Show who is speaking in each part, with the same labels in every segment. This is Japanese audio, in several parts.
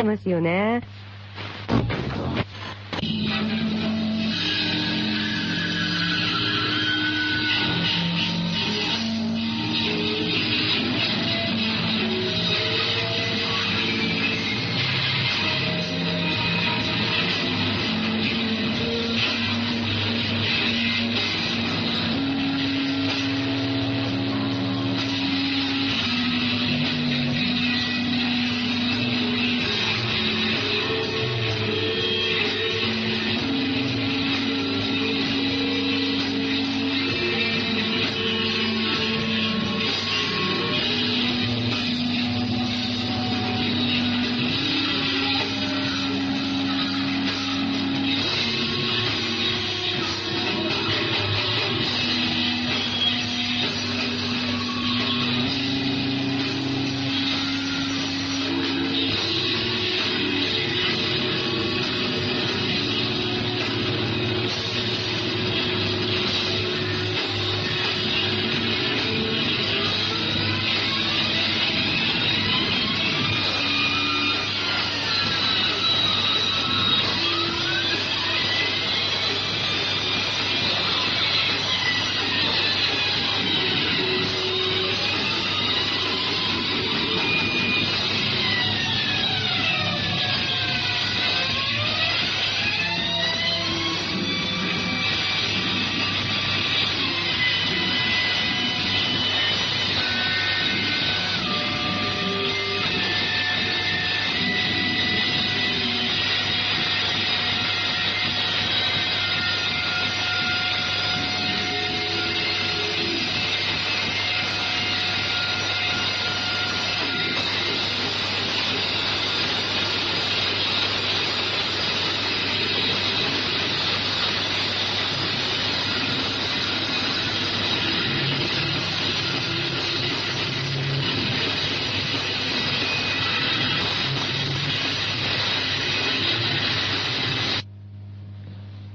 Speaker 1: いますよね。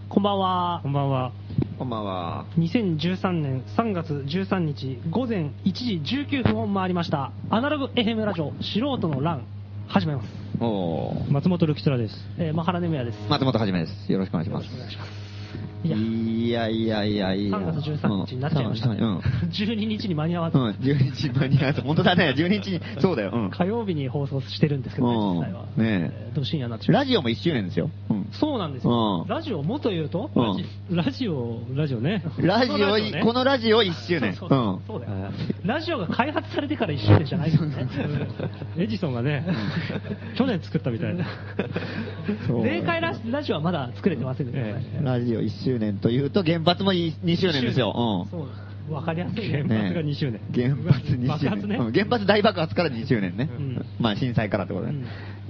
Speaker 2: こんばんは
Speaker 3: こ。んばんは。
Speaker 4: こんばんは。
Speaker 2: 2013年3月13日午前1時19分を回りました。アナログ FM ラジオ素人の欄、始めます。
Speaker 4: おー
Speaker 3: 松本ルキスラです。
Speaker 2: えー、マハラネムヤです。
Speaker 4: 松本はじめです。よろしくお願いします
Speaker 2: よろしくお願いしま。いや、
Speaker 4: いやいやいやいや。
Speaker 2: 3月13日になっちゃいました。
Speaker 4: うんうん。
Speaker 2: 12日に間に合わず
Speaker 4: う、ん、12日間に合わせ、本当だね、12日に、そうだよ、うん。
Speaker 2: 火曜日に放送してるんですけどね、
Speaker 4: うん
Speaker 2: 実際は。
Speaker 4: ね
Speaker 2: え
Speaker 4: え
Speaker 2: ーと深夜になっちゃう。
Speaker 4: ラジオも1周年ですよ。うん。
Speaker 2: そうなんですよ
Speaker 4: う。ん
Speaker 2: ラジオもというと、
Speaker 4: うん
Speaker 3: ラジオ、ラジオね。
Speaker 4: ラジ
Speaker 2: この
Speaker 4: オ、
Speaker 2: ラジオね
Speaker 4: このラジオ1周年。
Speaker 2: そうそうそうそうだよ。ラジオが開発されてから一周年じゃないです ね。
Speaker 3: エジソンがね、去年作ったみたいな。
Speaker 4: そう
Speaker 2: 霊界ララジオはまだ作れてませんけど
Speaker 4: うん。
Speaker 2: ね。
Speaker 4: ラジオ1周年というと、原発も2周年ですよ。うん。
Speaker 2: そう。わかりやすいね。
Speaker 3: 原発が2周年。
Speaker 4: 原発2周
Speaker 2: 爆
Speaker 4: 年
Speaker 2: 発。ね
Speaker 4: うん原発大爆発から2周年ね。
Speaker 2: ん
Speaker 4: まあ震災からってことね。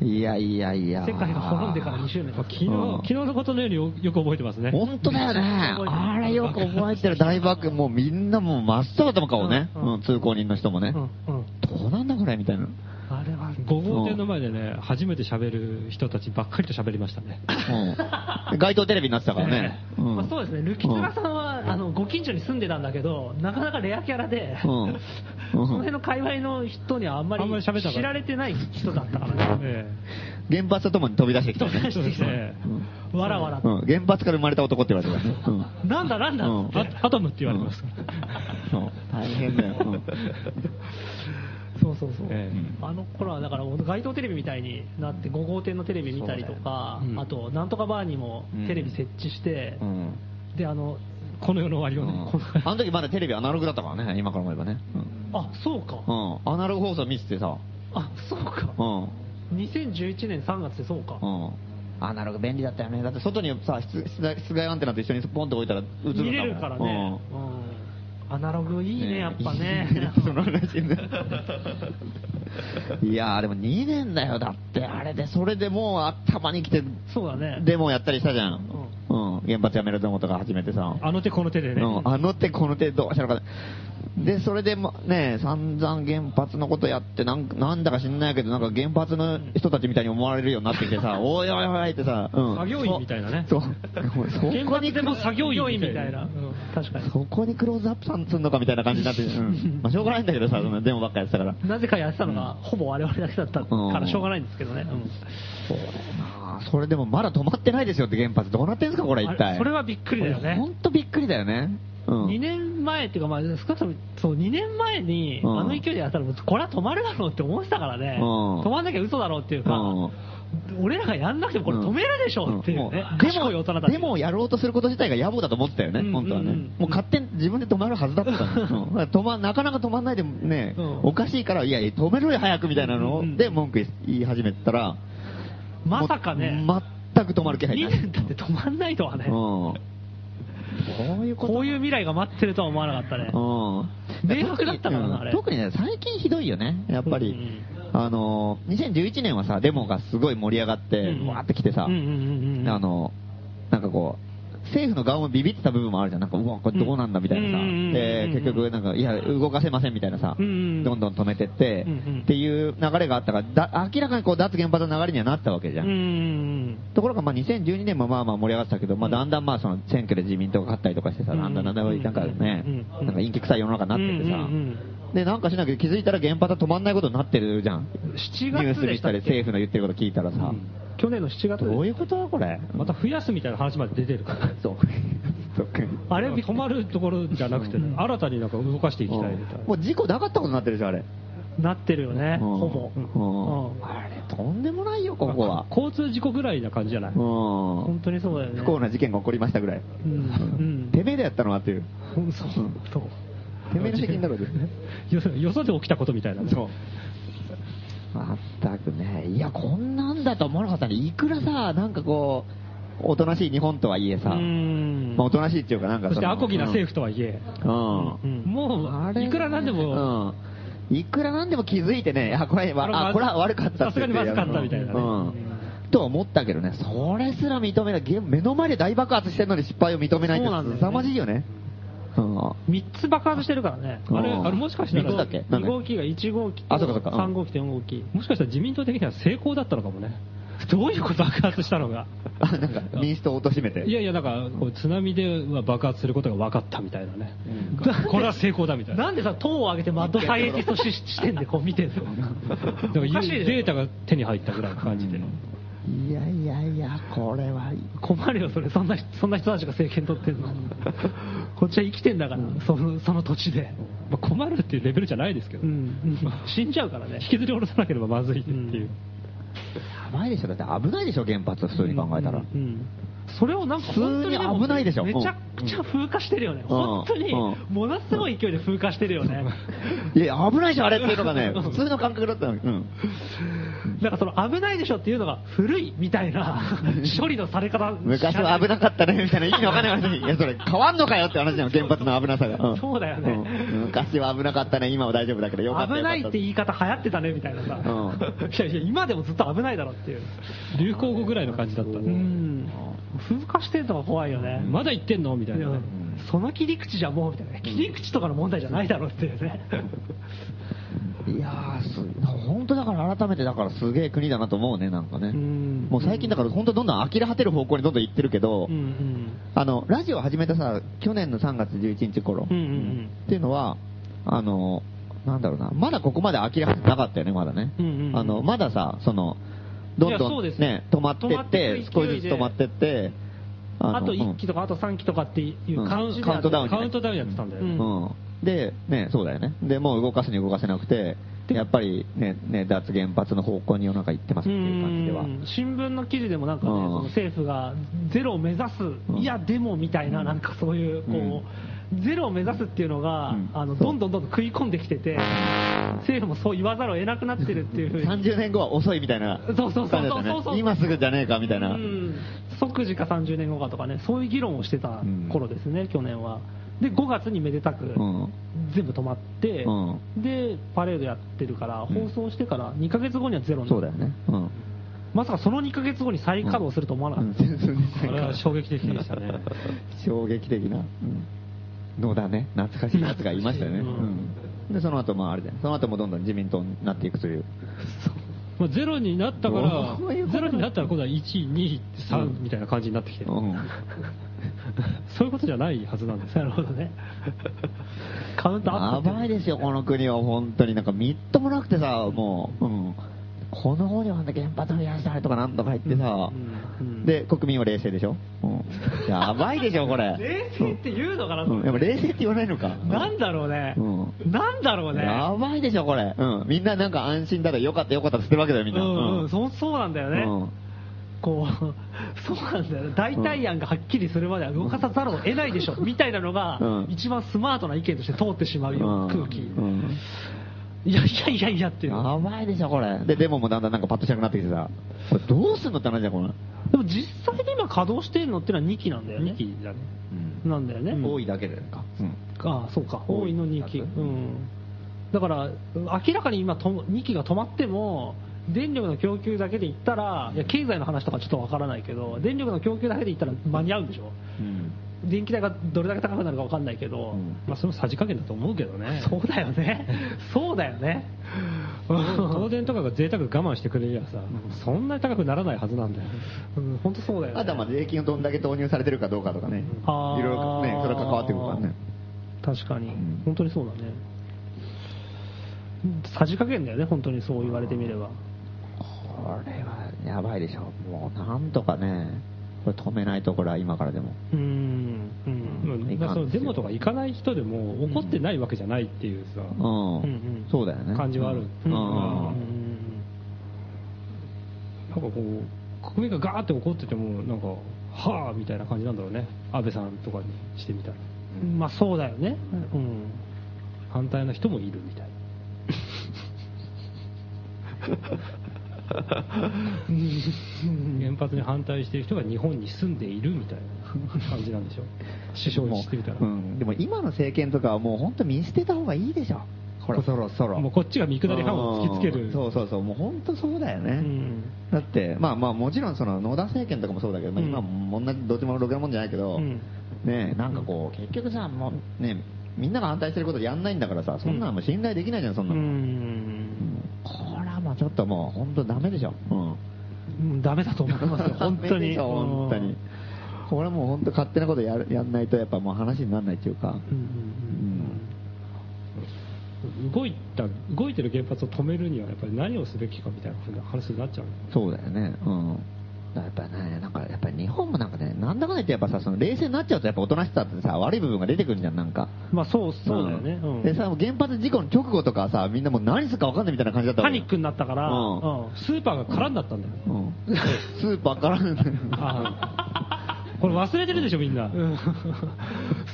Speaker 4: いやいやいや。
Speaker 2: 世界が滅んでから2周年だ
Speaker 3: 昨日、
Speaker 4: うん
Speaker 3: 昨日のことのようによよく覚えてますね。
Speaker 4: 本当だよね。あれよく覚え てる大爆、もうみんなもう真っ青だもん顔ね。
Speaker 2: うんうん
Speaker 4: うん、通行人の人もね。
Speaker 2: うんうん。
Speaker 4: どうなんだこれみたいな。
Speaker 2: あれは、
Speaker 3: 5号店の前でね、初めて喋る人たちばっかりと喋りましたね。
Speaker 4: うん。街頭テレビになってたか らね。うん
Speaker 2: まあ、そうですね、ルキツラさんは、あのご近所に住んでたんだけど、なかなかレアキャラで、
Speaker 4: うんうん
Speaker 2: その辺の界隈の人にはあんまり
Speaker 3: あんまり喋ったから
Speaker 2: 知られてない人だったからね、
Speaker 3: え
Speaker 4: 原発とともに飛び出してきたよ
Speaker 3: え
Speaker 4: ね。
Speaker 3: そうですね。
Speaker 2: わらわら
Speaker 4: う
Speaker 2: と、
Speaker 4: ん。原発から生まれた男って言われてたからね。
Speaker 2: なんだなんだ
Speaker 4: うん
Speaker 2: って、
Speaker 3: あアトムって言われてますから。
Speaker 4: うん。そう大変だよ。うん
Speaker 2: そうそうそう、
Speaker 3: ええ
Speaker 2: あの頃はだから、街頭テレビみたいになって、5号店のテレビ見たりとか、
Speaker 3: そうだようん
Speaker 2: あと、なんとかバーにもテレビ設置して、
Speaker 4: うん。
Speaker 2: であの
Speaker 3: この世の終わりをね、この
Speaker 4: あの時まだテレビアナログだったからね、今から思えばね。うん
Speaker 2: あそうか、
Speaker 4: うん。アナログ放送見ててさ、
Speaker 2: あそうか、
Speaker 4: うん。
Speaker 2: 2011年3月でそうか
Speaker 4: う。ん。アナログ便利だったよね。だって外にさ、室室外室外アンテナと一緒にポンと置いたら映るんだもん
Speaker 2: 見れるからね、
Speaker 4: うん
Speaker 2: うんアナログいいね、やっぱね
Speaker 4: いい。 その話ね。いやー、でも2年だよ、だって。あれで、それでもう頭に来て、
Speaker 2: そうだね。
Speaker 4: デモやったりしたじゃん。うん。原発やめるデモとか始めてさ。
Speaker 3: あの手この手でね。
Speaker 4: うん、あの手この手どうしたのかで、それでもね、散々原発のことやってなん、なんだか知んないけど、なんか原発の人たちみたいに思われるようになってきて さ、おいおいおいってさ、うん、
Speaker 3: 作業員みたいなね。
Speaker 4: そう、そうそ
Speaker 3: 現
Speaker 4: こ
Speaker 3: 場
Speaker 4: に
Speaker 3: でも作業員みたいな。
Speaker 2: うん確かに。
Speaker 4: そこにクローズアップさんすんのかみたいな感じになって、うんまあ、しょうがないんだけどさ、そのデモばっかやってたから。
Speaker 2: なぜかやってたのが、ほぼ我々だけだったからしょうがないんですけどね。うん
Speaker 4: そうだよなそれでもまだ止まってないですよって原発、どうなってんすか、これ一
Speaker 2: あ
Speaker 4: 体。
Speaker 2: れそれはびっくりだよね
Speaker 4: 本当びっくりだよね。うん
Speaker 2: 2年前っていうか、まあ、少なくともそう2年前に、
Speaker 4: うん
Speaker 2: あの勢いでやったら、もうこれは止まるだろうって思ってたからね、
Speaker 4: うん
Speaker 2: 止まんなきゃ嘘だろうっていうか、
Speaker 4: うん
Speaker 2: 俺らがやんなくてもこれ止めるでしょうっていうね、
Speaker 4: んもで
Speaker 2: 賢い
Speaker 4: も
Speaker 2: 大人たち
Speaker 4: でもやろうとすること自体が野暮だと思ってたよね、
Speaker 2: うん
Speaker 4: 本当はね、
Speaker 2: うん
Speaker 4: もう勝手に自分で止まるはずだったの、うんだから止まなかなか止まんないでね、
Speaker 2: うん
Speaker 4: おかしいから、いやいや、止めろよ、早くみたいなのを
Speaker 2: うん
Speaker 4: で文句言い始めたら、
Speaker 2: まさかね、
Speaker 4: もう全く止まる気配
Speaker 2: 2
Speaker 4: ない、
Speaker 2: 年経って止まんないとはね、
Speaker 4: うん、こういうこと
Speaker 2: こういう未来が待ってるとは思わなかったね、
Speaker 4: うん
Speaker 2: 明白だったからな
Speaker 4: うん
Speaker 2: あれ
Speaker 4: 特にね、最近ひどいよね、やっぱり。あの、2011年はさ、デモがすごい盛り上がって、
Speaker 2: うん
Speaker 4: わーってきてさ、
Speaker 2: うんうんうんうん
Speaker 4: あの、なんかこう、政府の側もビビってた部分もあるじゃん。なんか、うわ、これどうなんだみたいな
Speaker 2: うんうんうんうん
Speaker 4: さ。で、結局、なんか、いや、動かせませんみたいなさ、
Speaker 2: う
Speaker 4: ど
Speaker 2: んうん
Speaker 4: んどん止めてって
Speaker 2: うんうん、
Speaker 4: っていう流れがあったから、だ明らかにこう、脱原発の流れにはなったわけじ
Speaker 2: う
Speaker 4: ゃ
Speaker 2: ん
Speaker 4: ん。
Speaker 2: うんうん
Speaker 4: ところが、まあ、2012年もまあまあ盛り上がってたけど、まあ、
Speaker 2: うん
Speaker 4: だんだんまあ、その、選挙で自民党が勝ったりとかしてさ、
Speaker 2: うんうん
Speaker 4: だんだんだんだん、なんかね
Speaker 2: うんうんう、ん
Speaker 4: なんか陰気臭い世の中になってて
Speaker 2: うん
Speaker 4: さ
Speaker 2: うんうん、
Speaker 4: で、なんかしなきゃ気づいたら原発は止まんないことになってるじゃん。
Speaker 2: 7
Speaker 4: ニュー
Speaker 2: 月
Speaker 4: ス
Speaker 2: で
Speaker 4: 見
Speaker 2: したっ
Speaker 4: たり、
Speaker 2: け
Speaker 4: 政府の言ってること聞いたらさ、
Speaker 2: 去年の7月
Speaker 4: どういうことこれ。
Speaker 3: また増やすみたいな話まで出てるから。
Speaker 4: そう。
Speaker 2: あれはびっ
Speaker 3: 止まるところじゃなくて、
Speaker 2: うん
Speaker 3: 新たになんか動かしていきたいみたいな。
Speaker 4: もう事故なかったことになってるじゃん、あれ。
Speaker 2: なってるよね、
Speaker 4: うん
Speaker 2: ほぼ。
Speaker 4: う
Speaker 2: う
Speaker 4: ん
Speaker 2: ん
Speaker 4: あれ、とんでもないよ、ここは。
Speaker 3: 交通事故ぐらいな感じじゃない、
Speaker 4: う
Speaker 2: 本
Speaker 4: ん
Speaker 2: 当にそうだよね。
Speaker 4: 不幸な事件が起こりましたぐらい。
Speaker 2: うんうん
Speaker 4: てめえでやったのはっていう。
Speaker 2: うんそうそう。
Speaker 4: てめえの責任だろうって。
Speaker 3: よそよそで起きたことみたいな、
Speaker 4: そう。まったくね、いや、こんなんだと思わなかったね。いくらさ、なんかこう、おとなしい日本とはいえさ、
Speaker 2: うん
Speaker 4: まあおとなしいっていうか、なんか
Speaker 3: そして
Speaker 4: の
Speaker 3: アコギな政府とはいえ、
Speaker 4: うん。うん
Speaker 2: うん
Speaker 3: もういくらなんでも、
Speaker 4: うん、いくらなんでも気づいてね、あ、これ
Speaker 3: あれま
Speaker 4: は、あ、これは悪かったって言って
Speaker 3: さすがにまずかったみたいなね
Speaker 4: うん。とは思ったけどね、それすら認めない、げ目の前で大爆発してるのに失敗を認めないって
Speaker 2: そうなんだよね
Speaker 4: 凄まじいよね。うん。
Speaker 2: 3つ爆発してるからね。
Speaker 4: うん
Speaker 3: あれあれもしかしたら
Speaker 4: いつだっけなん
Speaker 2: 2
Speaker 4: だ
Speaker 2: 号機が1号機と
Speaker 4: あそうかそうかうん
Speaker 2: 3号機と4号機。
Speaker 3: もしかしたら自民党的には成功だったのかもね、どういうこと爆発したのが、
Speaker 4: あ、なんか、民主党を貶めて。
Speaker 3: いやいや、なんかこう津波では爆発することが分かったみたいなね、
Speaker 2: なんで
Speaker 3: これは成功だみたいな、
Speaker 2: なんでさ、党を挙げてマッドサイエンティスト視視点でこう見てんの
Speaker 3: だから
Speaker 2: おかしいでしょ
Speaker 3: データが手に入ったぐらいの感じで、
Speaker 4: いやいやいや、これは、
Speaker 2: 困るよ、それ。そんな、そんな人たちが政権取ってんの。こっちは生きてんだから、その、その土地で。
Speaker 3: まあ、困るっていうレベルじゃないですけど、
Speaker 2: うん。死んじゃうからね。
Speaker 3: 引きずり下ろさなければまずいっていう、
Speaker 4: やばいでしょ、だって危ないでしょ、原発、普通に考えたら。
Speaker 2: うんうんそれをなんか本当に
Speaker 4: 普通に危ないでしょ
Speaker 2: めちゃくちゃ風化してるよね、本当に
Speaker 4: うん
Speaker 2: ものすごい勢いで風化してるよね、
Speaker 4: いや、危ないでしょ、あれっていうのがね、普通の感覚だったの。うん。
Speaker 2: なんかその危ないでしょっていうのが古いみたいな処理のされ方、
Speaker 4: 昔は危なかったね、みたいな、意味わかんない話。いや、それ、変わんのかよって話じゃん、原発の危なさが。ん
Speaker 2: そうだよね
Speaker 4: うん昔は危なかったね、今は大丈夫だけど、よかった
Speaker 2: 危
Speaker 4: よ
Speaker 2: ないって言い方流行ってたねみたいなさ、
Speaker 4: う
Speaker 2: いやいや、今でもずっと危ないだろっていう、
Speaker 3: 流行語ぐらいの感じだった、
Speaker 2: うん、風化してるのが怖いよね。
Speaker 3: まだ言ってんのみたい
Speaker 2: いや
Speaker 3: なね。
Speaker 2: その切り口じゃもうみたいな切り口とかの問題じゃないだろうっていうね
Speaker 4: いやーす、本当だから改めて、だからすげえ国だなと思うね、なんかね。
Speaker 2: ん
Speaker 4: もう最近だから本当どんどん呆れ果てる方向にどんどん行ってるけど、
Speaker 2: うんうん
Speaker 4: あの、ラジオ始めたさ、去年の3月11日頃、
Speaker 2: うんうんうん
Speaker 4: っていうのは、あの、なんだろうな、まだここまで諦めてなかったよね、まだね。
Speaker 2: うんうんうん
Speaker 4: あの、まださ、その、どん
Speaker 2: いやそ
Speaker 4: ど
Speaker 2: うんです
Speaker 4: ね、止まって
Speaker 2: 止ま
Speaker 4: っ
Speaker 2: って
Speaker 4: て
Speaker 2: い、く
Speaker 4: 少
Speaker 2: 勢い
Speaker 4: し
Speaker 2: で
Speaker 4: ずつ止まってって、の
Speaker 2: あと1
Speaker 4: うん
Speaker 2: 期とか、あと3期とかっていう感じで、
Speaker 4: うんカウントダウン
Speaker 3: カウントダウンやってたんだよね、
Speaker 2: うん
Speaker 4: うんで、ね、そうだよね。で、もう動かすに動かせなくて、やっぱりね、ね、脱原発の方向に世の中行ってますっ
Speaker 2: う
Speaker 4: ていう感じでは。
Speaker 2: ん新聞の記事でもなんかね、
Speaker 4: うん
Speaker 2: その政府がゼロを目指す、
Speaker 4: ん
Speaker 2: いや、でもみたいな、なんかそういう、こう、ゼロを目指すっていうのが、
Speaker 4: うん
Speaker 2: あの
Speaker 4: そう
Speaker 2: どんどんどんどん食い込んできてて、政府もそう言わざるを得なくなってるって いうふうに、
Speaker 4: 30年後は遅いみたいな
Speaker 2: そうそうそう
Speaker 4: 感じだった
Speaker 2: そうそうそ
Speaker 4: ね
Speaker 2: う
Speaker 4: 今すぐじゃねえかみたいうな。
Speaker 2: ん即時か30年後かとかね、そういう議論をしてた頃ですね、去年は。で、5月にめでたく、
Speaker 4: うん
Speaker 2: 全部止まって、
Speaker 4: う
Speaker 2: で、パレードやってるから、
Speaker 4: ん
Speaker 2: 放送してから2ヶ月後にはゼロになる
Speaker 4: そうだよね。うん。
Speaker 2: まさかその2ヶ月後に再稼働すると思わなかった。
Speaker 4: 全然
Speaker 3: これは衝撃的でしたね。
Speaker 4: 衝撃的な、のだね、懐かしいやつがいましたよね。
Speaker 2: うん
Speaker 4: うんで、その後、まああれだよその後もどんどん自民党になっていくという。
Speaker 3: まあ、ゼロになったから
Speaker 4: どういうこと
Speaker 3: ゼロになったら今度は1、2、3みたいな感じになってきてる、
Speaker 4: うん
Speaker 3: そういうことじゃないはずなんです
Speaker 2: なるほどね。カウントア
Speaker 4: や
Speaker 2: ップ。
Speaker 4: ばいですよ、この国は本当に。なんかみっともなくてさ、もう。うんこの方にはあんな原発増やしたりとかなんとか言ってさ、
Speaker 2: うんうん
Speaker 4: で、国民は冷静でしょ、うん、やばいでしょ、これ。
Speaker 2: 冷静って言うのかな、
Speaker 4: うん、やっぱ冷静って言わないのか。
Speaker 2: なんだろうね。
Speaker 4: う
Speaker 2: なんだろうね。
Speaker 4: やばいでしょ、これ。うん。みんななんか安心だらよかったよかったって言ってるわけだよ、みん
Speaker 2: う
Speaker 4: な。
Speaker 2: んうん、
Speaker 4: う
Speaker 2: そうそうなんだよね。
Speaker 4: うん
Speaker 2: こう、 そうなんだよね。代替案がはっきりするまでは動かさざるを得ないでしょ、みたいなのが、
Speaker 4: うん
Speaker 2: 一番スマートな意見として通ってしまうような空気。
Speaker 4: うん
Speaker 2: いやいやいやいやっていう。
Speaker 4: やばいでしょ、これ。で、デモもだんだんなんかパッとしなくなってきてさ、これどうすんのって話じゃん、この。
Speaker 2: でも実際に今稼働してるのってのは2機なんだよね。
Speaker 3: 2機だね
Speaker 2: なんだよね。
Speaker 4: 多いだけでか。
Speaker 2: ああそうか
Speaker 4: 多
Speaker 2: 多
Speaker 4: い
Speaker 2: いの2機、
Speaker 4: だ
Speaker 2: う
Speaker 4: と
Speaker 2: ん、だから明らかに今と2機が止まっても電力の供給だけで言ったらいや経済の話とかちょっとわからないけど電力の供給だけで言ったら間に合うんでしょ
Speaker 4: うん。
Speaker 2: 電気代がどれだけ高くなるかわかんないけど、
Speaker 4: うん
Speaker 3: まあ、それもさじ加減だと思うけど ね
Speaker 2: そうだよね そうだよね
Speaker 3: 東電とかが贅沢我慢してくれりゃさ、そんなに高くならないはずなんだよ
Speaker 2: うん本当そうだよね
Speaker 4: あとはまあ税金をどんだけ投入されてるかどうかとかね。い
Speaker 2: あ
Speaker 4: ろ
Speaker 2: ー
Speaker 4: いろね、それは関わってくるからね。
Speaker 2: 確かに、
Speaker 4: ん
Speaker 2: 本当にそうだねさじ加減だよね本当にそう言われてみれば
Speaker 4: これはやばいでしょ。もうなんとかね、これ止めないとこれは今からでも。
Speaker 2: うんうん
Speaker 4: ん
Speaker 3: まあ、そのデモとか行かない人でも怒ってないわけじゃないっていうさ、
Speaker 4: うん。
Speaker 2: うんうん
Speaker 4: そうだよね。
Speaker 3: 感じはある
Speaker 4: うん。
Speaker 3: うん
Speaker 4: うん
Speaker 3: なんかこう国民がガーって怒っててもなんかはあみたいな感じなんだろうね安倍さんとかにしてみたら
Speaker 2: うんまあそうだよね、うん、
Speaker 3: 反対の人もいるみたいな原発に反対してる人が日本に住んでいるみたいな感じなんでしょ首相にしてみたら、
Speaker 4: うんでも今の政権とかはもう本当見捨てた方がいいでしょ。これそろそろ。
Speaker 3: もうこっちが見下り班を突きつけ
Speaker 4: う
Speaker 3: る
Speaker 4: んそうそうそう、もう本当そうだよね。
Speaker 2: うん
Speaker 4: だって、まあまあもちろんその野田政権とかもそうだけど、まあ
Speaker 2: うん
Speaker 4: 今も同じ、どっちもろくなもんじゃないけど、
Speaker 2: うん
Speaker 4: ねえなんかこう、結局さ、もうね、みんなが反対してることやんないんだからさ、そんなのもう信頼できないじゃん、そん
Speaker 2: う
Speaker 4: なの。
Speaker 2: ん
Speaker 4: これはもうちょっともう本当ダメでしょ。うん。
Speaker 2: うんダメだと思いますよ 本当
Speaker 4: ダメで
Speaker 2: に
Speaker 4: しょ本当に。これはもう本当勝手なことやるやんないとやっぱもう話にならないっていうか。
Speaker 2: うんうん
Speaker 3: 動いた動いてる原発を止めるにはやっぱり何をすべきかみたいなふうな話になっちゃう
Speaker 4: そうだよね。うん。だからやっぱね、なんか、やっぱり日本もなんかね、なんだかんだ言ってやっぱさ、その冷静になっちゃうとやっぱおとなしさってさ、悪い部分が出てくるじゃん、なんか。
Speaker 2: うんまあそうそうだよね、うん
Speaker 4: んでさ、原発事故の直後とかはさ、みんなもう何するか分かんないみたいな感じだったわ
Speaker 2: パ
Speaker 4: け
Speaker 2: ニックになったから、
Speaker 4: うん
Speaker 2: うん
Speaker 3: スーパーが空になったんだよ、
Speaker 4: うん。 スーパーから、
Speaker 3: あーこれ忘れてるでしょみんな、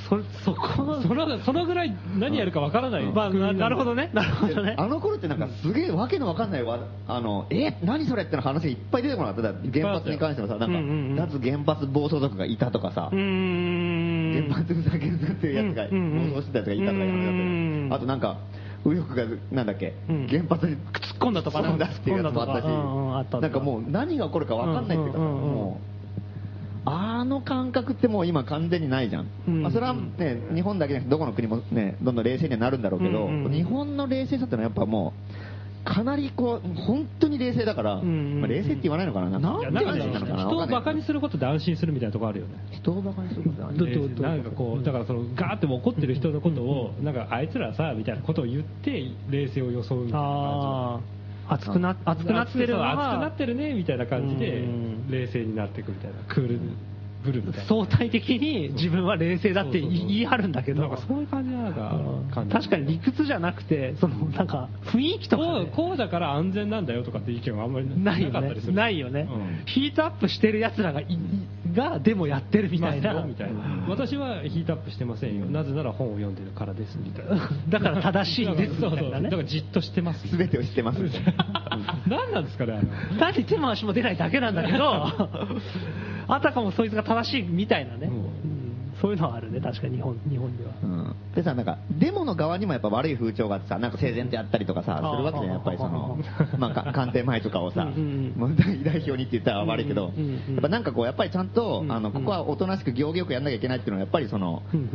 Speaker 2: そそこの
Speaker 3: そのそのぐらい何やるかわからない、
Speaker 2: まあななるほどねなるほどね
Speaker 4: あの頃ってなんかすげえわけのわかんないわ、あの、え、何それっての話がいっぱい出てこなかった。だから原発に関してもさ、なん
Speaker 2: うんうん
Speaker 4: か、脱原発暴走族がいたとかさ
Speaker 2: う、ーん
Speaker 4: 原発ふざけんなっていうやつが、
Speaker 2: うんうんうん
Speaker 4: 暴走してたやつがいたとかいう話だった
Speaker 2: うん
Speaker 4: よあとなんか、右翼が、なんだっけ
Speaker 2: うん、
Speaker 4: 原発に突
Speaker 2: 突っ込んだとか
Speaker 4: 突っ込んだっていうやつもあったし、
Speaker 2: 突っ込んだとかうんうんあったあった
Speaker 4: なんかもう何が起こるかわかんないっていうかさ、
Speaker 2: うんうんうんうん
Speaker 4: もう、あの感覚ってもう今完全にないじゃん。
Speaker 2: うん
Speaker 4: まあそれはね、日本だけじゃなくてどこの国もね、どんどん冷静にはなるんだろうけど、
Speaker 2: うんうん
Speaker 4: 日本の冷静さってのはやっぱもう、かなりこう、本当に冷静だから、
Speaker 2: んうんうん
Speaker 4: まあ冷静って言わないのかな、なん
Speaker 3: い
Speaker 4: て安
Speaker 3: やなんか
Speaker 4: 心
Speaker 3: ね
Speaker 4: なのかな。
Speaker 3: 人をバカに
Speaker 4: す
Speaker 3: することで安心するみたいなところあるよね
Speaker 4: る。人をバカにすることは
Speaker 2: どういうこと
Speaker 3: でなんかこうだからそのガーって怒ってる人のことをなんかあいつらさみたいなことを言って冷静を装うみたいな
Speaker 2: ああ熱くな
Speaker 3: 感じ
Speaker 2: 熱くなってるの
Speaker 3: 熱
Speaker 2: は
Speaker 3: くなってるねみたいな感じで
Speaker 2: うん
Speaker 3: 冷静になってくみたいなクールブルみたいな
Speaker 2: 相対的に自分は冷静だって
Speaker 3: そうそうそう
Speaker 2: 言い張るんだけ
Speaker 3: なん
Speaker 2: ど
Speaker 3: かそういう感じなんか感じ
Speaker 2: 確かに理屈じゃなくてそのなんか雰囲気とか
Speaker 3: こ
Speaker 2: ね
Speaker 3: うこうだから安全なんだよとかって意見はあんまり
Speaker 2: な
Speaker 3: ない
Speaker 2: よ
Speaker 3: かった
Speaker 2: ね
Speaker 3: りする
Speaker 2: ないよね
Speaker 3: うん
Speaker 2: ヒートアップしてる奴らがいがでもやってるみたい
Speaker 3: ます
Speaker 2: な
Speaker 3: よみたいな私はヒートアップしてませんよなぜなら本を読んでるからですみたいな
Speaker 2: だから正しいですみ
Speaker 3: そう
Speaker 2: た
Speaker 3: そう
Speaker 2: いなね
Speaker 3: だからじっとしてます
Speaker 4: 全てを知ってますみたいな。
Speaker 3: 何なんですかねあの
Speaker 2: 単に手も足も出ないだけなんだけど あたかもそいつが正しいみたいなね、
Speaker 3: うん
Speaker 2: うんそういうのはあるね確かに日本日本では
Speaker 4: うんでさ、なんか、デモの側にもやっぱ悪い風潮があってさ、なんか整然とやったりとかさ、するわけじゃん、やっぱりその、 まあか、官邸前とかをさ、
Speaker 2: うんうん
Speaker 4: もう代表にって言ったら悪いけど
Speaker 2: うんうんう、ん
Speaker 4: やっぱなんかこう、やっぱりちゃんと
Speaker 2: う、ん
Speaker 4: あの、ここはおとなしく行儀よくやんなきゃいけないっていうのは、やっぱりその、
Speaker 2: うんうん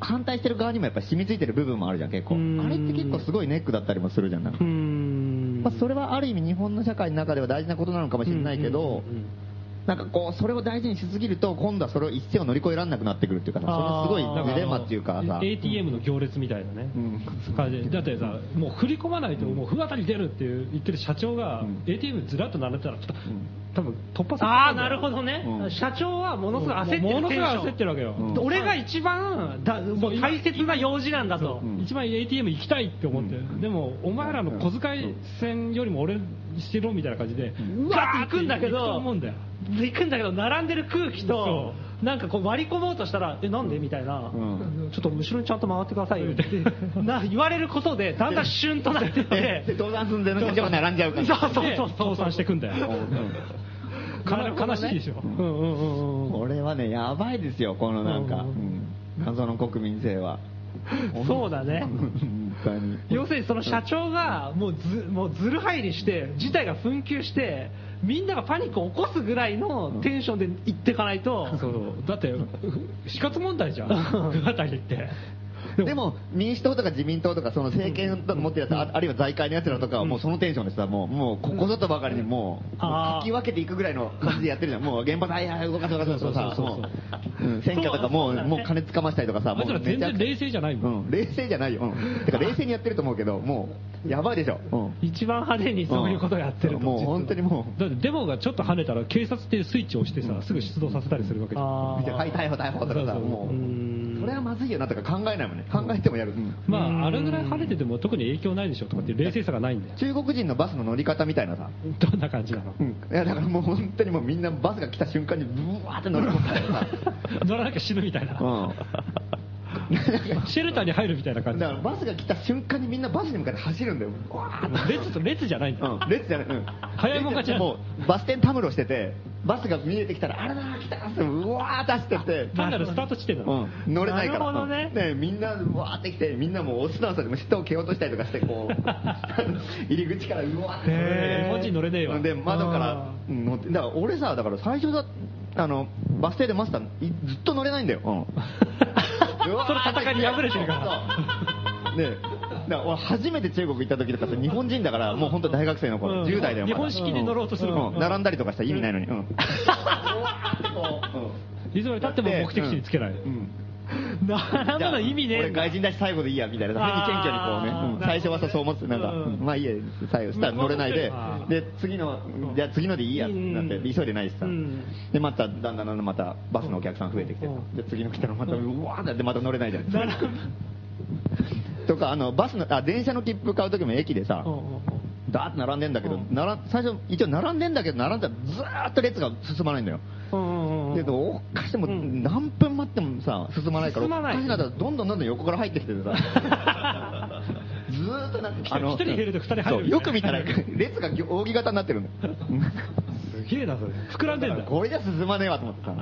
Speaker 4: 反対してる側にもやっぱ染みついてる部分もあるじゃん、結構。
Speaker 2: うん
Speaker 4: あれって結構すごいネックだったりもするじゃん、なんか
Speaker 2: う。ん
Speaker 4: まあ、それはある意味日本の社会の中では大事なことなのかもしれないけど、
Speaker 3: うんうんうんうん
Speaker 4: なんかこう、それを大事にしすぎると、今度はそれを一線を乗り越えられなくなってくるっていうかさ、そのすごい
Speaker 2: あー
Speaker 4: ジレンマっていうかさ、
Speaker 3: ATM の行列みたいなね、
Speaker 4: うん
Speaker 3: 感じでだってさ、もう振り込まないと、もう不当たり出るっていう言ってる社長が、
Speaker 4: ん
Speaker 3: ATM ずらっと並んでたら、ちょっと、多分突破され
Speaker 2: ああ、なるほどね、
Speaker 4: うん
Speaker 2: 社長はものすごい焦ってる
Speaker 3: もうものすご
Speaker 2: テ
Speaker 3: い
Speaker 2: ンション
Speaker 3: 焦ってるわけよ
Speaker 4: うん
Speaker 2: 俺が一番だもう大切な用事なんだと。
Speaker 4: ん
Speaker 3: 一番 ATM 行きたいって思って、でも、お前らの小遣い線よりも俺してろみたいな感じで、
Speaker 2: うわーって行くんだけど
Speaker 3: 行くと思うんだよ
Speaker 2: 行くんだけど並んでる空気となんかこう割り込もうとしたら「えなんで?」みたいな、
Speaker 4: うん
Speaker 2: ちょっと後ろにちゃんと回ってくださいよ」ってな言われることでだんだんシュンとなってっ
Speaker 4: え
Speaker 2: て
Speaker 4: で倒産寸前の社長が並んじゃうか
Speaker 2: そう
Speaker 4: ら。
Speaker 2: そう
Speaker 3: で
Speaker 2: そう
Speaker 3: 倒産してくんだよ、かな悲しいでしょ。
Speaker 2: うんうんうんうん
Speaker 4: これはね、やばいですよ、このなんか、
Speaker 2: う
Speaker 4: うん謎の国民性は。
Speaker 2: そうだ ね
Speaker 4: 本当に。
Speaker 2: 要するにその社長がもうずもうずる入りして事態が紛糾してみんながパニックを起こすぐらいのテンションで行っていかないと
Speaker 3: そう だって、死活問題じゃん、不当たり って。
Speaker 4: でも、民主党とか自民党とか、その政権とか持ってるやつ、ああるいは財界のやつらとかは、もうそのテンションでさ、もう、もうここぞとばかりにもう、
Speaker 2: あー
Speaker 4: かき分けていくぐらいの感じでやってるじゃん。もう、現場で、はいはい、動かそう動かそうとかさ、
Speaker 3: そうそう
Speaker 4: も
Speaker 3: そう
Speaker 4: う、うん選挙とかもう、
Speaker 2: そうだね
Speaker 4: もう金つかましたりとかさ、
Speaker 3: あ
Speaker 4: も
Speaker 3: いつら
Speaker 4: う
Speaker 3: 全然冷静じゃないもん。
Speaker 4: うん、冷静じゃないよ。うんてか、冷静にやってると思うけど、もう、やばいでしょ。うん
Speaker 2: 一番派手にそういうことをやってると、
Speaker 4: うんもう、本当にもう、
Speaker 3: だってデモがちょっと跳ねたら警察っていうスイッチを押してさ、すぐ出動させたりするわけじゃん。
Speaker 2: あー
Speaker 4: はい、逮捕、逮捕とか
Speaker 3: そう
Speaker 4: さ、
Speaker 3: そう
Speaker 4: も
Speaker 3: う
Speaker 4: う、それはまずいよなとか考えないもんね。考えてもやる。
Speaker 3: まあ、あれぐらい跳ねてても特に影響ないでしょとかっていう冷静さがないんだよ。
Speaker 4: 中国人のバスの乗り方みたいなさ、
Speaker 3: どんな感じなの
Speaker 4: うん、いやだからもう本当にもうみんなバスが来た瞬間にブワーって乗り込んだからさ、
Speaker 3: 乗らなきゃ死ぬみたいな。 シェルターに入るみたいな
Speaker 4: う
Speaker 3: 感
Speaker 4: ん、
Speaker 3: じ
Speaker 4: だ。からバスが来た瞬間にみんなバスに向かって走るんだよ、ブワーって
Speaker 3: 列と列じゃないんだよ。
Speaker 4: うん、列じゃない、うん、
Speaker 3: 早いもん勝ちなの
Speaker 4: もうバス停たむろしてて、バスが見えてきたら、あらだ、来たって、うわーって走ってって。
Speaker 3: 単なるスタート地点なの。
Speaker 4: うん、乗れないから
Speaker 2: なるほどね
Speaker 4: うんみんなうわーって来てみんなもうオスなさでも人を蹴落としたりとかして こう入り口からうわーって乗れ
Speaker 3: へー日本人乗れねえわ
Speaker 4: で窓から
Speaker 2: あ
Speaker 4: うん乗ってだから俺さだから最初だあのバス停でマスターいずっと乗れないんだよ、うん うわーって
Speaker 3: それ戦いに敗れてるから
Speaker 4: そうねだから俺初めて中国行った時とかさ日本人だからもう本当大学生の頃、
Speaker 3: うん
Speaker 4: 10代だよまだ
Speaker 3: 日本式で乗ろうとする
Speaker 4: んん並んだりとかしたら意味ないのに、うんう わーってこううん
Speaker 3: いつまで経っても目的地につけない。
Speaker 2: 並ぶの意味ねえ
Speaker 4: 俺
Speaker 2: んだ
Speaker 4: 外人だし最後でいいやみたいな変に謙虚にこうね、うん
Speaker 2: あー
Speaker 4: 最初はさそう思ってなんか、
Speaker 2: うん
Speaker 4: うんまあいいや最後したら乗れないで
Speaker 3: あ
Speaker 4: で次のじゃあ次のでいいやってなって
Speaker 2: うん
Speaker 4: 急いでないしさ、
Speaker 2: うん
Speaker 4: でまただんだんだんだんまたバスのお客さん増えてきてさ、
Speaker 2: うん
Speaker 4: で次の来たらまたうわーってまた乗れないじゃん、 とかあのバスのあ電車の切符買う時も駅でさ、
Speaker 2: うんうんうん
Speaker 4: だーって並んでんだけど、
Speaker 2: うん
Speaker 4: なら最初一応並んでんだけど並んだらずーっと列が進まないんだよ、
Speaker 2: うんうんうん
Speaker 4: でおかしても
Speaker 2: うん
Speaker 4: 何分待ってもさ進まないから
Speaker 2: 進まない
Speaker 4: おかしなったらどんどんどんどん横から入ってきててさ ずーっとなんかあの
Speaker 3: 一人減ると二人入る
Speaker 4: そうよく見たら列が扇形になってるんだよ
Speaker 3: すげえな、それ。膨らんでんだ。
Speaker 4: これじゃ進まねえわと思ってさ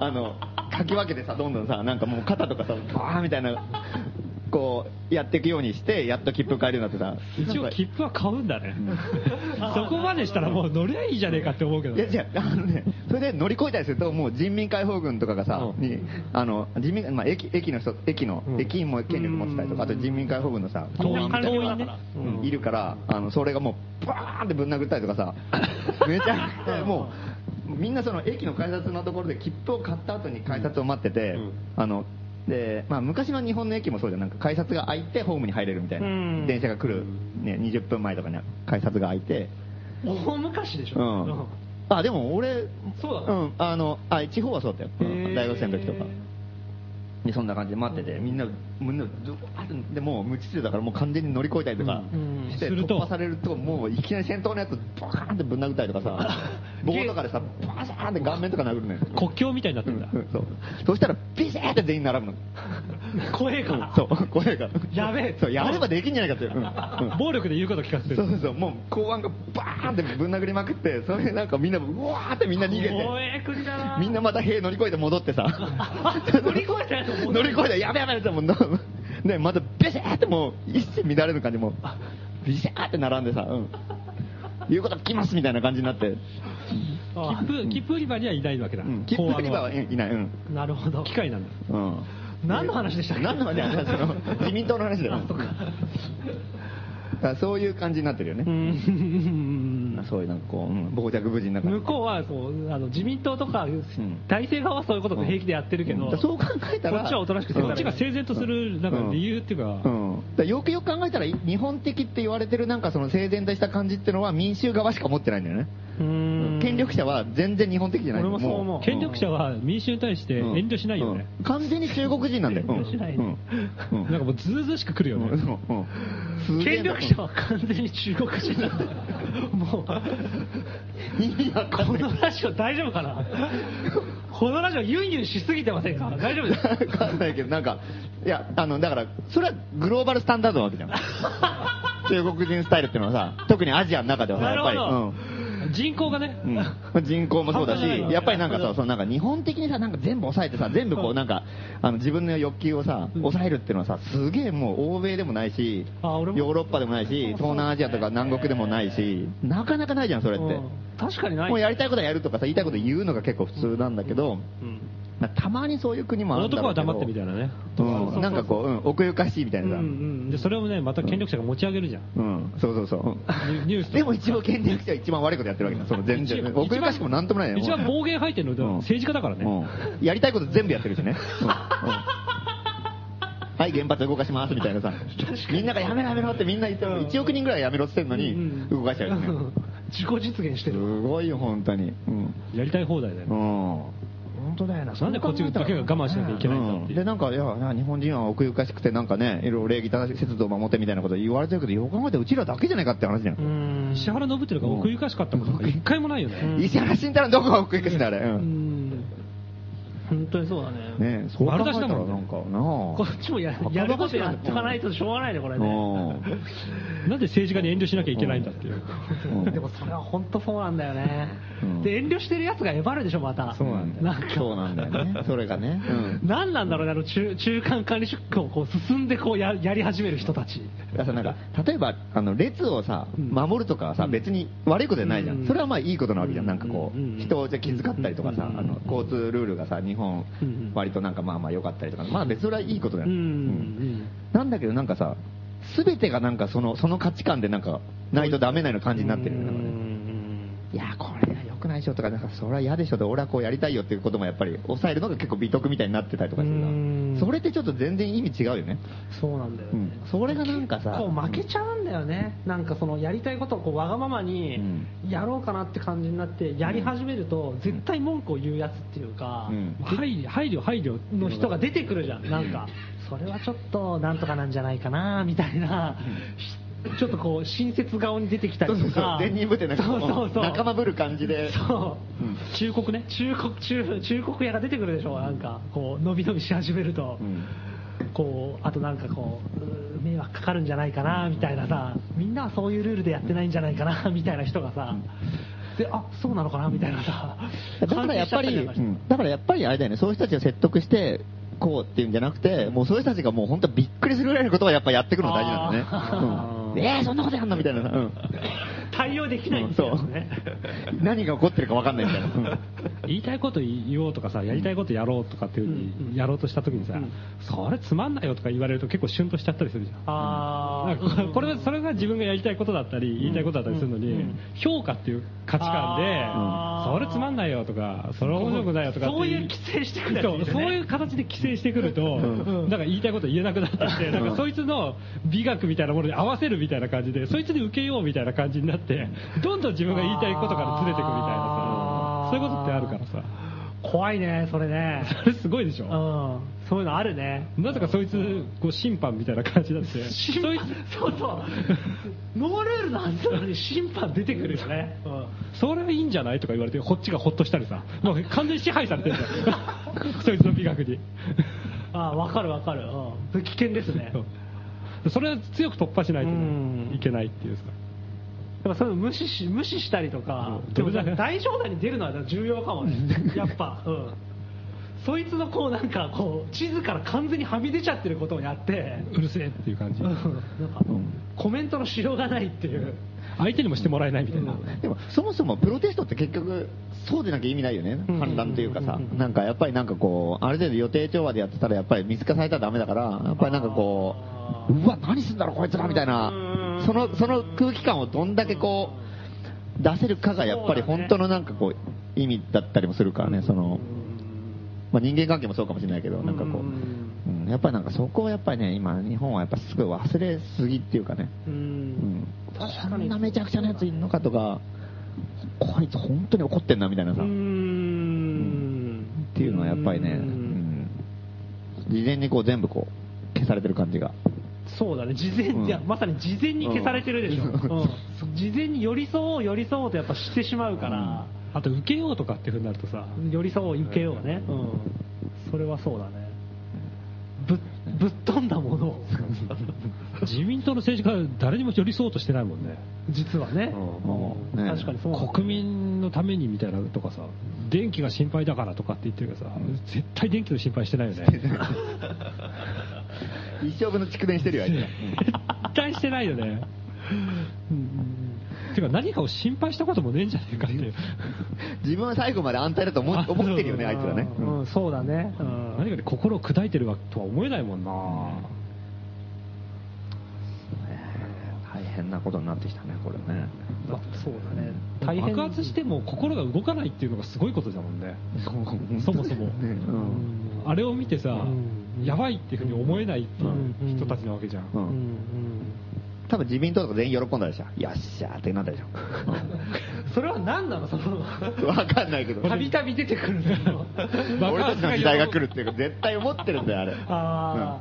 Speaker 4: あのかき分けてさどんどんさなんかもう肩とかさバーみたいなこうやっていくようにしてやっと切符買えるようになってさ
Speaker 3: 一
Speaker 4: な
Speaker 3: 応
Speaker 4: んか
Speaker 3: 切符は買うんだね。 そこまでしたらもう乗りゃいいじゃねえかって思うけど
Speaker 4: い。や違う、あのね、それで乗り越えたりすると、もう人民解放軍とかがさ、
Speaker 3: うん
Speaker 4: にあの人民まあ、駅駅の人、駅の、
Speaker 3: うん
Speaker 4: 駅員も権力持ってたりとか、あと人民解放軍のさ、
Speaker 3: 党員
Speaker 4: みたいな
Speaker 2: 党
Speaker 4: の
Speaker 2: 員ね
Speaker 4: がうんいるから、あのそれがもう、バーンってぶん殴ったりとか さ、めちゃくちゃもう、みんなその駅の改札のところで切符を買った後に改札を待ってて、
Speaker 3: うん
Speaker 4: あのでまあ、昔の日本の駅もそうじゃん、なんか改札が開いてホームに入れるみたいな、
Speaker 2: うん
Speaker 4: 電車が来る、ね、20分前とかに改札が開いて。
Speaker 2: 大昔でしょ、
Speaker 4: うん、あでも俺
Speaker 2: そうだ
Speaker 4: ん、あのあ地方はそうだったよ、うん大学生の時とかでそんな感じで待っててみんなみんなどあでもう無秩序だからもう完全に乗り越えたりとか
Speaker 2: うん
Speaker 4: して、
Speaker 3: すると
Speaker 4: 突破されるともういきなり先頭のやつバカーンってぶん殴ったりとか さ棒とかでさバサーンって顔面とか殴る のよ
Speaker 3: 国境みたいになってんだ。
Speaker 4: うんそうそしたらビシャーって全員並ぶの
Speaker 2: 怖えから
Speaker 4: そう怖いから
Speaker 2: やべえ
Speaker 4: そうやればできんじゃないかっていう、うんうん
Speaker 3: 暴力で言うこと聞かせて
Speaker 4: そう
Speaker 3: る。
Speaker 4: そうそう、もう公安がバーンってぶん殴りまくって、それでなんかみんな、うわーってみんな逃げて、
Speaker 2: 怖え国だな
Speaker 4: みんなまた塀乗り越えて戻ってさ、
Speaker 2: 乗り越えたやつも
Speaker 4: 乗り越えて、やべやべやべってもう、ね、またビシャーってもう、一線乱れる感じもう、ビシャーって並んでさ、うん。言うこと聞きますみたいな感じになって、
Speaker 3: 切符、切符売り場にはいないわけだ。
Speaker 4: うん、切符売り場は
Speaker 3: 法案
Speaker 4: いない、うん。
Speaker 2: なるほど
Speaker 3: 機械なんだ。
Speaker 4: うん。
Speaker 2: 何の話でしたっけ
Speaker 4: 何の話だよ、その自民党の話だよ。からそういう感じになってるよね。
Speaker 2: うん
Speaker 4: そういうなんかこう、うん、傍若無人な感じ。
Speaker 2: 向こうはそうあの自民党とか、体制側はそういうことで平気でやってるけど、
Speaker 4: うんだからそう考えたら、
Speaker 2: こっちはおとなしくして
Speaker 4: うん
Speaker 2: る
Speaker 3: こっちが整然とするなんか理由っていうか、
Speaker 4: うん、だからよくよく考えたら、い日本的って言われてるなんかその整然とした感じってのは民衆側しか持ってないんだよね。
Speaker 2: うん
Speaker 4: 権力者は全然日本的じゃない
Speaker 2: 俺もそう思う
Speaker 3: 権力者は民衆に対して
Speaker 4: うん
Speaker 3: 遠慮しないよね、
Speaker 4: うん完全に中国人なんだよ。
Speaker 2: 遠慮しないね
Speaker 4: うんうん
Speaker 3: なんかもうずうずうしく来るよね、
Speaker 4: うんうん
Speaker 2: 権力者は完全に中国人なんだよも
Speaker 4: いや、
Speaker 2: う、このラジオ大丈夫か なこのラジオユンユンしすぎてませんか大丈夫ですか
Speaker 4: わかんないけど、なんか、いや、あの、だから、それはグローバルスタンダードな わけじゃん。中国人スタイルってのはさ、特にアジアの中ではさ、
Speaker 2: な
Speaker 4: や
Speaker 2: る
Speaker 4: っぱり、
Speaker 2: ほど。人口がね、
Speaker 4: うん人口もそうだ
Speaker 2: 半端ないよ
Speaker 4: し、やっぱりなん
Speaker 2: な
Speaker 4: か
Speaker 2: る
Speaker 4: さ、
Speaker 2: ほ
Speaker 4: そのなんか日本的にさ、なんか全部抑えてさ、全部こうなんか、あの自分の欲求をさ、抑えるっていうのはさ、すげえもう欧米でもないし、ヨ
Speaker 2: あ俺も
Speaker 4: ーロッパでもないし、東南アジアとか南国でもないし、なかなかないじゃん、それって。
Speaker 2: うん確かにない
Speaker 4: もうやりたいことはやるとかさ、言いたいこと言うのが結構普通なんだけど、まあたまにそういう国も
Speaker 3: あ
Speaker 4: ある
Speaker 3: の
Speaker 4: ん
Speaker 3: と
Speaker 4: だ
Speaker 3: こ
Speaker 4: ろう
Speaker 3: は
Speaker 4: けど
Speaker 3: 黙ってみたいなね、
Speaker 4: うん、なんかこう、うん、奥ゆかしいみたいなさ。
Speaker 2: うん
Speaker 3: でそれをね、また権力者が持ち上げるじゃん、
Speaker 4: うん、そうそうそう。
Speaker 3: ニュニュースとか
Speaker 4: でも一応、権力者は一番悪いことやってるわけだ、その全
Speaker 3: 一
Speaker 4: 然。
Speaker 3: 番
Speaker 4: 奥ゆかしくもなんともないよ
Speaker 3: 一番暴言吐いてるの
Speaker 4: う
Speaker 3: は
Speaker 4: ん
Speaker 3: 政治家だからね、
Speaker 4: うん、やりたいこと全部やってるしね、うんうんはい、原発動かしますみたいなさ、みんながやめろやめろってみんな言ってる1億人ぐらいやめろって言ってるのに、動かしちゃうよね。
Speaker 2: 自己実現してる。
Speaker 4: すごいよ、本当に。うん。
Speaker 3: やりたい放題だよ
Speaker 4: う
Speaker 3: ね、
Speaker 4: ん。
Speaker 2: 本当だよな。
Speaker 3: なんでこっちだけが我慢しなきゃいけないんだっていう
Speaker 4: で、なんか、いや、日本人は奥ゆかしくて、なんかね、いろいろ礼儀正しい節度を守ってみたいなこと言われてるけど、よく考えたらうちらだけじゃないかって話じゃん。
Speaker 2: ん
Speaker 3: 石原伸晃が奥ゆかしかったことが一回もないよね、
Speaker 2: うん
Speaker 4: 石原慎太郎どこが奥ゆかしいんだ、あれ。う。
Speaker 2: うんん。本当にそうだね。
Speaker 4: ねそう考えたら、なんか、な
Speaker 2: こっちもややることやっとかないとしょうがないね、これね。
Speaker 4: うん
Speaker 3: なんで政治家に遠慮しなきゃいけないんだっていう、
Speaker 4: うん
Speaker 2: でもそれは本当そうなんだよね
Speaker 4: うん。
Speaker 2: で、遠慮してるやつがえばるでしょ、また。
Speaker 4: そうなんだよ。
Speaker 2: なんか
Speaker 4: そうなんだよね。それがね。うん。
Speaker 2: 何なんだろうね、あの中中間管理職をこう進んでこうややり始める人たち。
Speaker 4: だからなんか、例えば、あの、列をさ、
Speaker 2: うん
Speaker 4: 守るとかはさ、別に悪いことじゃないじゃ
Speaker 2: うん
Speaker 4: ん。それはまあいいことなわけじゃん。
Speaker 2: うん
Speaker 4: なんかこ
Speaker 2: うん
Speaker 4: う、人をじゃ気遣ったりとかさ
Speaker 2: う、ん
Speaker 4: あの、交通ルールがさ、日本
Speaker 2: うん、
Speaker 4: 割となんかまあまあ良かったりとか、まあ別にそれはいいことだ
Speaker 2: う
Speaker 4: よ。うん
Speaker 2: ん。
Speaker 4: なんだけどなんかさ、すべてがなんかその、その価値観でなんか、ないとダメなような感じになってるよねなんかね。いや、これは良くないでしょとか、なんか、それは嫌でしょと、俺はこうやりたいよっていうこともやっぱり、抑えるのが結構美徳みたいになってたりとかする
Speaker 2: うーん
Speaker 4: な。それってちょっと全然意味違うよね。
Speaker 2: そうなんだよ
Speaker 4: う
Speaker 2: ね
Speaker 4: ん。それがなんかさ
Speaker 2: 結構負けちゃうんだよね。なんかそのやりたいことをこうわがままに
Speaker 4: うん
Speaker 2: やろうかなって感じになって、やり始めると絶対文句を言うやつっていうか、
Speaker 4: うん
Speaker 3: 配慮、配慮、配慮っていう
Speaker 2: の人が出てくるじゃん、なんか、それはちょっとなんとかなんじゃないかなみたいな、しちょっとこう、親切顔に出てきた
Speaker 4: そ
Speaker 2: り
Speaker 4: うそう
Speaker 2: と
Speaker 4: そう
Speaker 2: か、、
Speaker 4: 善人ぶってなんかこ
Speaker 2: そううそうそう、
Speaker 4: 仲間ぶる感じで。
Speaker 2: そう、
Speaker 3: 忠告ね、
Speaker 2: 中国中中国屋が出てくるでしょ、なんか、こう、伸び伸びし始めると、
Speaker 4: うん
Speaker 2: こう、あとなんかこう、うー迷惑かかるんじゃないかなみたいなさ、みんなはそういうルールでやってないんじゃないかな みたいな人がさ、で、あそうなのかなみたいなさ、
Speaker 4: だからやっぱり、
Speaker 2: 関係しちゃったなんかして
Speaker 4: だからやっぱりあれだよね、そういう人たちを説得して、こうっていうんじゃなくて、もうそういう人たちがもう本当びっくりするぐらいのことはやっぱやってくるのが大事なんだよね。うんえー、そんなことやんのみたいなさ。うん
Speaker 2: 対応できないんですよね。
Speaker 4: 何が起こってるかわかんないみたいな。うん
Speaker 3: 言いたいこと言おうとかさ、やりたいことやろうとかっていうふう
Speaker 2: うんうん
Speaker 3: にやろうとしたときにさ、
Speaker 2: うん
Speaker 3: それつまんないよとか言われると結構シュンとしちゃったりするじゃん。
Speaker 2: あ
Speaker 3: なんか
Speaker 2: ー
Speaker 3: これそれが自分がやりたいことだったり、言いたいことだったりするの
Speaker 2: うんう
Speaker 3: に
Speaker 2: ん、
Speaker 3: 評価っていう価値観
Speaker 2: あー
Speaker 3: で、それつまんないよとか、それ面白くないよとかって
Speaker 2: そういう規制してくるやつ
Speaker 3: そ
Speaker 2: い
Speaker 3: う
Speaker 2: いよね
Speaker 3: そういう形で規制してくると、なんか言いたいこと言えなくなってきて、なんかそいつの美学みたいなものに合わせるみたいな感じで、そいつに受けようみたいな感じになって、どんどん自分が言いたいことからずれていくみたい
Speaker 2: あ
Speaker 3: なさ
Speaker 2: ー、
Speaker 3: そういうことってあるからさ。
Speaker 2: 怖いね、それね。
Speaker 3: あれすごいでし
Speaker 2: う
Speaker 3: ょ、
Speaker 2: ん。そういうのあるね。
Speaker 3: なぜかそいつこう審判みたいな感じになって
Speaker 2: 審
Speaker 3: そい
Speaker 2: 判、そうそう。ノールールなんてのに審判出てくるよね。うん。
Speaker 3: つそれはいいんじゃないとか言われてこっちがほっとしたりさもう完全に支配されてるじ ゃんそいつの美学に
Speaker 2: ああ、わかるわかる。うん。それ危険ですね。やっ
Speaker 3: それを強く突破しないと
Speaker 2: うん
Speaker 3: いけないっていうさ
Speaker 2: ぱそういうの無視し、無視したりとか
Speaker 3: う、ん
Speaker 2: でも
Speaker 3: どれだけ
Speaker 2: 大冗談に出るのは重要かもね。やっぱ、うん。そいつのこうなんかこう、地図から完全にはみ出ちゃってることをやって、
Speaker 3: うるせえっていう感じ
Speaker 2: うん。なんか、コメントのしようがないっていう。
Speaker 3: 相手にもしてもらえないみたいな、
Speaker 4: でもそもそもプロテストって結局そうでなきゃ意味ないよね
Speaker 2: うん
Speaker 4: 反乱というか
Speaker 2: う
Speaker 4: さ
Speaker 2: んうんうん
Speaker 4: なんかやっぱりなんかこうある程度予定調和でやってたらやっぱり見透かされたらダメだからやっぱりなんかこう
Speaker 2: あー
Speaker 4: うわ、何すんだろう、こいつらみたいな
Speaker 2: うん、
Speaker 4: そのその空気感をどんだけこう出せるかがやっぱり
Speaker 2: そうだね
Speaker 4: 本当のなんかこう意味だったりもするからね、そのまあ、人間関係もそうかもしれないけど、なんかこう、うん、やっぱりなんかそこをやっぱりね、今、日本はやっぱすごい忘れすぎっていうかね、
Speaker 2: う
Speaker 4: うんん、
Speaker 2: 確
Speaker 4: こ
Speaker 2: かに
Speaker 4: んなめちゃくちゃなやついんのかとか、こいつ本当に怒ってんなみたいなさ。
Speaker 2: うん
Speaker 4: っていうのはやっぱりね、う
Speaker 2: うん
Speaker 4: ん、事前にこう全部こう消されてる感じが、
Speaker 2: そうだね事前、
Speaker 4: うん
Speaker 2: いやまさに事前に消されてるでしょ、
Speaker 4: うん
Speaker 2: うん事前に寄り添おう寄り添おうとやっぱしてしまうから、
Speaker 3: あと受けようとかっていうふうになるとさ、
Speaker 2: 寄り添おう受けようね、うん、それはそうだねぶぶっ飛んだも のを
Speaker 3: 自民党の政治家は誰にも寄り添おうとしてないもんね。
Speaker 2: 実はね、
Speaker 4: うんね
Speaker 2: 確かにそうなんだよね
Speaker 3: 国民のためにみたいなとかさ、電気が心配だからとかって言ってるけどさ、絶対電気の心配してないよね。
Speaker 4: 一生分の蓄電してるよ、あいつら
Speaker 3: 絶対してないよね。てか何かを心配したこともねえんじゃねえかっていう。
Speaker 4: 自分は最後まで安泰だと思
Speaker 3: あ
Speaker 4: 思ってるよね、あいつらね。
Speaker 2: うんうんそうだね、うん
Speaker 3: 何かで心を砕いてるわとは思えないもんな。
Speaker 4: 大変なことになってきたね、これね。
Speaker 2: まあそうだね大変
Speaker 3: 爆発しても心が動かないっていうのがすごいことだもんね。そもそも
Speaker 4: ねうん
Speaker 3: あれを見てさ、
Speaker 2: うん
Speaker 3: やばいっていうふうに思えないっていう人たちなわけじゃん。
Speaker 4: う
Speaker 2: うん
Speaker 4: ん多分自民党とか全員喜んだでしょ。よっしゃーってなったでし
Speaker 2: うんそれは何なのそ の
Speaker 4: ょ。わかんないけど。
Speaker 2: たびたび出てくる の
Speaker 4: 俺たちの時代が来るっていうか、絶対思ってるんだよ、あれ。
Speaker 2: あ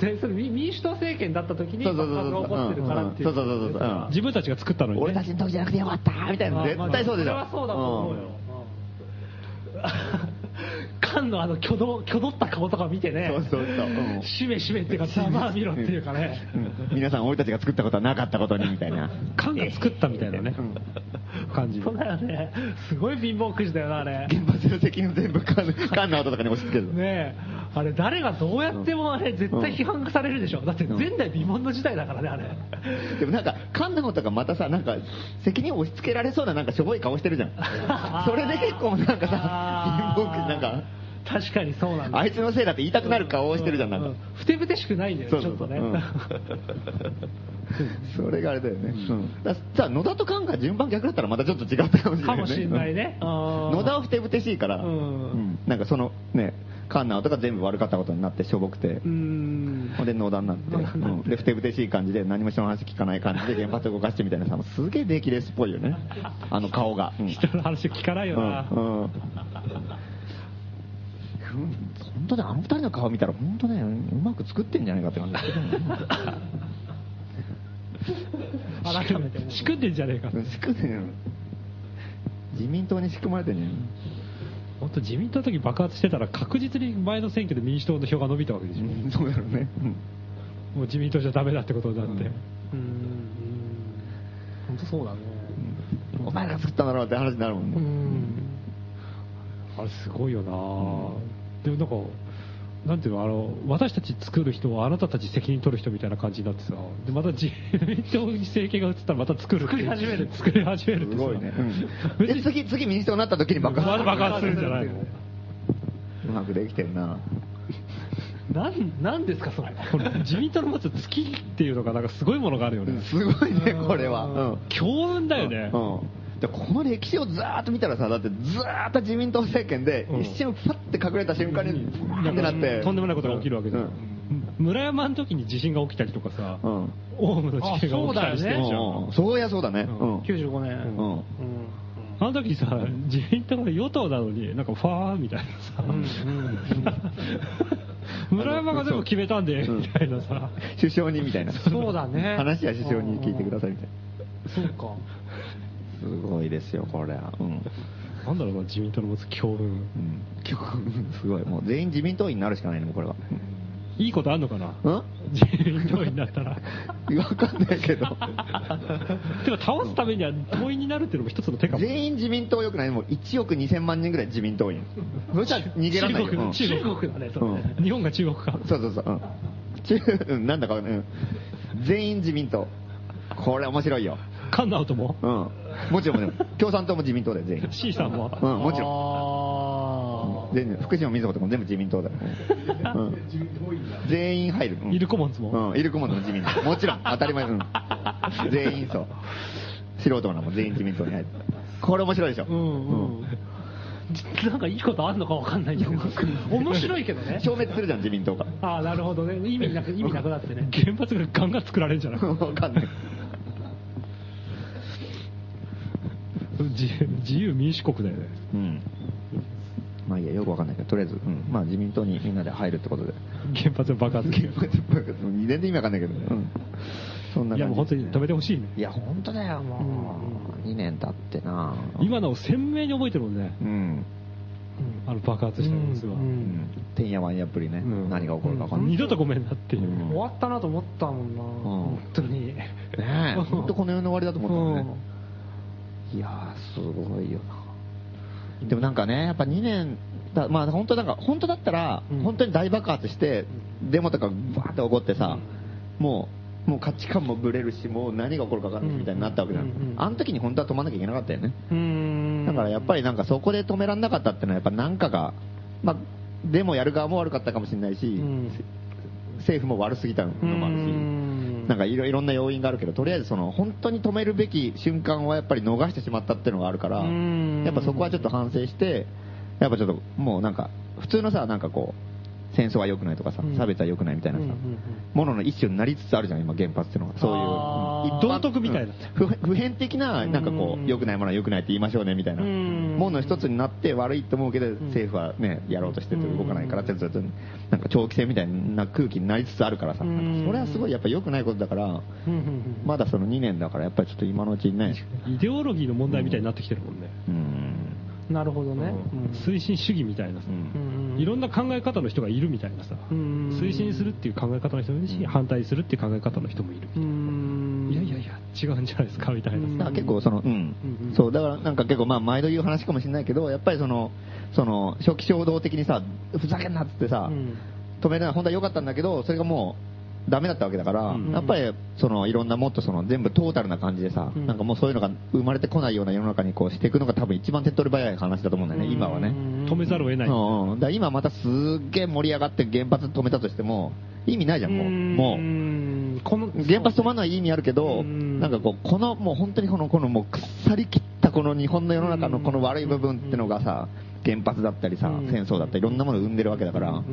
Speaker 2: あ、でそれ民民主党政権だった時に
Speaker 4: そう
Speaker 2: 爆
Speaker 4: そうそ
Speaker 2: 発
Speaker 4: う
Speaker 2: が
Speaker 4: そう。
Speaker 2: 起こってるからっていう、
Speaker 4: うんそうそうそうそううん
Speaker 3: 自分たちが作ったのに、ね。
Speaker 4: 俺たちの時じゃなくてよかったーみたい
Speaker 2: ま
Speaker 4: な、
Speaker 2: あ
Speaker 4: 絶対そうでしょ。
Speaker 2: まあそれはそうだと思うよ、うん菅のあの挙動挙動った顔とか見てね
Speaker 4: そうそうそううん
Speaker 2: しめしめっていうかざまあ見ろっていうかね
Speaker 4: うんうん皆さん、俺たちが作ったことはなかったことにみた いな。
Speaker 3: 缶が作ったみたいなね、感じ。
Speaker 2: そうだよねすごい貧乏くじだよなあれ
Speaker 4: 原発の責任を全部缶缶の音とかに押し付け
Speaker 2: ね
Speaker 4: る。
Speaker 2: えあれ誰がどうやってもあれ絶対批判されるでしょだって前代未聞の事態だからねあれ
Speaker 4: でもなんか、缶の音とかまたさ、なんか、責任を押し付けられそうななんかしょぼい顔してるじ ゃん。 それで結構なんかさ
Speaker 2: あ、ー
Speaker 4: 貧乏く なんか、
Speaker 2: 確かにそうなんだ
Speaker 4: あいつのせいだって言いたくなる顔をしてるじゃん、なん
Speaker 2: う
Speaker 4: か。
Speaker 2: ふてぶてしくないんだよね
Speaker 4: そう
Speaker 2: ち
Speaker 4: そ
Speaker 2: ょっと
Speaker 4: うそう
Speaker 2: ね
Speaker 4: うんそれがあれだよね。うんだからさ、野田と缶が順番逆だったらまたちょっと違ったかもしれ
Speaker 2: か
Speaker 4: ないよね。
Speaker 2: もしれないね
Speaker 4: うん。
Speaker 2: 野
Speaker 4: 野田はふてぶてしいから、
Speaker 2: うん
Speaker 4: うんなんかそのね、缶の音が全部悪かったことになってしょぼくて
Speaker 2: う、ん
Speaker 4: ほんで野田になって、 うんで、ふてぶてしい感じで何も人の話聞かない感じで原発動かしてみたいなさ、もうすげえ出来レースっぽいよね。あの顔が。うん
Speaker 3: 人の話聞かないよな。
Speaker 4: うんうん本当ね、あの二人の顔見たら、本当ね、うまく作ってんじゃないかって感じですけどね。
Speaker 2: 改めて
Speaker 3: 仕組んでんじゃねえか。
Speaker 4: 仕組んでんの自民党に仕組まれてんじゃん。
Speaker 3: 本当自民党の時爆発してたら確実に前の選挙で民主党の票が伸びたわけでしょ。
Speaker 4: うんそうだろうね。うん
Speaker 3: もう自民党じゃダメだってことになって。
Speaker 4: うん
Speaker 2: うん本当そうだね
Speaker 4: お前らが作ったんだろうって話になるもん
Speaker 2: う
Speaker 4: ね。
Speaker 2: ん
Speaker 3: あれすごいよな、でもなんか、なんていうの、あの、私たち作る人はあなたたち責任取る人みたいな感じになってさ、で、また自民党に政権が移ったらまた作るってい
Speaker 2: 作
Speaker 3: う
Speaker 2: り始める
Speaker 3: 作り始めるって
Speaker 4: す
Speaker 3: さ
Speaker 4: ごいね。うん
Speaker 3: 別
Speaker 4: で、
Speaker 3: に
Speaker 4: 次、次民主党になった時に爆
Speaker 3: ま
Speaker 4: 発
Speaker 3: だ爆発するんじゃないの
Speaker 4: うまくできてるな。
Speaker 2: なんなんですかそれ
Speaker 3: これ自民党の持つ月っていうのがなんかすごいものがあるよね。
Speaker 4: すごいね、これは。うん
Speaker 3: 強運だよね。
Speaker 4: うん、でこの歴史をずーっと見たらさ、だってずーっと自民党政権で
Speaker 3: うん、
Speaker 4: 一瞬、パって隠れた瞬間に、ブワーってなって、
Speaker 3: とんでもないことが起きるわけじゃん。
Speaker 4: うん
Speaker 3: 村山の時に地震が起きたりとかさ、
Speaker 4: うん
Speaker 3: オウムの事件が起きたりしてるじゃん。
Speaker 4: うんそうやそうだね、
Speaker 3: う
Speaker 4: うんん
Speaker 2: 95年
Speaker 4: う
Speaker 2: うん
Speaker 4: ん
Speaker 3: あの時さ、自民党が与党なのに、なんかファーみたいなさ、 村山が全部決めたんで、
Speaker 4: うん
Speaker 3: みたいなさ、
Speaker 4: 首相にみたいな、
Speaker 2: そうだね
Speaker 4: 話は首相に聞いてくださいみたいな、
Speaker 2: そうか
Speaker 4: すごいですよ、これは、うん、
Speaker 3: なんだろうな、自民党の持つ強運。
Speaker 4: うん、結構すごい、もう全員自民党員になるしかないね、もうこれは。
Speaker 3: いいことあんのかな
Speaker 4: うん
Speaker 3: 自民党になったら。
Speaker 4: わかんないけど、
Speaker 3: でも倒すためには党員になるっていうのも一つの手かも。
Speaker 4: 全員自民党よくない、もう1億2000万人ぐらい自民党員、そしたら逃げられないよ。
Speaker 3: 中国
Speaker 4: う
Speaker 3: の
Speaker 4: ん
Speaker 3: 中国
Speaker 2: 中国だねそれね
Speaker 3: 日本が中国か。
Speaker 4: そうそうそう。うん中うん。なんだかわかんない。うん全員自民党。これ面白いよ。
Speaker 3: 菅直人も
Speaker 4: うん。もちろん、もちろん共産党も自民党で全員。
Speaker 3: ?C さんも。
Speaker 4: うん、もちろん。
Speaker 2: ろ
Speaker 4: 全然、福島みずほとかも全部自民党だから。うん全員入る。うん
Speaker 3: イルコモンズも
Speaker 4: うん、イルコモンズも自民党。もちろん、当たり前うん全員そう。素人なもん全員自民党に入る。これ面白いでしょ。
Speaker 2: うんうん なんかいいことあんのかわかんないけど、面白いけどね。
Speaker 4: 消滅するじゃん、自民党が。
Speaker 2: ああ、なるほどね。意味なく、意味なくなってね。
Speaker 3: 原発がガンガン作られるんじゃない
Speaker 4: わかんない。
Speaker 3: 自自由民主国だよね
Speaker 4: うん。まあいいや、よくわかんないけど、とりあえず、うん、まあ自民党にみんなで入るってことで。
Speaker 3: 原発の爆発原
Speaker 4: 全然意味わかんないけど、うん。そんな感じですね
Speaker 3: いやもう本当に止めてほしいね
Speaker 4: いや、本当だよ、もう。2年経ってな。
Speaker 3: 今のを鮮明に覚えてるもんね
Speaker 4: うん。
Speaker 3: あの爆発したニュースは、
Speaker 2: うんうん
Speaker 4: てんやわんやっぷりね、
Speaker 3: うん
Speaker 4: 何が起こるかわかんない。
Speaker 3: 二度とごめんなっていう、
Speaker 4: うん
Speaker 2: 終わったなと思ったもんな、本当に。
Speaker 4: ねえ、
Speaker 2: うん
Speaker 4: ほんとこの世の終わりだと思ったもんね。
Speaker 2: うん
Speaker 4: いやー、すごいよな。でもなんかね、やっぱ2年、だまあ本当なんか、本当だったら、
Speaker 2: うん
Speaker 4: 本当に大爆発して、デモとかバーって起こってさ、もう、もう価値観もぶれるし、もう何が起こるかわかんないみたいになったわけじゃ
Speaker 2: うんうん
Speaker 4: ん
Speaker 2: う。ん
Speaker 4: あの時に本当は止まんなきゃいけなかったよね。
Speaker 2: うん
Speaker 4: だからやっぱ
Speaker 2: り、
Speaker 4: りなんかそこで止められなかったってのはやっぱなんかが、まあ、デモやる側も悪かったかもしれないし、
Speaker 2: うん
Speaker 4: 政府も悪すぎたのもあるし、
Speaker 2: うん
Speaker 4: なんかいろいろんな要因があるけど、とりあえずその本当に止めるべき瞬間はやっぱり逃してしまったっていうのがあるから、
Speaker 2: うん
Speaker 4: やっぱそこはちょっと反省して、やっぱちょっともうなんか、普通のさ、なんかこう、戦争は良くないとかさ
Speaker 2: うん、
Speaker 4: 差別は良くないみたいなさ
Speaker 2: うんうんうん、
Speaker 4: ものの一種になりつつあるじゃん、今原発っていうのは。そういう
Speaker 2: あ
Speaker 4: う
Speaker 2: ー
Speaker 4: ん。一般
Speaker 3: 道徳みたいな
Speaker 4: うん普普遍的な、なんかこ
Speaker 2: うん
Speaker 4: う、良くないものは良くないって言いましょうねみたいな。
Speaker 2: うん
Speaker 4: もの一つになって悪いと思うけど、政府はね、やろうとしてて動かないからってずっと、なんか長期戦みたいな空気になりつつあるからさ、
Speaker 2: う
Speaker 4: なんんかそれはすごいやっぱ良くないことだから、
Speaker 2: うんうんうん
Speaker 4: まだその2年だから、やっぱりちょっと今のうちにね、
Speaker 3: イデオロギーの問題みたいになってきてるもんね、
Speaker 4: うん、
Speaker 2: なるほどね。うん
Speaker 3: 推進主義みたいなさ、
Speaker 4: うん
Speaker 3: いろんな考え方の人がいるみたいなさ、
Speaker 2: うん
Speaker 3: 推進するっていう考え方の人もいるし、
Speaker 4: うん
Speaker 3: 反対するっていう考え方の人もいる、
Speaker 2: うん
Speaker 3: いやいやいや、違うんじゃないですかみたいな
Speaker 4: だ
Speaker 3: さ、
Speaker 4: から結構その、うん
Speaker 2: うんうん
Speaker 4: そう、だからなんか結構まあ毎度言う話かもしれないけど、やっぱりその、その、初期衝動的にさ、ふざけんなっつってさ、
Speaker 2: うん
Speaker 4: 止めるのは本当は良かったんだけど、それがもう、ダメだったわけだから、
Speaker 3: うん
Speaker 4: やっぱり、その、いろんなもっとその、全部トータルな感じでさ、
Speaker 2: うん
Speaker 4: なんかもうそういうのが生まれてこないような世の中にこうしていくのが多分一番手っ取り早い話だと思うんだよね、今はね。
Speaker 2: うん
Speaker 3: 止めざるを得ない、
Speaker 4: うんうん、だから今またすっげえ盛り上がって原発止めたとしても、意味ないじゃん、もう。もう
Speaker 2: うんこの
Speaker 4: 原発止まらない意味あるけ
Speaker 2: う
Speaker 4: ど、
Speaker 2: ん
Speaker 4: なんかこう、この、もう本当にこの、このもう腐りきったこの日本の世の中のこの悪い部分ってのがさ、原発だったりさ
Speaker 2: うん、
Speaker 4: 戦争だったり、いろんなものを生んでるわけだから
Speaker 2: うん、うん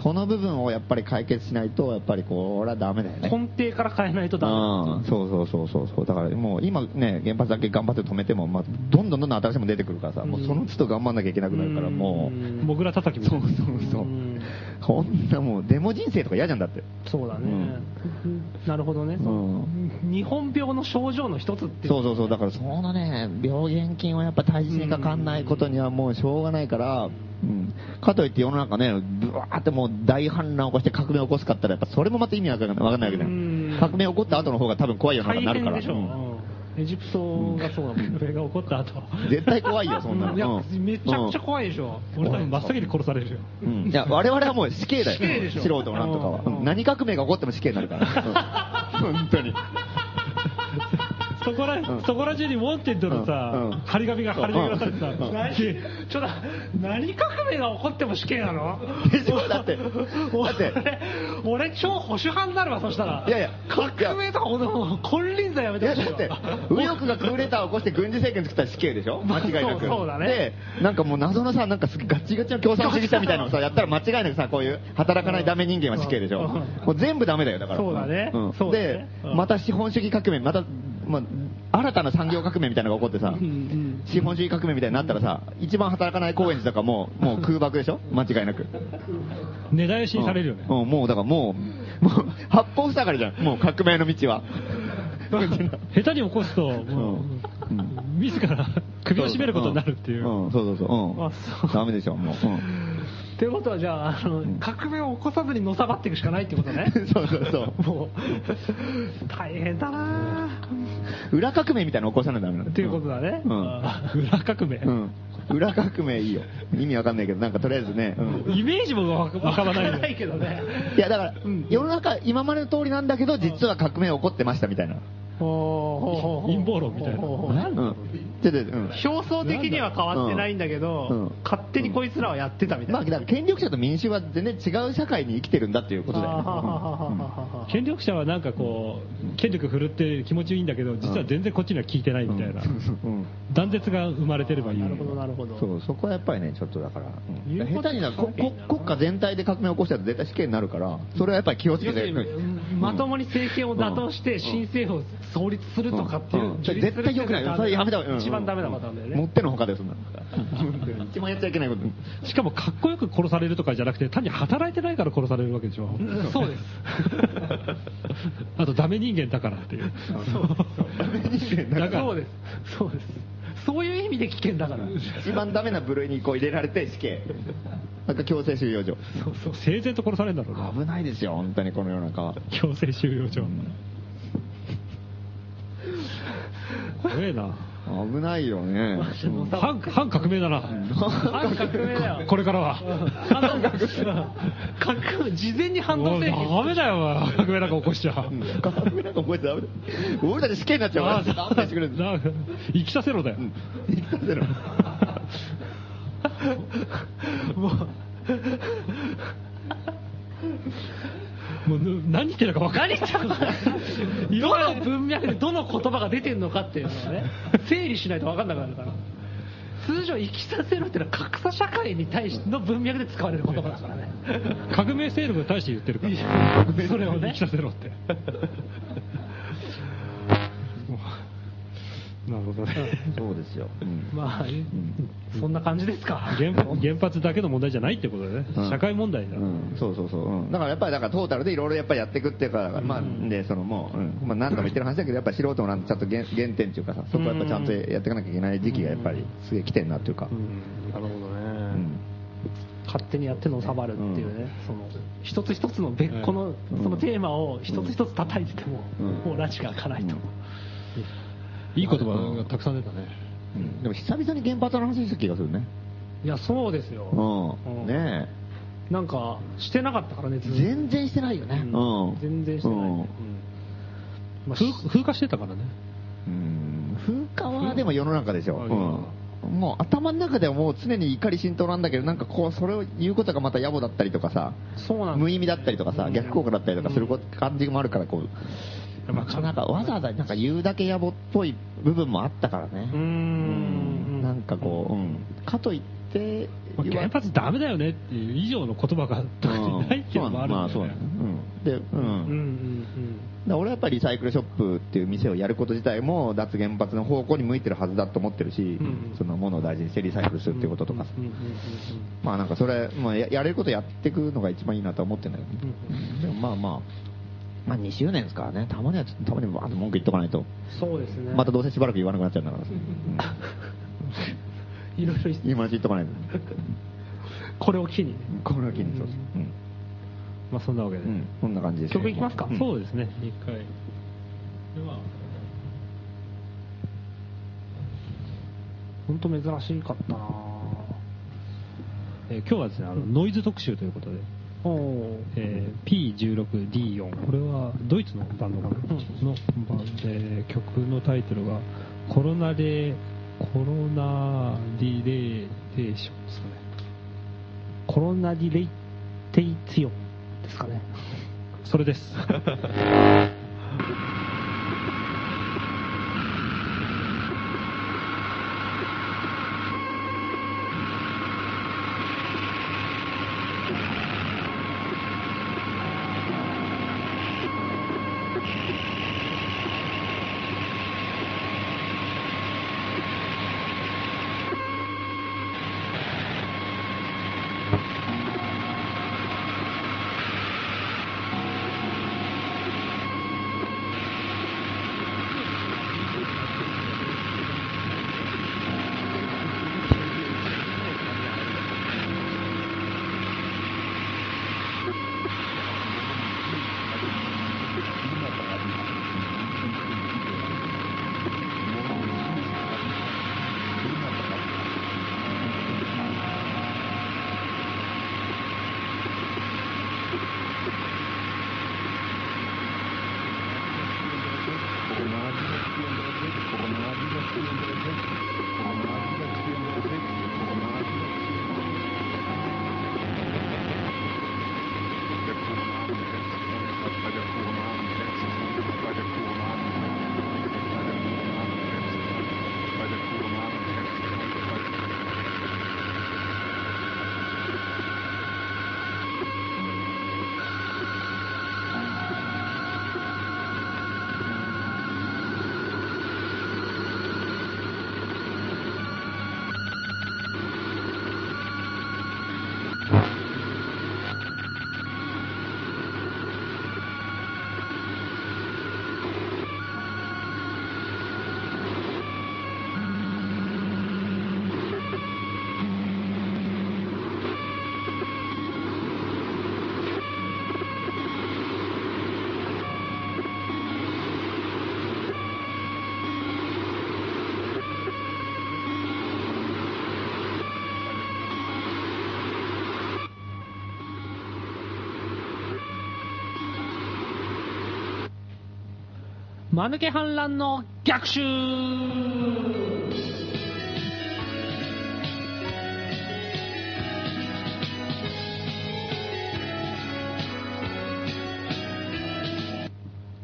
Speaker 4: この部分をやっぱり解決しないと、やっぱりこれはダメだよ
Speaker 2: う
Speaker 4: ね。
Speaker 2: ん根底から変えないとダメ
Speaker 4: うん、そうそうそうそうそう。だからもう今ね、原発だけ頑張って止めても、まあ、どんどんどんどん新しいもの出てくるからさ、もうその都度頑張んなきゃいけなくなるから、もう、
Speaker 2: ん。
Speaker 3: モグラ叩きみたいな、
Speaker 4: そうそううんこんなもう、デモ人生とか嫌じゃんだって。
Speaker 2: そうだね、なるほどね、
Speaker 4: ん
Speaker 2: 日本病の症状の一つってい
Speaker 4: そうそうそう、だからそのね、病原菌はやっぱ対人にかかんないことにはもうしょうがないから、うん、かといって世の中ね、ぶわーってもう大反乱を起こして革命を起こすかったら、やっぱそれもまた意味わかんないわかんないわけじゃ
Speaker 2: うん
Speaker 4: ん。革命起こった後の方が多分怖い世の中
Speaker 2: 大
Speaker 4: になるか
Speaker 2: 変
Speaker 4: ら。
Speaker 2: でしょ、
Speaker 4: うん
Speaker 2: うんエジプトがそうだもん、
Speaker 3: それが起こった後
Speaker 4: 絶対怖いよ、そんなの。
Speaker 2: いや
Speaker 4: うん
Speaker 2: めちゃくちゃ怖いでしょ、
Speaker 3: 俺多分真っ先に殺されるよ。
Speaker 4: うんいや、我々はもう死刑だよ。
Speaker 2: 死刑でしょ
Speaker 4: 素人なんとかは。
Speaker 2: うん
Speaker 4: うん何革命が起こっても死刑になるから。うん本当に。
Speaker 3: そこら、
Speaker 4: うん
Speaker 3: そこら中にウォンテッドのさ、
Speaker 4: うんうん
Speaker 3: 張り紙が張り巡らされてさ、
Speaker 4: うん
Speaker 2: 何ちょっと何革命が起こっても死刑なの
Speaker 4: でしょだって、だって、
Speaker 2: 俺、俺超保守派になるわ、そしたら。
Speaker 4: いやいや
Speaker 2: 革命とか、ほんと金輪際やめ
Speaker 4: い
Speaker 2: て
Speaker 4: や
Speaker 2: ほしい
Speaker 4: だ
Speaker 2: よ
Speaker 4: って、 右翼がクーデターを起こして軍事政権作ったら死刑でしょ、間違いなく。
Speaker 2: そうそうだね
Speaker 4: で、なんかもう謎のさ、なんかすげえガチガチの共産主義者みたいなのさ、やったら間違いなくさ、こういう働かないダメ人間は死刑でし
Speaker 2: う
Speaker 4: ょ。
Speaker 2: ん
Speaker 4: もう全部ダメだよ、だから。
Speaker 2: そうだね
Speaker 4: うん
Speaker 2: そうだね
Speaker 4: で
Speaker 2: うん、
Speaker 4: また資本主義革命、また、まあ、新たな産業革命みたいなのが起こってさ
Speaker 2: うんうん、
Speaker 4: 資本主義革命みたいになったらさ、一番働かない高円寺とかもう、もう空爆でしょ間違いなく。
Speaker 3: 根絶やしにされるよね。
Speaker 4: うん、うんもうだからもう、もう、八方塞がりじゃん、もう革命の道は。
Speaker 3: 下手に起こすと、もう、
Speaker 4: うん
Speaker 3: 自ら首を絞めることになるっていう。
Speaker 4: んそうそうそう。うん
Speaker 2: あそう
Speaker 4: ダメでしょ、もう。うん
Speaker 2: ということは、じゃああの、革命を起こさずにのさばっていくしかないってことね。
Speaker 4: そうそう そう。
Speaker 2: もう、 大変だな
Speaker 4: 裏革命みたいなの起こさないとダメなんだ
Speaker 2: ぁということだね。
Speaker 4: うん
Speaker 3: 裏革命、
Speaker 4: うん。裏革命いいよ。意味わかんないけど、なんかとりあえずね。うん
Speaker 3: イメージもわかわからないよ
Speaker 2: ないけどね。
Speaker 4: いや、だから、世の中、今までの通りなんだけど、実は革命起こってましたみたいな。
Speaker 2: 陰
Speaker 3: 陰謀論みたいな
Speaker 4: うん。じちょちょうん
Speaker 2: 表層的には変わってないんだけど、
Speaker 4: うん
Speaker 2: 勝手にこいつらはやってたみたいな。
Speaker 4: まあ、だから権力者と民衆は全然違う社会に生きてるんだっていうことだよね。
Speaker 2: よ
Speaker 3: 権力者はなんかこう、権力振るって気持ちいいんだけど、実は全然こっちには効いてないみたいな、
Speaker 4: うんうん
Speaker 3: 断絶が生まれてればいい。
Speaker 2: なるほど、なるほど。
Speaker 4: そうそこはやっぱりね、ちょっとだから、うん
Speaker 2: 言うこと
Speaker 4: 下手になここ国家全体で革命を起こしたら絶対死刑になるから、それはやっぱり気をつけ
Speaker 2: 要す
Speaker 4: て
Speaker 2: るに、まともに政権を打倒して、新政府を創立するとかっていうう、
Speaker 4: ん
Speaker 2: 樹立する
Speaker 4: 絶対良くないよ、それやめた方がいい、
Speaker 2: 一番ダメなパターンだよ
Speaker 4: 持っ
Speaker 2: ね。
Speaker 4: てのほかです、そんなの一番やっちゃいけないこと、
Speaker 3: しかもかっこよく殺されるとかじゃなくて、単に働いてないから殺されるわけでしょ。
Speaker 2: そうです。
Speaker 3: あと、ダメ人間だからっていう。
Speaker 2: だからそうです。そうです。そういう意味で危険だ から。
Speaker 4: 一番ダメな部類にこう入れられて死刑、なんか強制収容所、
Speaker 3: 整然と殺されるんだろうな。
Speaker 4: 危ないですよ、本当にこの世の中は。
Speaker 3: 強制収容所。怖えな。
Speaker 4: 危ないよね。
Speaker 3: 反反革命だな。
Speaker 2: 反革命だよ。
Speaker 3: これからは。
Speaker 2: 反動革事前に反動
Speaker 3: もう
Speaker 2: 政権。
Speaker 3: ダメだよ、お前革命なんか起こしちゃ。
Speaker 4: 革命なん か覚えてダメだ。俺たち死刑になっちゃうから、勘弁してくれる。
Speaker 3: だ 生きさせろだよ。
Speaker 4: 言ったぜろ
Speaker 2: もう
Speaker 3: もう ぬ何言ってるか分かん
Speaker 2: 何
Speaker 3: ない。
Speaker 2: 言ってるか どの文脈でどの言葉が出てるのかっていうのはね整理しないと分かんなくなるから通常生きさせろっていうのは格差社会に対しての文脈で使われる言葉だからね
Speaker 3: 革命勢力に対して言ってるから。それをね。生きさせろ って。なるほどね。
Speaker 4: そうですよ。
Speaker 2: まあそんな感じですか
Speaker 3: 原発原発だけの問題じゃないってことだね、
Speaker 4: うん
Speaker 3: 社会問題だ、
Speaker 4: うん、そうそうそう、うん、だからやっぱりだからトータルでいろいろやっぱりやっていくっていうか、まあ、でそのもう、うんまあ、何度も言ってる話だけど、やっぱ素人もなんてちゃんと原原点っていうかさ、そこはやっぱちゃんとやっていかなきゃいけない時期がやっぱりすげえ来てんなっていうか、
Speaker 3: なるほど
Speaker 4: う
Speaker 3: ね、
Speaker 4: ん
Speaker 2: 勝手にやってのをサバるっていうね、その一つ一つの別個の、
Speaker 4: うん
Speaker 2: そのテーマを一つ一つ叩いてても、
Speaker 4: うん
Speaker 2: もう拉致が開かないと、
Speaker 3: いい言葉がたくさん出たね、
Speaker 4: うんでも久々に原発の話した気がするね、
Speaker 2: いやそうですよ、
Speaker 4: うん、ね
Speaker 2: なんかしてなかったからね
Speaker 4: え、
Speaker 2: ずっと
Speaker 4: 全然してないよね、
Speaker 2: うん
Speaker 4: うん、
Speaker 2: 全然してない、
Speaker 4: うん
Speaker 2: うんまあし
Speaker 3: 風風化してたからね、
Speaker 4: うん風化はでも世の中でしょ、
Speaker 3: う
Speaker 4: うん、もう頭の中ではもう常に怒り浸透なんだけど、なんかこう、それを言うことがまた野暮だったりとかさ、
Speaker 2: そうなん
Speaker 4: 無
Speaker 2: です
Speaker 4: 意味だったりとかさ、逆効果だったりとかすること感じもあるから、こう、なかなかわざわざなんか言うだけ野暮っぽい部分もあったから
Speaker 2: うー
Speaker 4: ね。
Speaker 2: ん
Speaker 4: なんかこう、うんかといって、
Speaker 3: まあ
Speaker 4: 言わ
Speaker 3: 原発ダメだよねっていう以上の言葉が特
Speaker 4: うん
Speaker 3: にないっていうのもあるんだ
Speaker 4: そうなの、まあそうな
Speaker 3: よね
Speaker 4: のうんで、うん。
Speaker 2: うんうん
Speaker 4: だから俺はやっぱりリサイクルショップっていう店をやること自体も脱原発の方向に向いてるはずだと思ってるし、
Speaker 2: うん
Speaker 4: そのものを大事にしてリサイクルするっていうこととか、
Speaker 2: うんうんうんうん
Speaker 4: まあなんかそれ、まあ、ややれることやっていくのが一番いいなとは思ってんだけど、でもまあまあ、まあ2周年ですからね、たまにはちょっとたまにはバーッと文句言っとかないと、
Speaker 2: そうですね
Speaker 4: またどうせしばらく言わなくなっちゃうんだから、
Speaker 2: いろいろ
Speaker 4: 今のうち言っとかないと、
Speaker 2: これを機にね
Speaker 4: この機にそうそう、
Speaker 3: まあそんなわけで、
Speaker 4: うん、うん、そんな感じですね
Speaker 2: 曲いきますか
Speaker 4: うん
Speaker 3: そうですね、一回、では、
Speaker 2: 本当珍しかったな
Speaker 3: えー今日はですねあの、ノイズ特集ということで、
Speaker 2: おお
Speaker 3: えー P16D4 これはドイツのバンドかな、のバンドで曲のタイトルがコロナでコロナディレイテーションですかね
Speaker 2: コロナディレイテイツヨですかね
Speaker 3: それです
Speaker 1: 「
Speaker 2: 間抜け反乱の逆襲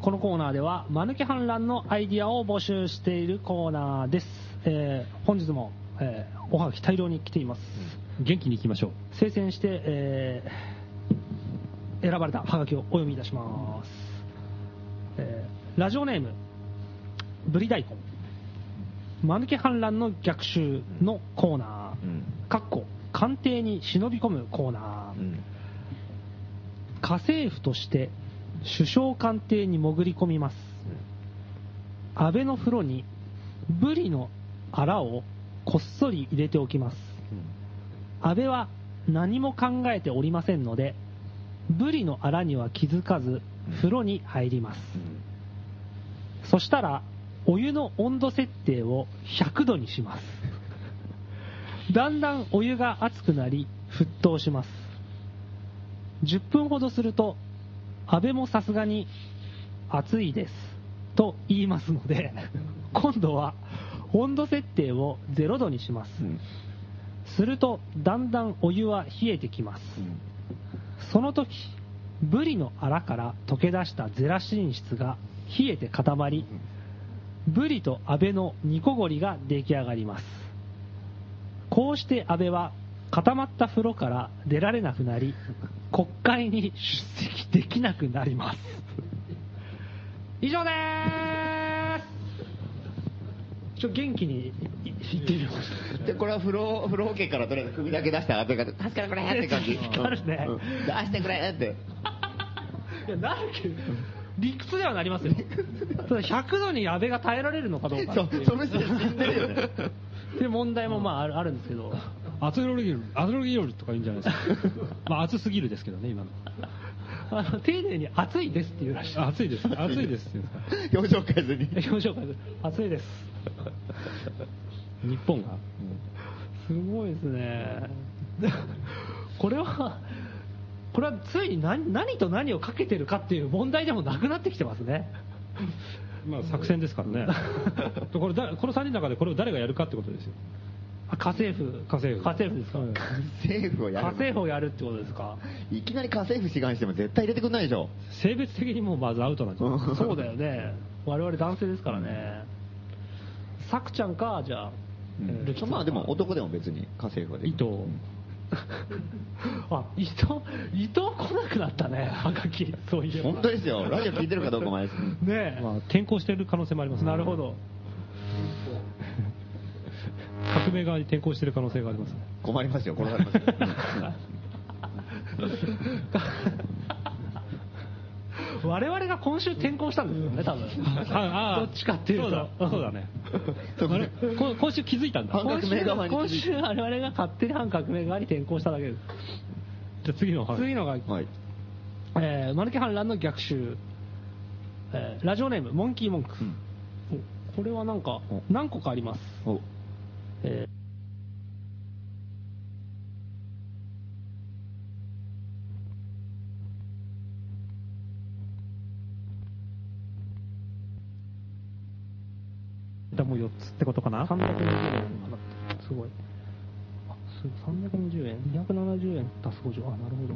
Speaker 2: このコーナーでは、間抜け反乱のアイディアを募集しているコーナーです。えー本日も、えーおはがき大量に来ています。
Speaker 3: 元気に行きましょう。
Speaker 2: 精選して、えー選ばれたハガキをお読みいたします、えーラジオネームブリ大根間抜け反乱の逆襲のコーナ
Speaker 4: うん
Speaker 2: ーかっこ官邸に忍び込むコーナー、
Speaker 4: うん
Speaker 2: 家政婦として首相官邸に潜り込みます安倍の風呂にブリのアラをこっそり入れておきます安倍は何も考えておりませんのでブリのアラには気づかず風呂に入りますそしたらお湯の温度設定を100度にしますだんだんお湯が熱くなり沸騰します10分ほどすると安倍もさすがに暑いですと言いますので今度は温度設定を0度にします、
Speaker 4: うん
Speaker 2: するとだんだんお湯は冷えてきます、
Speaker 4: うん
Speaker 2: その時ブリのアラから溶け出したゼラチン質が冷えて固まりブリとアベの煮こごりが出来上がりますこうして安倍は固まった風呂から出られなくな り国会に出席できなくなります以上でーすちょ元気にいいってみよう
Speaker 4: でこれは風呂風呂桶からとりあえず首だけ出したら助かるくれって感じ
Speaker 2: 助かるね
Speaker 4: うん出してくれって
Speaker 2: いや、なるけど、理屈ではなりますよ。ただ100度に安倍が耐えられるのかどうかってい
Speaker 4: そ
Speaker 2: う
Speaker 4: うその人死んでるよね
Speaker 2: っていう問題もまああるあるんですけど、
Speaker 3: 熱ロギル、熱ロギルとか言うんじゃないですか。 まあ、熱すぎるですけどね、今の。
Speaker 2: あの丁寧に暑いですって言うらしい。
Speaker 3: 熱いです。熱いですって言うんですか。
Speaker 4: 表情変えずに
Speaker 2: 表情変えて暑いです。
Speaker 3: 日本が。
Speaker 2: すごいですね。これは、これはついに何何と何をかけてるかっていう問題でもなくなってきてますね。
Speaker 3: まあ、作戦ですからね。 これだ、この3人の中でこれを誰がやるかってことですよ。
Speaker 2: あ家政婦。
Speaker 3: 家政婦
Speaker 2: 家政婦ですか。
Speaker 3: うん
Speaker 4: 政府を
Speaker 2: 家
Speaker 4: やる
Speaker 2: 政婦をやるってことですか。
Speaker 4: いきなり家政婦志願しても絶対入れてくんないでしょ
Speaker 3: 性別的にもうまずアウトなんじゃないですか。
Speaker 2: そうだよね。我々男性ですからね。さくちゃんか、じゃあ。ルキさんか
Speaker 4: まあでも男でも別に家政婦はで
Speaker 3: 伊
Speaker 4: きる
Speaker 3: 藤。
Speaker 2: あ、伊藤、伊藤来なくなったね、はがき。そういえば。
Speaker 4: 本当ですよラジオ聞いてるかどうかもあれです
Speaker 2: ねえ。
Speaker 3: まあ、転校してる可能性もあります、
Speaker 2: なるほ。ど。
Speaker 3: 革命側に転校してる可能性がありますね。
Speaker 4: 困りますよ殺されますよ
Speaker 2: 我々が今週転校したんですよね、多分。
Speaker 3: あ
Speaker 2: どっちかっていうと
Speaker 3: そうだ、そうだね。
Speaker 4: そう
Speaker 3: あれこ今週気づいたんだ。
Speaker 4: 反
Speaker 2: 今
Speaker 4: 革命
Speaker 2: 週、
Speaker 4: 側に
Speaker 2: 今週我々が勝手に反革命側に転校しただけです。
Speaker 3: じゃあ次の、はい
Speaker 2: 次のが
Speaker 4: はい
Speaker 2: えー、マヌケ反乱の逆襲、えーラジオネームモンキーモンク、
Speaker 4: うん
Speaker 2: おこれはなんか
Speaker 4: お
Speaker 2: 何個かあります、
Speaker 4: お
Speaker 2: え
Speaker 3: じゃあもう4つってことかな
Speaker 2: ー、320円かなすごいあすごい320円270円足す50あなるほど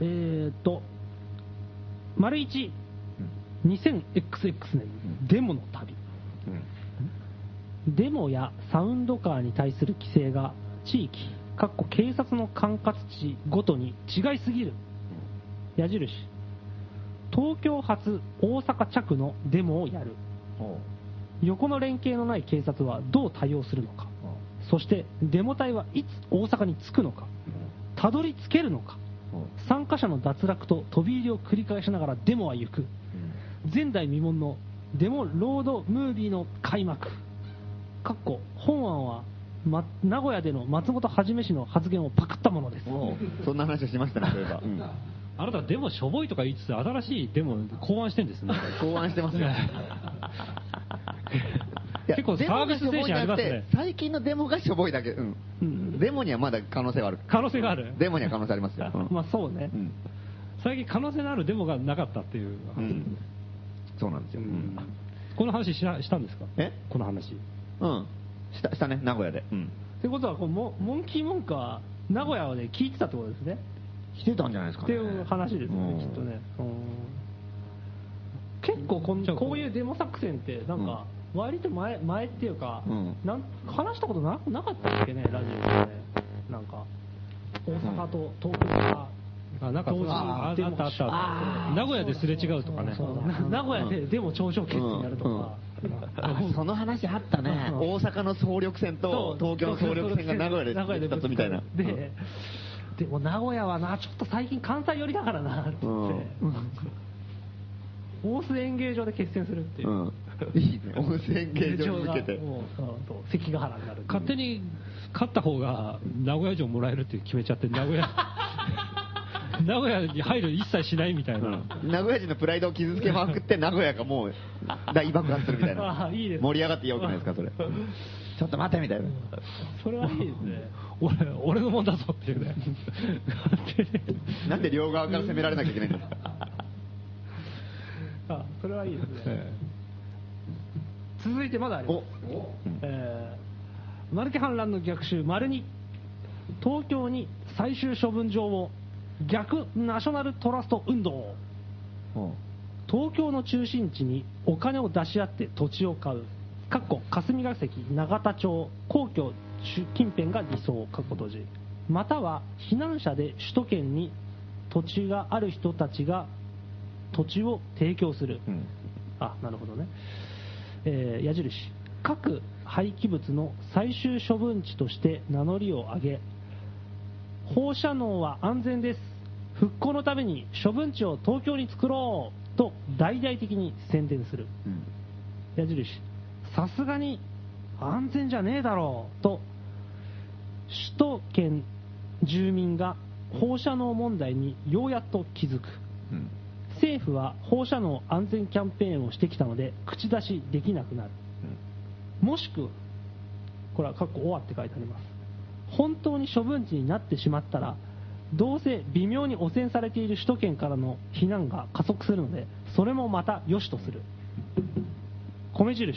Speaker 2: えー、っと丸 12000XX 年デモの旅、
Speaker 4: うん
Speaker 2: デモやサウンドカーに対する規制が地域、かっこ警察の管轄地ごとに違いすぎる。矢印。東京発大阪着のデモをやる。
Speaker 4: おう
Speaker 2: 横の連携のない警察はどう対応するのか。
Speaker 4: おう
Speaker 2: そしてデモ隊はいつ大阪に着くのか。たどり着けるのか。
Speaker 4: おう
Speaker 2: 参加者の脱落と飛び入りを繰り返しながらデモは行く。前代未聞のデモロードムービーの開幕かっこ本案は、ま名古屋での松本はじめ氏の発言をパクったものです
Speaker 4: うんおうそんな話をしましたねそういえばうん
Speaker 3: あなたデモしょぼいとか言いつつ新しいデモ考案してんですね
Speaker 4: 考案し てますよいや
Speaker 3: 結構サービス精神あり
Speaker 4: デモがしょぼいんじゃなく
Speaker 3: ますね
Speaker 4: て最近のデモがしょぼいだけ、うん
Speaker 2: うん
Speaker 4: デモにはまだ可能性はある
Speaker 3: 可能性がある
Speaker 4: デモには可能性あり ますよ、うん
Speaker 2: まあそうね
Speaker 4: うん
Speaker 3: 最近可能性のあるデモがなかったっていう、
Speaker 4: うんそうなんですよ、うん
Speaker 3: この話しなしたんですか
Speaker 4: え
Speaker 3: この話。
Speaker 4: うん。した、したね、名古屋で。うん。
Speaker 2: ってことはこうモ、モンキーモンカは名古屋で聞いてたってことですね。
Speaker 4: 来てたんじゃないです
Speaker 2: っ
Speaker 4: か
Speaker 2: て
Speaker 4: ね。
Speaker 2: いう話ですよ
Speaker 4: うん
Speaker 2: ね、きっとね。うん結構こん
Speaker 3: じゃあ
Speaker 2: こういうデモ作戦って、なんか、割と前前っていうか、
Speaker 4: うん
Speaker 2: なん話したことななかったっけね、ラジオでね。なんか、大阪と東京が。
Speaker 3: あ、なんかそう
Speaker 2: 同時に
Speaker 3: ああった
Speaker 2: デ
Speaker 3: あ
Speaker 2: モ
Speaker 3: ったあっ
Speaker 2: あ
Speaker 3: た。
Speaker 2: ー
Speaker 3: 名古屋ですれ違うとかね。
Speaker 2: そうだな名古屋でデモ頂上決起になるとか、
Speaker 4: あその話あったね。
Speaker 2: うん
Speaker 4: 大阪の総力戦と東京の総力戦が名古屋で2つみたいな。
Speaker 2: で、でも名古屋はな、ちょっと最近関西寄りだからなって言って、大須演芸場で決戦するっていうう。
Speaker 4: ん。うん。いいね。温泉形状に向けて
Speaker 2: 劇場が。もううんと関ヶ原になる。
Speaker 3: 勝手に勝った方が名古屋城もらえるって決めちゃって、名 古屋、名古屋に配慮一切しないみたいな。
Speaker 4: 名古屋人のプライドを傷つけまくって、名古屋がもう大爆発するみたい な
Speaker 2: あ。いいですね
Speaker 4: 盛り上がってよくないですか、それ。ちょっと待てみたいな。
Speaker 2: それはい いですね。
Speaker 3: 俺、俺のもんだぞっていう ね。
Speaker 4: なんで両側から攻められなきゃいけないんですか。
Speaker 2: あ、それはいいですね。
Speaker 3: え
Speaker 2: 続いてまだあります。
Speaker 4: お
Speaker 2: えー、マルケ反乱の逆襲、丸2、東京に最終処分場を、逆ナショナルトラスト運動、
Speaker 4: うん
Speaker 2: 東京の中心地にお金を出し合って土地を買う、かっこ霞が関、永田町、皇居近辺が理想、かっこ閉じ、または避難者で首都圏に土地がある人たちが土地を提供する。
Speaker 4: うん
Speaker 2: あなるほどね、えー矢印各廃棄物の最終処分地として名乗りを上げ放射能は安全です復興のために処分地を東京に作ろうと大々的に宣伝する
Speaker 4: うん
Speaker 2: 矢印さすがに安全じゃねえだろうと首都圏住民が放射能問題にようやっと気づく
Speaker 4: うん
Speaker 2: 政府は放射能安全キャンペーンをしてきたので口出しできなくなるもしくはこれは「かっこ終わ」って書いてあります本当に処分地になってしまったらどうせ微妙に汚染されている首都圏からの避難が加速するのでそれもまた良しとする米印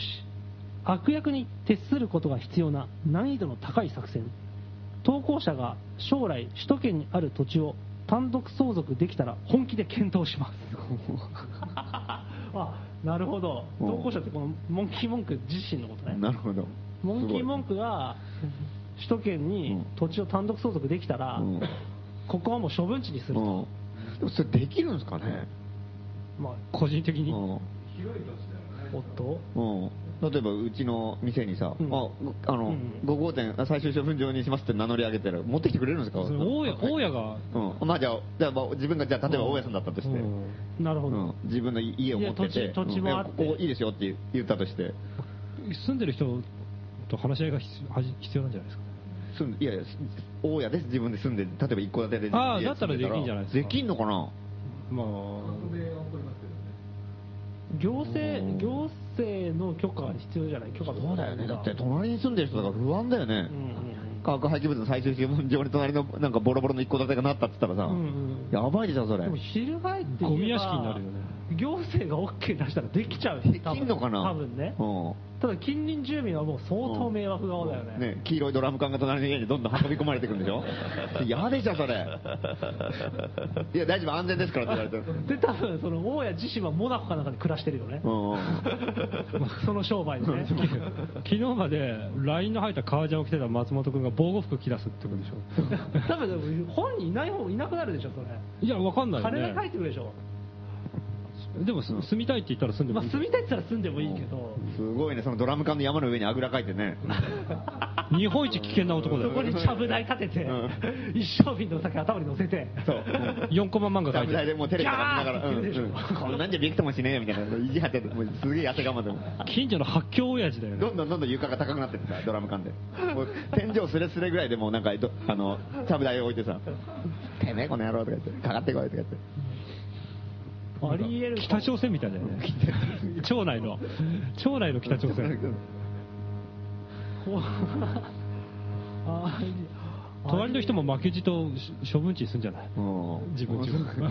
Speaker 2: 悪役に徹することが必要な難易度の高い作戦投稿者が将来首都圏にある土地を単独相続できたら本気で検討し ますあなるほど
Speaker 4: うん
Speaker 2: 投稿者ってこのモンキー文句自身のこと
Speaker 4: う
Speaker 2: ね
Speaker 4: んなるほど。
Speaker 2: モンキー文
Speaker 4: 句
Speaker 2: 句が首都圏に土地を単独相続できたら、
Speaker 4: うん
Speaker 2: ここはもう処分地にす
Speaker 4: う
Speaker 2: ると、
Speaker 4: んでもそれできるんですかね。
Speaker 2: まあ、
Speaker 3: 個人的
Speaker 4: う
Speaker 3: に。
Speaker 4: ん
Speaker 2: おっと
Speaker 4: うん例えばうちの店にさ、
Speaker 2: うん
Speaker 4: ああの、
Speaker 2: うん
Speaker 4: 5号店あ最終処分場にしますって名乗り上げたら持ってきてくれるんですか
Speaker 3: それ大家、大家が、
Speaker 4: うん、まあじゃあ、じゃあまあ自分が、じゃあ例えば大家さんだったとして、
Speaker 3: うん
Speaker 2: なるほ
Speaker 4: う
Speaker 2: ど、
Speaker 4: ん自分の家を持って
Speaker 2: い
Speaker 4: て
Speaker 2: や、土地土地もあって
Speaker 4: うんいやここいいですよって言ったとして、
Speaker 3: 住んでる人と話し合いが必要はじ必要なんじゃないですか。
Speaker 4: 住んいやいや、大家です、自分で住んで、例えば一戸建てで、
Speaker 3: ああ
Speaker 4: 家
Speaker 3: だったらできんじゃないですか
Speaker 4: できんのかな
Speaker 3: まあ、
Speaker 2: 行政
Speaker 4: うん
Speaker 2: 行政の許可が必要じゃない許可
Speaker 4: そうだよね、だって
Speaker 2: うん
Speaker 4: 隣に住んでる人だから不安だよね
Speaker 2: う、ん
Speaker 4: 化学廃棄物の最終処分場に隣のなんかボロボロの一戸建てがなったって言ったらさ、
Speaker 2: うんうん
Speaker 4: やばいでしょ、それ。
Speaker 2: でも翻って言えば
Speaker 3: ゴミ屋敷になるよね
Speaker 2: 行政が OK 出したらできちゃうよ
Speaker 4: できんのかな
Speaker 2: 多分ね
Speaker 4: うん
Speaker 2: ただ近隣住民はもう相当迷惑顔だよね,、
Speaker 4: ね、黄色いドラム缶が隣の家にどんどん運び込まれてくるんで しょ嫌でしょ、それ。いや、大丈夫、安全ですからって言われてる。
Speaker 2: で多分その大家自身はモナコかなんかで暮らしてるよね、
Speaker 4: うんうん
Speaker 2: その商売でね
Speaker 3: 昨日まで LINE の入った革ジャンを着てた松本君が防護服着出すってことでし ょ。
Speaker 2: 多分でも本人いない方いなくなるでしょそれ
Speaker 3: いや、わかんないよ
Speaker 2: 金が
Speaker 3: ね
Speaker 2: 返。ってくるでしょ、
Speaker 3: でも、す住みたいって言ったら住んで
Speaker 2: ま
Speaker 3: も
Speaker 2: あ、
Speaker 3: いい
Speaker 2: 住みたいって言ったら住んでもいいけど、
Speaker 4: すごいね、そのドラム缶の山の上にあぐらかいて ね。
Speaker 3: 日本一危険な男だ
Speaker 2: そこ
Speaker 3: よ。
Speaker 2: にちゃぶ台立てて、
Speaker 4: うん
Speaker 2: 一生瓶の酒頭に乗せて、
Speaker 4: そう。
Speaker 3: 4コマ漫画
Speaker 4: ダ
Speaker 3: 描い
Speaker 4: ブ
Speaker 3: て
Speaker 4: 台で
Speaker 3: る。
Speaker 4: もうテレビとか見ながら、
Speaker 2: ギ
Speaker 4: う
Speaker 2: ャーっ
Speaker 4: ん
Speaker 2: て言ってるでし
Speaker 4: うんこんなんじゃびくともしねえよみたいな、意地張ってて、もうすげえ汗我慢でも。
Speaker 3: 近所の発狂親父だよね
Speaker 4: ど。んどんどんどん床が高くなってってさ、ドラム缶で。もう天井すれすれぐらいでもうなんか、どあの、ちゃぶ台を置いてさ、てめえこの野郎とか言って、かかってこいとか言って。
Speaker 2: ありえる
Speaker 3: 北朝鮮みたいだよね。町内の。町内の北朝鮮。
Speaker 2: こうあ
Speaker 3: 隣の人も負けじと処分地にするんじゃない
Speaker 4: うん
Speaker 3: 自分自分。
Speaker 2: あで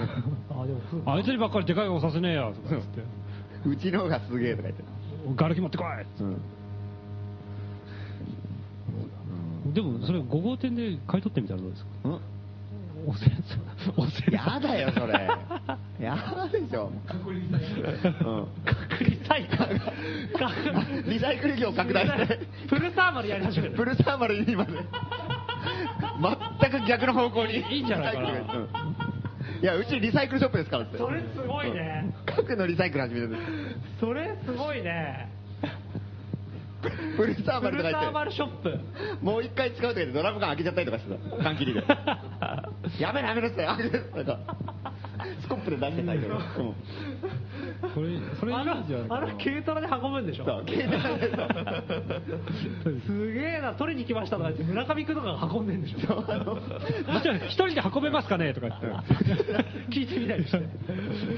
Speaker 2: も
Speaker 3: あいつにばっかりでかい顔させねえやとかっつって。
Speaker 4: うちの方がすげえとか言って。
Speaker 3: ガルキ持ってこ
Speaker 4: うん
Speaker 3: いでもそれ5号店で買い取ってみたらどうですか
Speaker 4: うんん
Speaker 3: おせんおせん
Speaker 4: やだよ、そ れ。やだでしょ。
Speaker 2: 隔離 サイト
Speaker 4: うん リサイクル業拡大して、
Speaker 2: フルサーマルやり始 める
Speaker 4: プルサーマルにまで、全く逆の方向に。
Speaker 2: いいんじゃないかな
Speaker 4: リサイクルうんいや、うちリサイクルショップですからって。
Speaker 2: それすごいね
Speaker 4: 核のリサイクル始めてるんです。
Speaker 2: それすごいね
Speaker 4: プルサー
Speaker 2: フ
Speaker 4: マル
Speaker 2: ル
Speaker 4: と
Speaker 2: サ
Speaker 4: か
Speaker 2: ー
Speaker 4: 言
Speaker 2: マ
Speaker 4: っ
Speaker 2: ルショップ
Speaker 4: て、もう一回使うとか言ってドラム缶開けちゃったりとかしてた。缶切 りで。やめろやめろって、開けてなんかスコップで出してたりとか。うん
Speaker 3: これそれいい
Speaker 2: あの
Speaker 3: んじゃないか
Speaker 2: あ
Speaker 3: な
Speaker 2: の軽トラで運ぶんでしょ
Speaker 4: そう携帯で
Speaker 2: すげえな取りに来ましたとか言って村上君とかが運んでんでしょ
Speaker 4: あの
Speaker 3: じゃあ一人で運べますかねとか言って
Speaker 2: 聞いてみたりして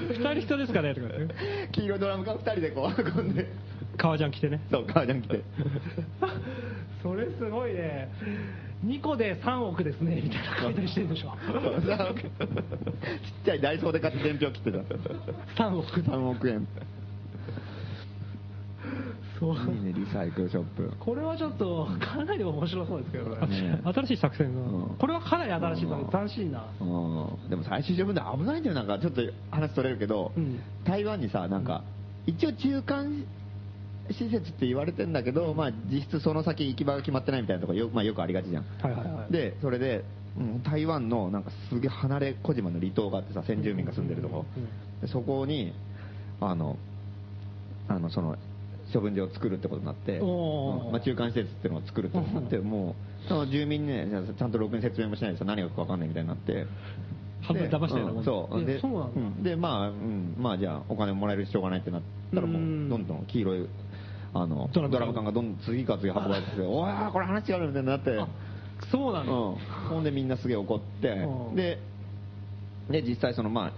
Speaker 3: 二人人ですかねとか言って
Speaker 4: 黄色いドラム缶二人でこう運んで、
Speaker 3: 革ジャン着てね
Speaker 4: そう、革ジャン着て。
Speaker 2: それすごいね2個で3億ですねみたいな書いたりしてるでしょ
Speaker 4: そうちっちゃいダイソーで買って伝票切ってた。
Speaker 2: 3億だ
Speaker 4: 3億円。
Speaker 2: そう
Speaker 4: いいね、リサイクルショップ。
Speaker 2: これはちょっと考えても面白そうですけどね
Speaker 4: ね
Speaker 3: 新しい作戦
Speaker 4: う
Speaker 3: が
Speaker 4: ん
Speaker 2: これはかなり新しいな
Speaker 4: うん
Speaker 2: 斬新な
Speaker 4: うんでも最終処分で危ないんだよ、なんかちょっと話取れるけど、
Speaker 2: うん
Speaker 4: 台湾にさ、なんか、一応中間施設って言われてんだけど、まあ実質その先行き場が決まってないみたいなとこよ,、まあ、よくありがちじゃん。
Speaker 3: はいはいはい
Speaker 4: で、それで、うん台湾のなんかすげえ離れ小島の離島があってさ、先住民が住んでるとこ、
Speaker 3: うんうん
Speaker 4: でそこに、あの、あの、その、処分場を作るってことになって、
Speaker 2: おー
Speaker 4: うんまあ、中間施設っていうのを作るってことになって、もう、その住民にね、じゃあちゃんとろくに説明もしないでさ、何が起こるかわかんないみたいになって、
Speaker 3: 半分
Speaker 4: で
Speaker 3: 騙してるようなもん
Speaker 4: う
Speaker 3: ね
Speaker 4: んそう。
Speaker 2: いや
Speaker 4: で、
Speaker 2: そうなんだ
Speaker 4: んで、まあ、うん、まあじゃあ、お金もらえるしょうがないってなったら、も
Speaker 2: うん
Speaker 4: う、どんどん黄色い、あの、
Speaker 3: ド
Speaker 4: ド
Speaker 3: ラ
Speaker 4: ラ
Speaker 3: ム缶
Speaker 4: ム缶がどんどん次から次へ運ばれてて、おー、これ話違うよみたいになって、うん。
Speaker 2: そうなんだ
Speaker 4: ほんでみんなすげえ怒って
Speaker 2: う、ん
Speaker 4: で、で、実際その、まあ、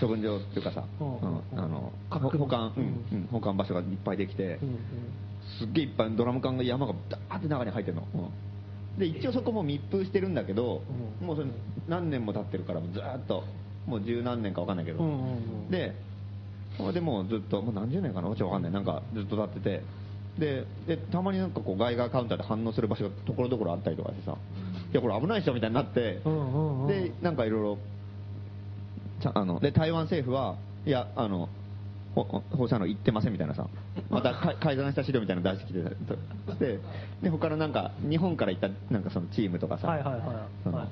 Speaker 4: 処分場っていうかさ、
Speaker 2: う
Speaker 4: うんんあの、
Speaker 2: 各
Speaker 4: ほ
Speaker 2: 々
Speaker 4: 保管、
Speaker 2: う
Speaker 4: う
Speaker 2: ん
Speaker 4: ん、うん保管場所がいっぱいできて、
Speaker 2: うんうん
Speaker 4: すっげえいっぱいドラム缶が山がダーって中に入ってるの、で一応そこも密封してるんだけど、
Speaker 2: うん
Speaker 4: もうそれ何年も経ってるからもうずーっともう十何年かわかんないけど、
Speaker 2: うんうんうん
Speaker 4: でそれでもうずっともう何十年かなちょっとわかんないなんかずっと経っててででたまになんかこう外側カウンターで反応する場所がところどころあったりとかしてさいやこれ危ないっしょみたいになって、
Speaker 2: うんうんうん
Speaker 4: でなんかいろいろちゃあので台湾政府はいやあのほ放射能行ってませんみたいなさまた か改ざんした資料みたいなの出してきてたりとしてで他のなんか日本から行ったなんかそのチームとかさ、
Speaker 2: はいはいはい
Speaker 4: その
Speaker 2: はい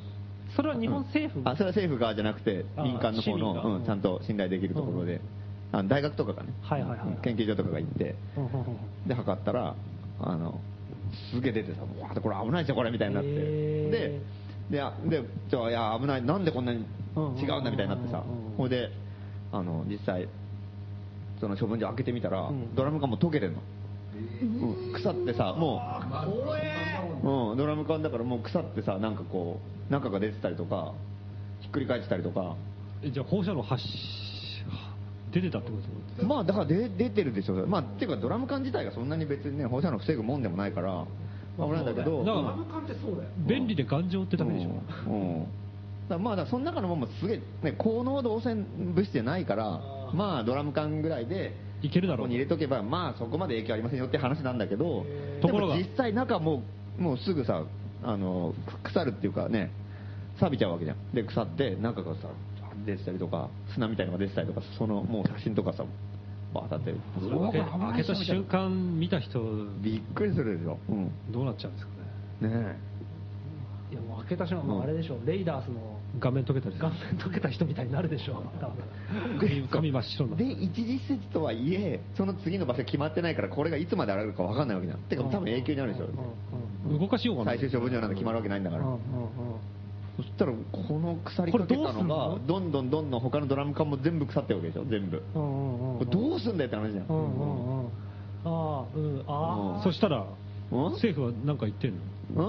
Speaker 2: それは日本政府
Speaker 4: うんあそれは政府側じゃなくて
Speaker 2: あー
Speaker 4: 民間の
Speaker 2: 市
Speaker 4: 方
Speaker 2: 民が
Speaker 4: の、うん、ちゃんと信頼できるところで、
Speaker 2: うん
Speaker 4: あの大学とかがね、
Speaker 2: はいはいはい
Speaker 4: うん研究所とかが行って
Speaker 2: うんうんうん
Speaker 4: で測ったらあのすげえ出てさわあこれ危ないじゃんこれみたいになって、
Speaker 2: へ
Speaker 4: でであでじゃあいや危ないなんでこんなに違うんだみたいになってさ
Speaker 2: うんうんうんうん
Speaker 4: ほいであの実際その処分所開けてみたら、
Speaker 2: ん
Speaker 4: ドラム缶も溶けてんの、うん腐ってさもう、うん、ドラム缶だからもう腐ってさなんかこう中が出てたりとかひっくり返ってたりとか
Speaker 3: えじゃあ放射能発し出てたってこと
Speaker 4: まあだから出出てるでしょ、まあ、っていうかドラム缶自体がそんなに別にね放射能防ぐもんでもないから、まあ、危ないんだけど、
Speaker 3: そうだよ
Speaker 4: うん
Speaker 3: だから
Speaker 2: 缶ってそうだよ
Speaker 3: 便利で頑丈ってためでしょ、
Speaker 4: うんうんだからまあだからその中のもんもすげえ、ね、高濃度汚染物質じゃないからまあドラム缶ぐらいで
Speaker 3: いけるだ
Speaker 4: こ
Speaker 3: ろ
Speaker 4: こ
Speaker 3: う
Speaker 4: に入れとけばまあそこまで影響ありませんよって話なんだけど
Speaker 3: ー
Speaker 4: で
Speaker 3: ところ
Speaker 4: も
Speaker 3: が
Speaker 4: 実際中もうもうすぐさあのく腐るっていうかね錆びちゃうわけじゃんで腐って中がさ出てたりとか砂みたいのが出てたりとかそのもう写真とかさバーッて
Speaker 3: それを開け開けた瞬
Speaker 4: 間
Speaker 3: 間見た人
Speaker 4: びっくりするでしょ、うん、
Speaker 3: どうなっちゃうんですかね
Speaker 4: ね
Speaker 2: いやもう開けた瞬間もうあれでしょレイダースの
Speaker 3: 画面溶けたりする
Speaker 2: 顔面溶けた人みたいになるでしょ多分
Speaker 3: 髪髪真っ白にな
Speaker 4: で
Speaker 3: る
Speaker 4: 一次施設とはいえその次の場所決まってないからこれがいつまで現れるか分かんないわけじゃんてか多分永久にあるでしょ、
Speaker 2: うんうん
Speaker 3: 動かしようがない
Speaker 4: 最終処分場なんか決まるわけないんだから、
Speaker 2: うんうんうん
Speaker 4: そしたらこの腐りかけ
Speaker 2: こ
Speaker 4: たの
Speaker 2: れどうすんの
Speaker 4: がどんどんどんどん他のドラム缶も全部腐ってるわけでしょ全部、
Speaker 2: うんうんうん
Speaker 4: これどうすんだよって話じゃん、
Speaker 2: うんうんうんああうんああ
Speaker 3: そしたら
Speaker 4: うん
Speaker 3: 政府は何か言ってんの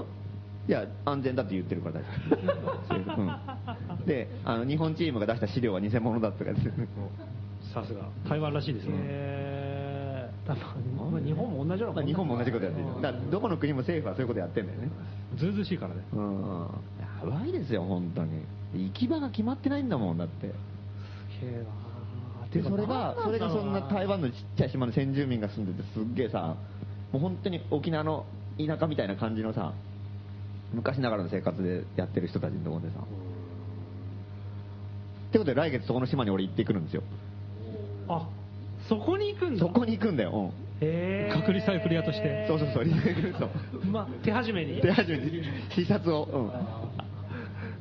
Speaker 4: うんいや安全だって言ってるから大丈夫、うんであの日本チームが出した資料は偽物だとか言って
Speaker 3: さすが台湾らしいですね、
Speaker 2: えー多分まあ日本も同じような
Speaker 4: まあ日本も同じことやってる
Speaker 2: うん
Speaker 4: だからどこの国も政府はそういうことやってんだよね
Speaker 3: ずうずうしいからね
Speaker 4: うんやばいですよ本当に行き場が決まってないんだもんだっ
Speaker 2: す
Speaker 4: て
Speaker 2: げえなってい
Speaker 4: で
Speaker 2: うか
Speaker 4: それ
Speaker 2: なんだろ
Speaker 4: が
Speaker 2: う
Speaker 4: それがそんな台湾のちっちゃい島の先住民が住んでてすっげえさもう本当に沖縄の田舎みたいな感じのさ昔ながらの生活でやってる人たちのところでさってことで来月そこの島に俺行ってくるんですよ
Speaker 2: あそこに行くんだ
Speaker 4: そこに行くんだよ、
Speaker 2: へー
Speaker 3: 隔離サイクル屋として
Speaker 4: うん、そうそうそうリサイクルと
Speaker 2: まあ手始めに
Speaker 4: 手始めに視察を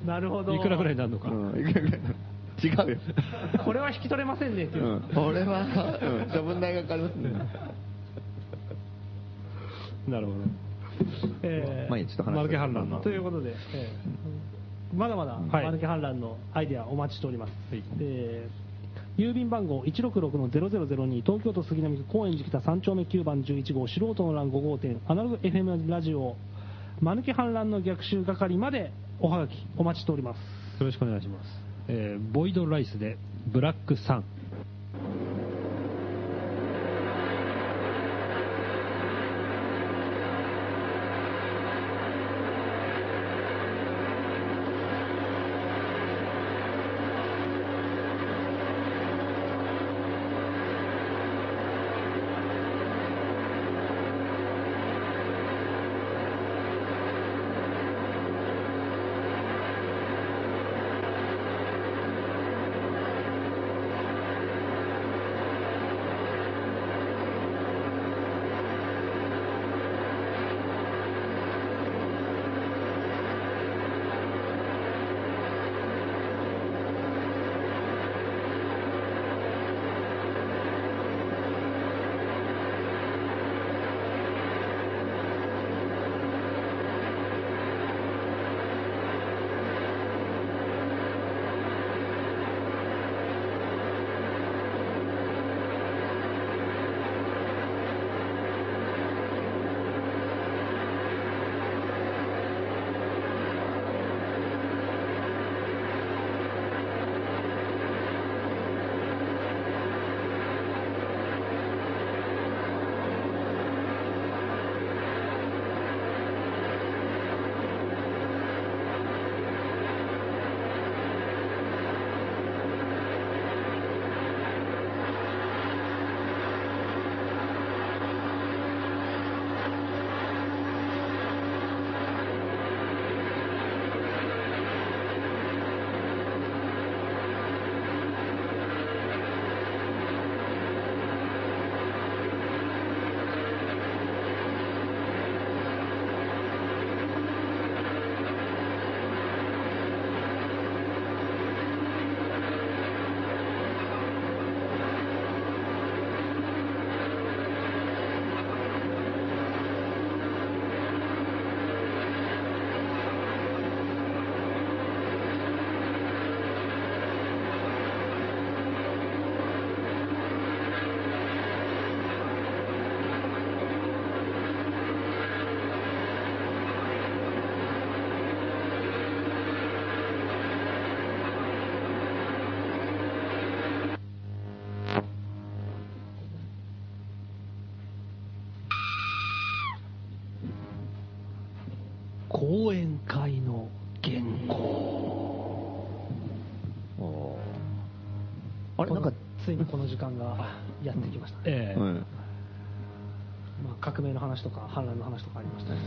Speaker 4: うん
Speaker 2: なるほど
Speaker 3: いくらぐらいになるのか、
Speaker 4: うん、いくらぐらいの違うよ
Speaker 2: これは引き取れませんねって
Speaker 4: う
Speaker 2: いう、
Speaker 4: ん、俺は、うん、処分代がかかりますね。
Speaker 3: なるほど
Speaker 2: えー
Speaker 4: まあいいやちょっと話
Speaker 3: マルケ反乱の
Speaker 2: ということで、えーまだまだ
Speaker 4: うん
Speaker 3: はい
Speaker 2: マルケ反乱のアイデアお待ちしております、
Speaker 3: はい
Speaker 2: えー郵便番号166-0002東京都杉並区高円寺北3丁目9番11号素人の欄5号店アナログ FM ラジオマヌケ反乱の逆襲係までおはがきお待ちしております
Speaker 3: よろしくお願いします、えーボイドライスでブラックサン
Speaker 2: 講演会の原稿
Speaker 4: あれなんか、
Speaker 2: ついにこの時間がやってきましたね、
Speaker 3: えー
Speaker 4: うん、
Speaker 2: まあ、革命の話とか反乱の話とかありましたけ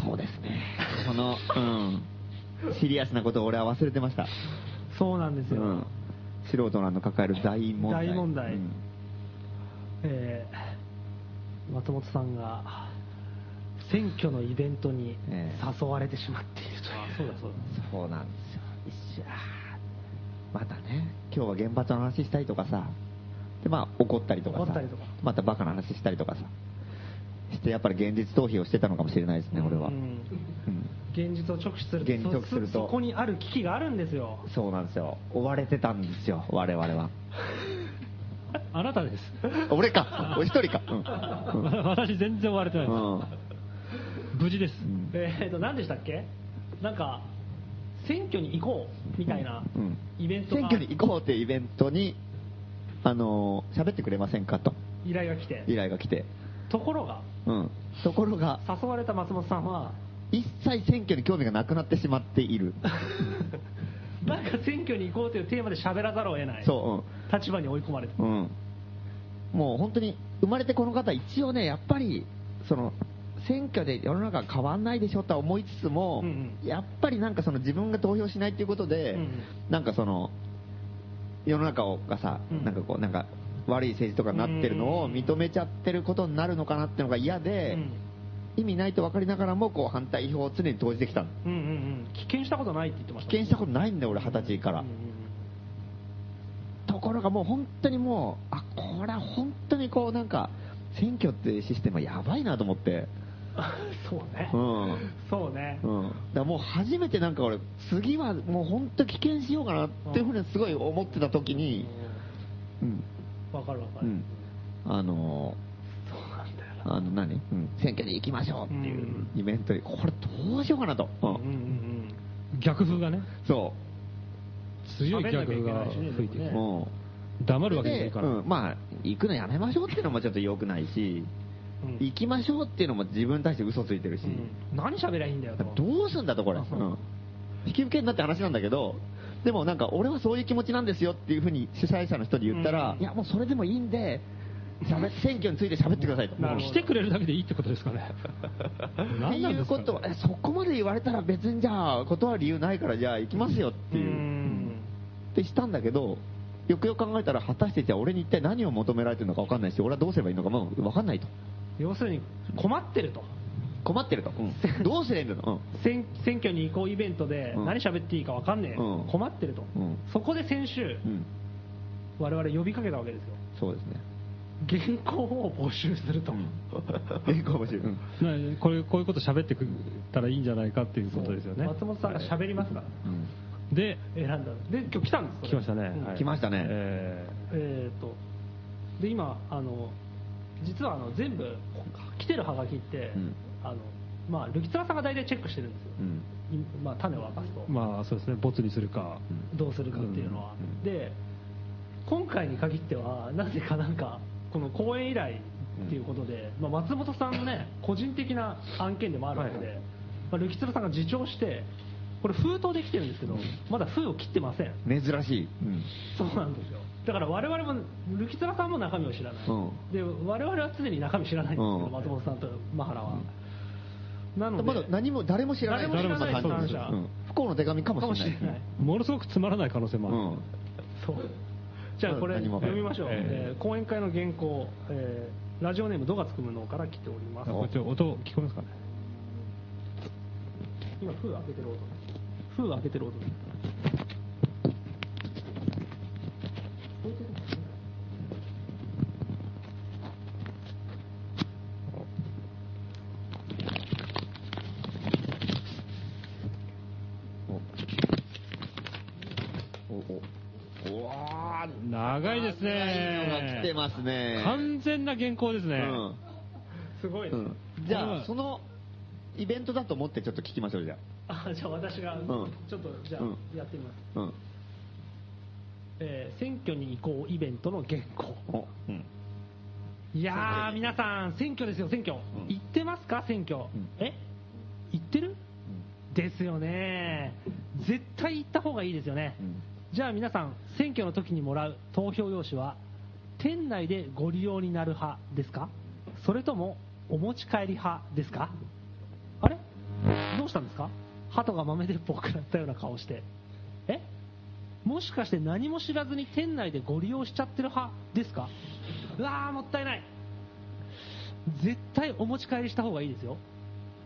Speaker 2: ど
Speaker 4: そうですね。その、うん、シリアスなことを俺は忘れてました。
Speaker 2: そうなんです
Speaker 4: う
Speaker 2: よ、
Speaker 4: ん、素人なんの抱える大問題。
Speaker 2: 大問題
Speaker 4: うん
Speaker 2: えー松本さんが選挙のイベントに
Speaker 4: ええ
Speaker 2: 誘われてしまっているという、そうだそう
Speaker 4: そうなんですよ。一緒あーまたね、今日は原発の話したりとかさ、で、まあ怒ったりとかさ、
Speaker 2: 怒ったりとか
Speaker 4: またバカな話したりとかさ、してやっぱり現実逃避をしてたのかもしれないですね、俺は。うん
Speaker 2: 現実を直視すると
Speaker 4: 現実を直視する
Speaker 2: そ
Speaker 4: と
Speaker 2: そこにある危機があるんですよ
Speaker 4: そうなんですよ。追われてたんですよ、我々は。
Speaker 3: あなたです
Speaker 4: 俺か、俺一人か。
Speaker 3: 私全然追われてない
Speaker 4: うん。
Speaker 3: です、
Speaker 4: うん。
Speaker 3: 無事です、
Speaker 2: えー、と何でしたっけなんか選挙に行こうみたいな
Speaker 4: うん
Speaker 2: イベント
Speaker 4: 選
Speaker 2: が
Speaker 4: 挙に行こうっていうイベントに、あのー、喋ってくれませんかと、
Speaker 2: 依頼が来て
Speaker 4: 依頼が来て。
Speaker 2: ところが
Speaker 4: うん。ところが、
Speaker 2: 誘われた松本さんは
Speaker 4: 一切選挙に興味がなくなってしまっている。
Speaker 2: なんか選挙に行こうというテーマで喋らざるを得ない
Speaker 4: そ
Speaker 2: 立場に追い込まれて
Speaker 4: う、うん。もう本当に、生まれてこの方、一応ね、やっぱり、その、選挙で世の中変わんないでしょとは思いつつも、
Speaker 2: うん
Speaker 4: やっぱりなんかその自分が投票しないっていうことで、
Speaker 2: うんうん
Speaker 4: なんかその、世の中をがさ、
Speaker 2: うん
Speaker 4: なんかこう、なんか悪い政治とかになってるのを認めちゃってることになるのかなってのが嫌で、
Speaker 2: うん
Speaker 4: 意味ないと分かりながらも、こう反対票を常に投じてきたの。
Speaker 2: うんうんうん危険したことないって言ってまし
Speaker 4: 危
Speaker 2: た
Speaker 4: 険したことないんだよ、俺、二十歳から。
Speaker 2: うんうん
Speaker 4: ところがもう本当にもう、あ、これは本当にこうなんか、選挙っていうシステムはやばいなと思って。
Speaker 2: うん そうね、
Speaker 4: うん。
Speaker 2: そうね、
Speaker 4: うん。だからもう初めてなんか俺、次はもう本当危険しようかなっていうふうにすごい思ってた時に、うん。
Speaker 2: わかるわか
Speaker 4: う
Speaker 2: る、
Speaker 4: ん。あの
Speaker 2: そうなんだよ
Speaker 4: ー、あの何、うん、選挙に行きましょうっていうイベントに、これどうしようかなと。う
Speaker 2: な、うんうん
Speaker 4: ん。
Speaker 3: 逆風がね、
Speaker 4: そ
Speaker 3: 強い逆風が吹い
Speaker 4: う。
Speaker 3: てる
Speaker 2: ね
Speaker 4: うん。
Speaker 3: 黙るわけにもいかない。
Speaker 4: でうん、まあ、行くのやめましょうっていうのもちょっと良くないし、
Speaker 2: うんうん
Speaker 4: 行きましょうっていうのも自分に対して嘘ついてるし、
Speaker 2: うん何喋りゃいいんだよと
Speaker 4: どうすんだとこれ、
Speaker 2: あそう
Speaker 4: うん引き受けになって話なんだけど、でもなんか俺はそういう気持ちなんですよっていうふうに主催者の人に言ったら、
Speaker 2: うん
Speaker 4: いやもうそれでもいいんで、喋選挙について喋ってくださいと。
Speaker 2: なるほど
Speaker 3: 来てくれるだけでいいってことで すかね。
Speaker 4: って
Speaker 3: 何なん
Speaker 4: い
Speaker 3: で
Speaker 4: う
Speaker 3: すか
Speaker 4: こ
Speaker 3: ね
Speaker 4: とは、えそこまで言われたら別にじゃあ断る理由ないからじゃあ行きますよっていう、
Speaker 2: う
Speaker 4: うん
Speaker 2: ん
Speaker 4: ってしたんだけど、よくよく考えたら果たしてじゃあ俺に一体何を求められてるのか分かんないし、俺はどうすればいいのかも分かんないと。
Speaker 2: 要するに困ってると
Speaker 4: 困ってると。どうすればいいんだと。
Speaker 2: 選選挙に行こうイベントで
Speaker 4: うん
Speaker 2: 何喋っていいかわかんねえ、
Speaker 4: うん
Speaker 2: 困ってると、
Speaker 4: うん
Speaker 2: そこで先週
Speaker 4: うん。うん。
Speaker 2: 我々呼びかけたわけですよ
Speaker 4: そうですね。
Speaker 2: 原稿を募集すると、
Speaker 4: え、かもしれない。
Speaker 3: なこれこういうこと喋ってくたらいいんじゃないかっていうことですよね。
Speaker 2: 松本さんが喋りますから、
Speaker 4: うん
Speaker 3: で、
Speaker 2: 選んだので今日来たんですそれ
Speaker 3: 来ましたね。
Speaker 2: うん
Speaker 3: はい
Speaker 4: 来ましたね
Speaker 3: え
Speaker 2: えー、とで今あの実はあの全部来てるハガキって、
Speaker 4: うん
Speaker 2: あのまあルキツラさんが大体チェックしてるんですよ、
Speaker 4: うん
Speaker 2: いまあ、種を明かすと、
Speaker 3: ーまあそうですね、ボツにするか。
Speaker 2: どうするかっていうのは、
Speaker 4: うんうん
Speaker 2: で今回に限ってはなぜかなんかこの公演以来っていうことで、まあ、松本さんのね個人的な案件でもあるわけで、
Speaker 3: はい
Speaker 2: まあ、ルキツラさんが自重してこれ封筒できてるんですけどまだ封を切ってません
Speaker 4: 珍しい。
Speaker 2: そうなんですよだから我々もルキツラさんも中身を知らない、
Speaker 4: うん
Speaker 2: で我々は常に中身知らないんですけど、
Speaker 4: うん
Speaker 2: 松本さんとマハラは、なので
Speaker 4: まだ何も、誰も知らない。
Speaker 2: 誰も知らない
Speaker 4: 誰も知
Speaker 2: 誰も知らない
Speaker 4: うん不幸の手紙かもしれない。
Speaker 2: かもしれない
Speaker 3: ものすごくつまらない可能性
Speaker 4: う
Speaker 3: もある。
Speaker 4: ん
Speaker 2: そうじゃあこれ
Speaker 4: 何もわか
Speaker 2: 読
Speaker 4: らない
Speaker 2: みましょう、
Speaker 3: え
Speaker 2: えー講演会の原稿、えーラジオネーム「どがつくむの」から来ておりま
Speaker 3: あ
Speaker 2: す
Speaker 3: こっち音聞こえますかね。
Speaker 2: 今封開けてる音です封開けてる音です
Speaker 4: おおうわー
Speaker 3: 長いですね
Speaker 4: 長いのが来てますね。
Speaker 3: 完全な原稿ですね。
Speaker 4: うん
Speaker 2: すごいね、
Speaker 4: うんじ
Speaker 3: これ
Speaker 4: ゃあ、
Speaker 3: は
Speaker 4: そのイベントだと思ってちょっと聞きましょう、じゃ
Speaker 2: あじゃあ私が、
Speaker 4: ん
Speaker 2: ちょっとじゃ
Speaker 4: うん
Speaker 2: あやってみます、
Speaker 4: あ。うん。
Speaker 2: えー選挙に行こうイベントの原稿
Speaker 4: おうん。
Speaker 2: いやー皆さん選挙ですよ選挙、
Speaker 4: ん
Speaker 2: 行ってますか選挙、
Speaker 4: ん
Speaker 2: え行ってるですよね絶対行った方がいいですよね、
Speaker 4: うん
Speaker 2: じゃあ皆さん選挙の時にもらう投票用紙は店内でご利用になる派ですかそれともお持ち帰り派ですかあれどうしたんですか鳩が豆鉄砲を食らったような顔してえもしかして何も知らずに店内でご利用しちゃってる派ですかうわーもったいない絶対お持ち帰りした方がいいですよ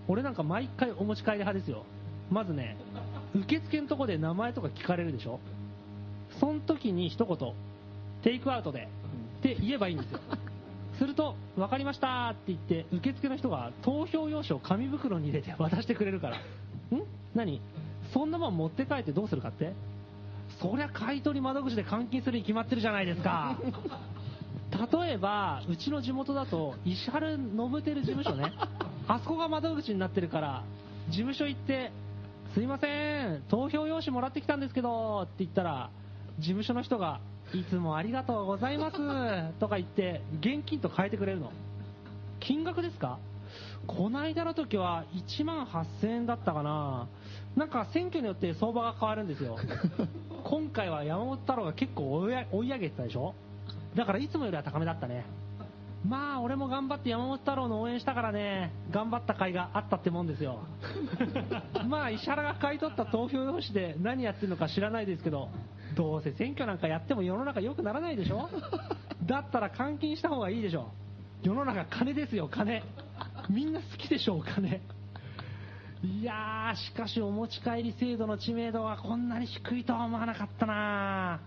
Speaker 2: 俺なんか毎回お持ち帰り派ですよまずね受付のとこで名前とか聞かれるでしょその時に一言テイクアウトでって言えばいいんですよすると分かりましたって言って受付の人が投票用紙を紙袋に入れて渡してくれるからん何そんなもん持って帰ってどうするかってそりゃ買い取り窓口で換金するに決まってるじゃないですか例えばうちの地元だと石原信輝事務所ねあそこが窓口になってるから事務所行って「すいません投票用紙もらってきたんですけど」って言ったら事務所の人が「いつもあり がとうございます」とか言って現金と変えてくれるの金額ですか
Speaker 1: こないだの時は1万8000円だったかな、なんか選挙によって相場が変わるんですよ、今回は山本太郎が結構追い上追い上げてたでしょ、だからいつもよりは高めだったね、まあ俺も頑張って山本太郎の応援したからね、頑張った甲斐があったってもんですよ、まあ石原が買い取った投票用紙で何やってるのか知らないですけど、どうせ選挙なんかやっても世の中良くならないでしょ、だったら監禁した方がいいでしょ。世の中金ですよ、金。みんな好きでしょう、金。いやー、しかしお持ち帰り制度の知名度はこんなに低いとは思わなかったな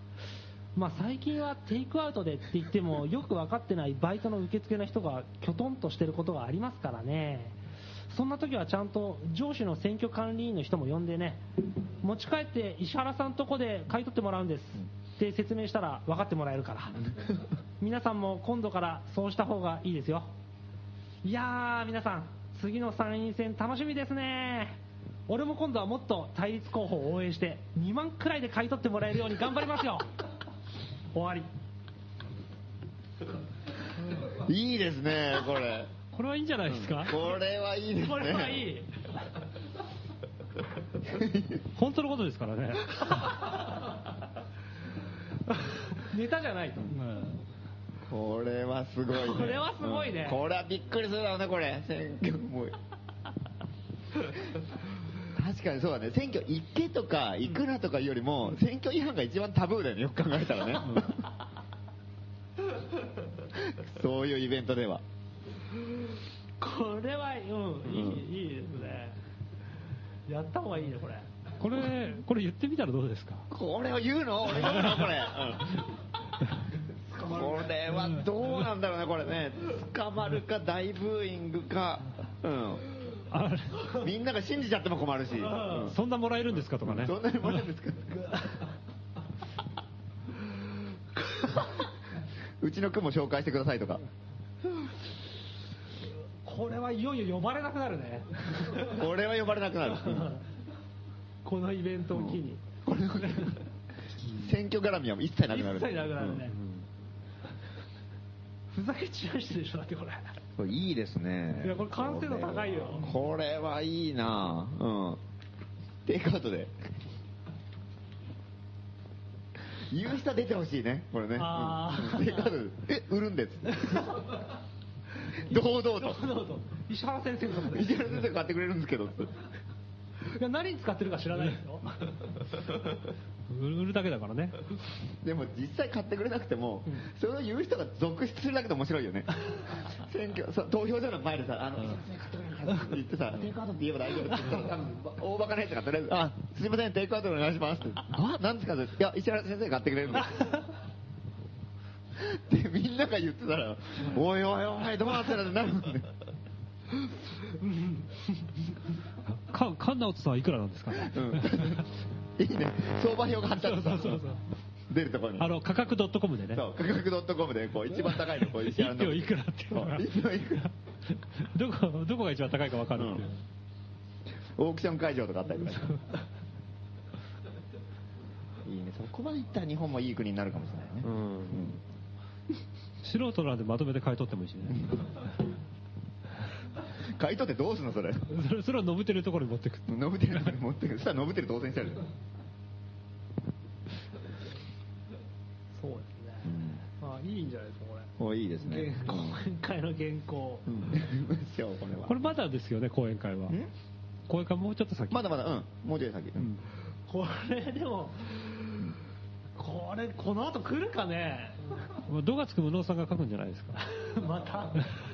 Speaker 1: まあ最近はテイクアウトでって言ってもよく分かってないバイトの受付の人がきょとんとしてることがありますからね。そんな時はちゃんと上司の選挙管理員の人も呼んでね、持ち帰って石原さんとこで買い取ってもらうんですって説明したら分かってもらえるから。皆さんも今度からそうした方がいいですよ。いやー、皆さん、次の参院選楽しみですね。俺も今度はもっと対立候補を応援して、2万くらいで買い取ってもらえるように頑張りますよ。終わり。
Speaker 4: いいですね、これ。
Speaker 2: これはいいんじゃないですか、
Speaker 4: これはいいですね。
Speaker 2: これはいい。
Speaker 3: 本当のことですか らね。
Speaker 2: ネタじゃないと。
Speaker 4: これはすごい、ね。
Speaker 2: これはすごいね
Speaker 4: うんこれはびっくりするだろうね、これ。選挙 もう。確かにそうだね。選挙行けとか行くなとかよりも、選挙違反が一番タブーだよね、よく考えたらね。そういうイベントでは。
Speaker 2: これは、うん、
Speaker 4: うん
Speaker 2: いい、いいですね。やった方がいいね、これ。
Speaker 3: これ、これ言ってみたらどうですか
Speaker 4: これを言うの俺読むのこれ。うんこれは どうなんだろうね、これね。捕まるか、大ブーイングか。うん。
Speaker 3: あれ
Speaker 4: みんなが信じちゃっても困るし。うん
Speaker 3: そんなもらえるんですかとかね。
Speaker 4: そんなにまだですか うちの区も紹介してくださいとか。
Speaker 2: これはいよいよ呼ばれなくなるね。
Speaker 4: これは呼ばれなくなる。
Speaker 2: このイベントを機に。
Speaker 4: これはね選挙絡みは一切なくなる。
Speaker 2: 一切なくなるね
Speaker 4: う
Speaker 2: ふ
Speaker 4: ん
Speaker 2: ざけ散らしてるでしょ、だってこれ。
Speaker 4: これいいですね。
Speaker 2: いやこれ完成度高いよ
Speaker 4: これはいいなうん。テイクアウトで。言う人出てほしいね、これね。
Speaker 2: あー
Speaker 4: うんテイクアウトで。え、売る んです。堂々
Speaker 2: ど
Speaker 4: と。
Speaker 2: うぞ。石原先生のとこで。
Speaker 4: 石原先生買ってくれるんですけど。
Speaker 2: いや何に使ってるか知らない ですよ。
Speaker 3: 売るだけだからね。
Speaker 4: でも実際買ってくれなくても、それを言う人が続出するだけで面白い よね。選挙、そう投票所の前でさ、あの、すいません買ってくれないからって言ってさ、テイクアウトって言えば大丈夫って言ったら、多分大バカなやつがとりあえず、あ、すいません、テイクアウトお願いしますって。あ、なんですかそれいや、石原先生が買ってくれるん です。ってみんなが言ってたら、おいおいおい、どうなってるんだってなるもん ね。
Speaker 3: か、カンナオツさんはいくらなんですかね
Speaker 4: うん。いいね、相場表が貼ってあってさ
Speaker 3: そうそうそう
Speaker 4: 出るところに。
Speaker 3: あの、価格 .com でね。
Speaker 4: そう、価格 .com で、こう、一番高いの、こう、石
Speaker 3: 一
Speaker 4: 原の。
Speaker 3: 票いくらっていうのが
Speaker 4: そう一票いくら。
Speaker 3: どこ、どこが一番高いか分かるっていう。
Speaker 4: オークション会場とかあったりとか。いいね、そこまでいったら日本もいい国になるかもしれないね。
Speaker 3: うん素人なんでまとめて買い取ってもいいしね。
Speaker 4: うん買い取ってどうすんの、それ。
Speaker 3: それ、それは伸びてるところに持ってくって。
Speaker 4: ノブテルまで持ってくる。そしたらノブテル当選してる。
Speaker 2: そうですね。あいいんじゃないですか、これ。
Speaker 4: お、いいですね。
Speaker 2: 今回の原稿。
Speaker 4: うん。 しょう、これは
Speaker 3: こ。れまだですよね、講演会は。
Speaker 4: ん
Speaker 3: 講演会もうちょっと先。
Speaker 4: まだまだ、うん。もうちょい先。
Speaker 3: うん
Speaker 2: これでも、これ、この後来るかね
Speaker 3: まあ、度がつく無能さんが書くんじゃないですか。
Speaker 2: また。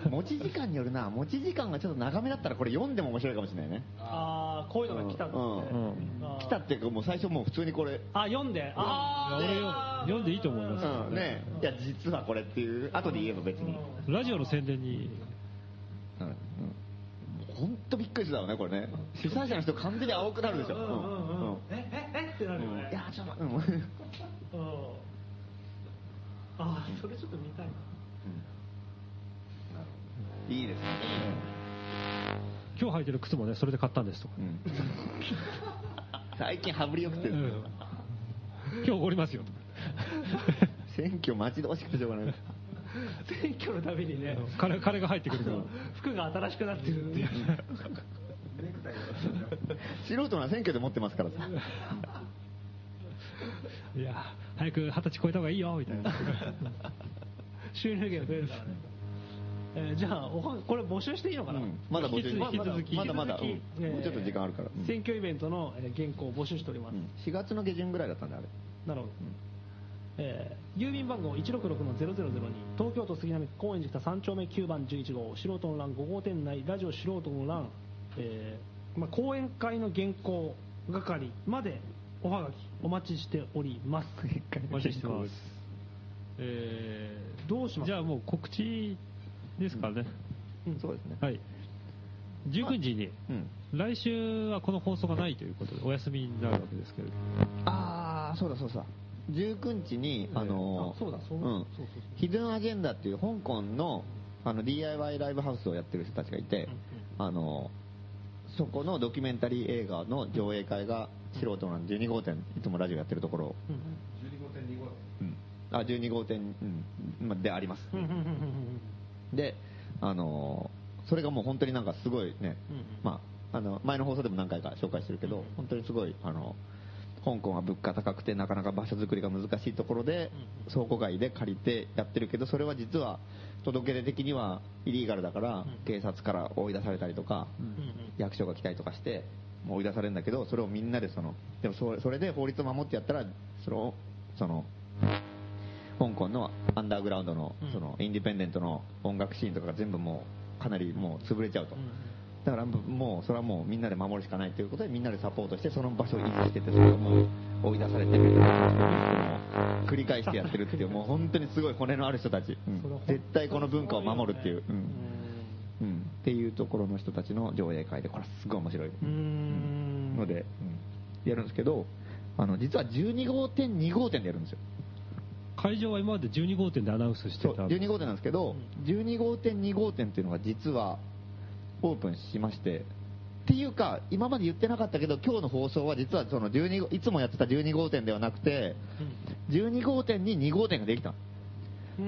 Speaker 4: 持ち時間によるな。持ち時間がちょっと長めだったら、これ読んでも面白いかもしれないね。
Speaker 2: ああ、こういうのが来たんです
Speaker 4: う
Speaker 2: ね。
Speaker 3: ん
Speaker 2: あー
Speaker 4: 来たっていうか、もう最初もう普通にこれ、
Speaker 2: あ、読んで。あ
Speaker 3: 俺
Speaker 2: あ、
Speaker 3: 読んでいいと思いますよ
Speaker 4: うん、ねいや、実はこれっていう、後で言えば別に。
Speaker 3: ラジオの宣伝に、
Speaker 4: うん。本当びっくりしたわね、これね。主催者の人完全に青くなるでしょ。う
Speaker 2: うんうんうんうん。
Speaker 4: ん
Speaker 2: え、え、えってなるよ
Speaker 4: うん。
Speaker 2: ね。
Speaker 4: いや、ちょっと、うん。
Speaker 2: うんあーそれちょっと見たいな。
Speaker 4: いいですね。
Speaker 3: 今日履いてる靴もね、それで買ったんですとか。
Speaker 4: うん。最近羽振りよくて
Speaker 3: う、ん今日おごりますよとか。
Speaker 4: 選挙待ち遠しくてしょうがない。
Speaker 2: 選挙のたびにね、
Speaker 3: 金金が入ってくるから
Speaker 2: 服が新しくなってるっていう。
Speaker 5: ネクタイが。
Speaker 4: 素人な選挙で持ってますからさ。
Speaker 3: いや早く二十歳超えた方がいいよみ たいな
Speaker 2: 収入源が増えるからね。えーじゃあおは、これ募集していいのかな、
Speaker 4: うんまだ募集
Speaker 2: 引き続き、
Speaker 4: まだまだまだ
Speaker 2: 引き続き
Speaker 4: うんもうちょっと時間あるからうん
Speaker 2: 選挙イベントのえー原稿を募集しております。
Speaker 4: 4月の下旬ぐらいだったんだ、あれ。
Speaker 2: なるほど、えー郵便番号166-0002東京都杉並区高円寺北3丁目9番11号素人の欄5号店内ラジオ素人の欄、えーまあ、講演会の原稿係までおはがきお待ちしております
Speaker 3: お待ちしてますえ
Speaker 2: どうし
Speaker 3: ー
Speaker 2: ます
Speaker 3: じゃあもう告知ですからね、
Speaker 2: うん
Speaker 4: そうですね。
Speaker 3: はい19時に、
Speaker 4: うん。
Speaker 3: 来週はこの放送がないということでお休みになるわけですけれど
Speaker 4: あー、そうだそうだ。19日に、あのー
Speaker 2: あそうだそう
Speaker 4: う
Speaker 2: だ
Speaker 4: ん
Speaker 2: そうそうそう、
Speaker 4: ヒズンアジェンダっていう香港のあの DIY ライブハウスをやってる人たちがいて、あのーそこのドキュメンタリー映画の上映会が素人なん12号店、いつもラジオやってるところ、
Speaker 5: 12号店2号
Speaker 4: うんあ12号店、うんまであります。
Speaker 2: うんうんうんうんうん
Speaker 4: で、あのーそれがもう本当になんかすごいね、
Speaker 2: うんうん
Speaker 4: まあ、あの前の放送でも何回か紹介してるけど、本当にすごい、あの香港は物価高くてなかなか場所作りが難しいところで、倉庫街で借りてやってるけど、それは実は届け出的にはイリーガルだから、警察から追い出されたりとか、役所が来たりとかして、もう追い出されるんだけど、それをみんなでその、でもそれそれで法律を守ってやったら、その、その、香港のアンダーグラウンドのそのインディペンデントの音楽シーンとかが全部もうかなりもう潰れちゃうと、だからもうそれはもうみんなで守るしかないということでみんなでサポートしてその場所を維持しててそれをもう追い出されてみたいな繰り返してやってるっていうもう本当にすごい骨のある人たち、うん
Speaker 2: それは本当に
Speaker 4: 絶対この文化を守るっていう、
Speaker 2: う
Speaker 4: うんんうんっていうところの人たちの上映会でこれはすごい面白い、
Speaker 2: うーん
Speaker 4: ので、やるんですけどあの実は12号店2号店でやるんですよ
Speaker 3: 会場は今まで12号店でアナウンスして
Speaker 4: そう
Speaker 3: た
Speaker 4: 12号店なんですけど、12号店、2号店っていうのが実はオープンしまして、っていうか、今まで言ってなかったけど、今日の放送は実はその12号いつもやってた12号店ではなくて、12号店に2号店ができたの
Speaker 2: うー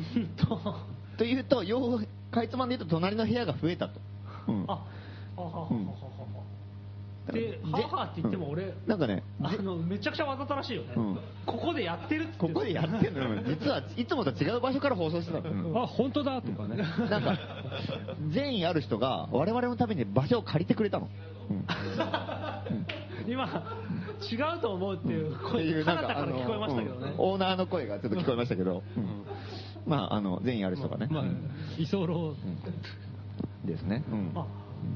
Speaker 2: んと
Speaker 4: というと、要かいつまんで言うと、隣の部屋が増えたと。うん
Speaker 2: あははははははで、
Speaker 4: ぜ
Speaker 2: ははって言っても俺、
Speaker 4: うんなんかね、
Speaker 2: あのめちゃくちゃわざとらしいよね、
Speaker 4: うん
Speaker 2: ここでやってるって
Speaker 4: ここでやって んのよ、実はいつもと違う場所から放送してたの。うん
Speaker 3: あ本当だとかね、
Speaker 4: なんか、善意ある人が我々のために場所を借りてくれたの。うん
Speaker 2: 今違うと思うっていう
Speaker 4: ってい
Speaker 2: 声
Speaker 4: う、
Speaker 2: か
Speaker 4: なん
Speaker 2: なた
Speaker 4: か、
Speaker 2: か
Speaker 4: あ
Speaker 2: ら
Speaker 4: の、
Speaker 2: 聞こえましたけど
Speaker 4: う
Speaker 2: ね
Speaker 4: ん、オーナーの声がちょっと聞こえましたけど、うんまあ、あの、善意ある人がね、
Speaker 3: まあ居候
Speaker 4: ですね。うん
Speaker 2: あ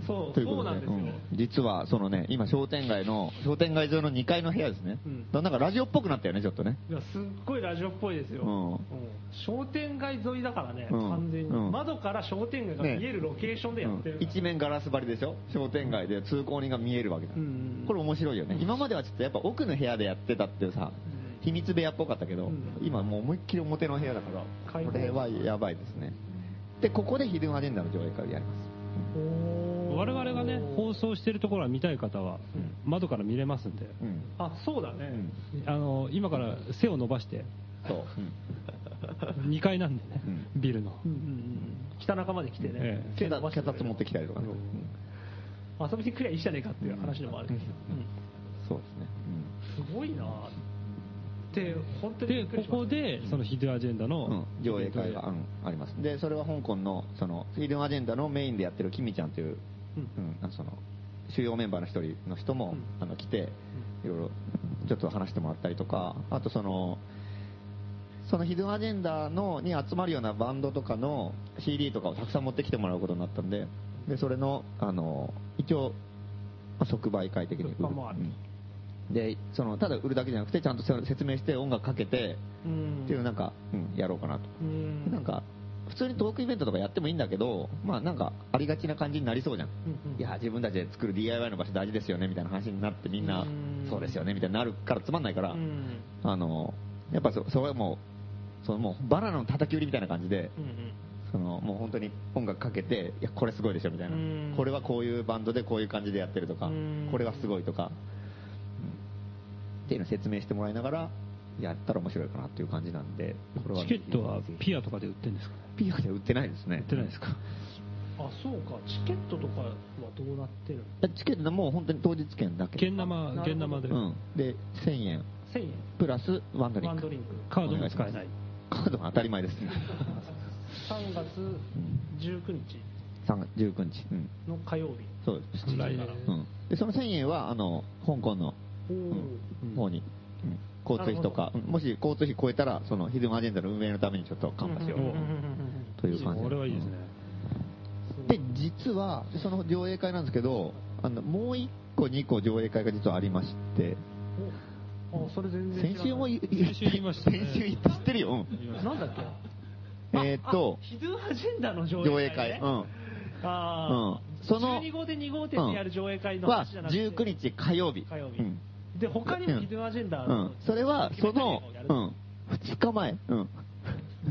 Speaker 2: そう
Speaker 4: というこ
Speaker 2: そう
Speaker 4: と
Speaker 2: なん
Speaker 4: で、
Speaker 2: ですよ、
Speaker 4: うん実は、そのね、今、商店街の、商店街上の2階の部屋ですね。
Speaker 2: うん
Speaker 4: なんかラジオっぽくなったよね、ちょっとね。
Speaker 2: いやすっごいラジオっぽいですよ、
Speaker 4: うん
Speaker 2: うん商店街沿いだからね、
Speaker 4: うん
Speaker 2: 完全に、
Speaker 4: うん
Speaker 2: 窓から商店街が見えるロケーションでやってる
Speaker 4: う
Speaker 2: か
Speaker 4: ん
Speaker 2: ら、
Speaker 4: 一面ガラス張りでしょ商店街で通行人が見えるわけだ、
Speaker 2: んうん
Speaker 4: これ面白いよね今まではちょっとやっぱ奥の部屋でやってたっていうさ秘密部屋っぽかったけど、
Speaker 2: ん
Speaker 4: 今もう思いっきり表の部屋だか
Speaker 2: 開
Speaker 4: ら
Speaker 2: 放
Speaker 4: これはやばいですねでここでヒルンアジェンダの上映会をやります
Speaker 3: 我々がね放送してるところは見たい方は窓から見れますんで、
Speaker 4: うん
Speaker 2: あそうだね、
Speaker 3: あの今から背を伸ば して
Speaker 4: そう、
Speaker 3: 2階なんでね、ビルの、
Speaker 2: うんうんうん北中まで来てね、
Speaker 3: ええ
Speaker 4: 手だ脚立持ってきたりとかね、
Speaker 2: 遊びに来りゃいいじゃねえかっていう話でもあるけど、うん
Speaker 4: そうですね、
Speaker 2: すごいなぁって本当にび
Speaker 3: で
Speaker 2: っくり
Speaker 3: こ
Speaker 2: しま
Speaker 3: こ
Speaker 2: した
Speaker 3: でそのヒデアジェンダ
Speaker 4: う
Speaker 3: の
Speaker 4: ん、上映会が、うんありますでそれは香港のそのフィルムアジェンダのメインでやってるキミちゃんという、うんあのその主要メンバーの一人の人も、あの来ていろいろちょっと話してもらったりとかあとそのそのヒドゥンアジェンダーのに集まるようなバンドとかの CD とかをたくさん持ってきてもらうことになったんででそれのあの一応まあ即売会的に売る
Speaker 2: まあまあ
Speaker 4: うんでそのただ売るだけじゃなくてちゃんとそれ説明して音楽かけて
Speaker 2: うん
Speaker 4: っていうなんか、うん、やろうかなと
Speaker 2: うん
Speaker 4: なんか普通にトークイベントとかやってもいいんだけど、まあなんかありがちな感じになりそうじゃん。
Speaker 2: うんうん
Speaker 4: いや、自分たちで作る DIY の場所大事ですよねみたいな話になってみんな
Speaker 2: うん、
Speaker 4: そうですよねみたいになるからつまんないから、
Speaker 2: うん
Speaker 4: あの、やっぱそ、それはもう、そのもうバナナの叩き売りみたいな感じで、
Speaker 2: うん
Speaker 4: そのもう本当に音楽かけて、いや、これすごいでしょみたい
Speaker 2: うん
Speaker 4: な。これはこういうバンドでこういう感じでやってるとか
Speaker 2: うん、
Speaker 4: これはすごいとか、うんっていうのを説明してもらいながら、やったら面白いかなっていう感じなんで、これは
Speaker 3: チケットはピアとかで売ってるんですか
Speaker 4: ピアで売ってないですね。
Speaker 3: 売ってないですか
Speaker 2: あそうかチケットとかはどうなってるの
Speaker 4: チケットもう本当に当日券だけ。
Speaker 3: 現生、現生で、
Speaker 4: うん。で、1000円。
Speaker 2: 1000円
Speaker 4: プラスワンドリ
Speaker 2: ワ
Speaker 4: ン
Speaker 2: ン
Speaker 4: ク
Speaker 2: ド。リンク
Speaker 3: カードも使えない。
Speaker 4: カードは当たり前です。
Speaker 2: 3月19日
Speaker 4: 3 19日。うん。
Speaker 2: の火曜日
Speaker 4: そうです。
Speaker 2: 7時
Speaker 3: 来
Speaker 2: か
Speaker 3: 年
Speaker 2: ら
Speaker 4: うん。で、その1000円は、あの、香港の
Speaker 2: おお、
Speaker 4: うん方に、うん交通費とか、うんもし交通費超えたら、そのヒズムアジェンダの運営のためにちょっとカンパしよう
Speaker 2: うんうんうんうん
Speaker 4: という感じ。
Speaker 3: これはいいですね。
Speaker 2: うん
Speaker 4: で、実は、その上映会なんですけど、あの、もう一個、二個上映会が実はありまして、
Speaker 2: おあそれ全然知らない
Speaker 4: 先週もい
Speaker 3: 先週言いましたね
Speaker 4: 先週言って知ってるよ。
Speaker 2: なんだっけ
Speaker 4: うん、えーっ と
Speaker 2: あ、ヒドゥーアジェンダの上
Speaker 4: 上
Speaker 2: 映
Speaker 4: 映
Speaker 2: 会、
Speaker 4: 会。
Speaker 2: ね、
Speaker 4: うん。
Speaker 2: ああ、
Speaker 4: うんその
Speaker 2: 12号店2号店でやる上映会の
Speaker 4: は
Speaker 2: 話じゃなくて、
Speaker 4: 19日火曜日。
Speaker 2: 火曜日
Speaker 4: うん。
Speaker 2: で他にもヒドゥーアジェンダ
Speaker 4: う
Speaker 2: の、
Speaker 4: ん。それは、そ
Speaker 2: ド
Speaker 4: の、
Speaker 2: キュメンタリーをやる
Speaker 4: うん。2日前。うん。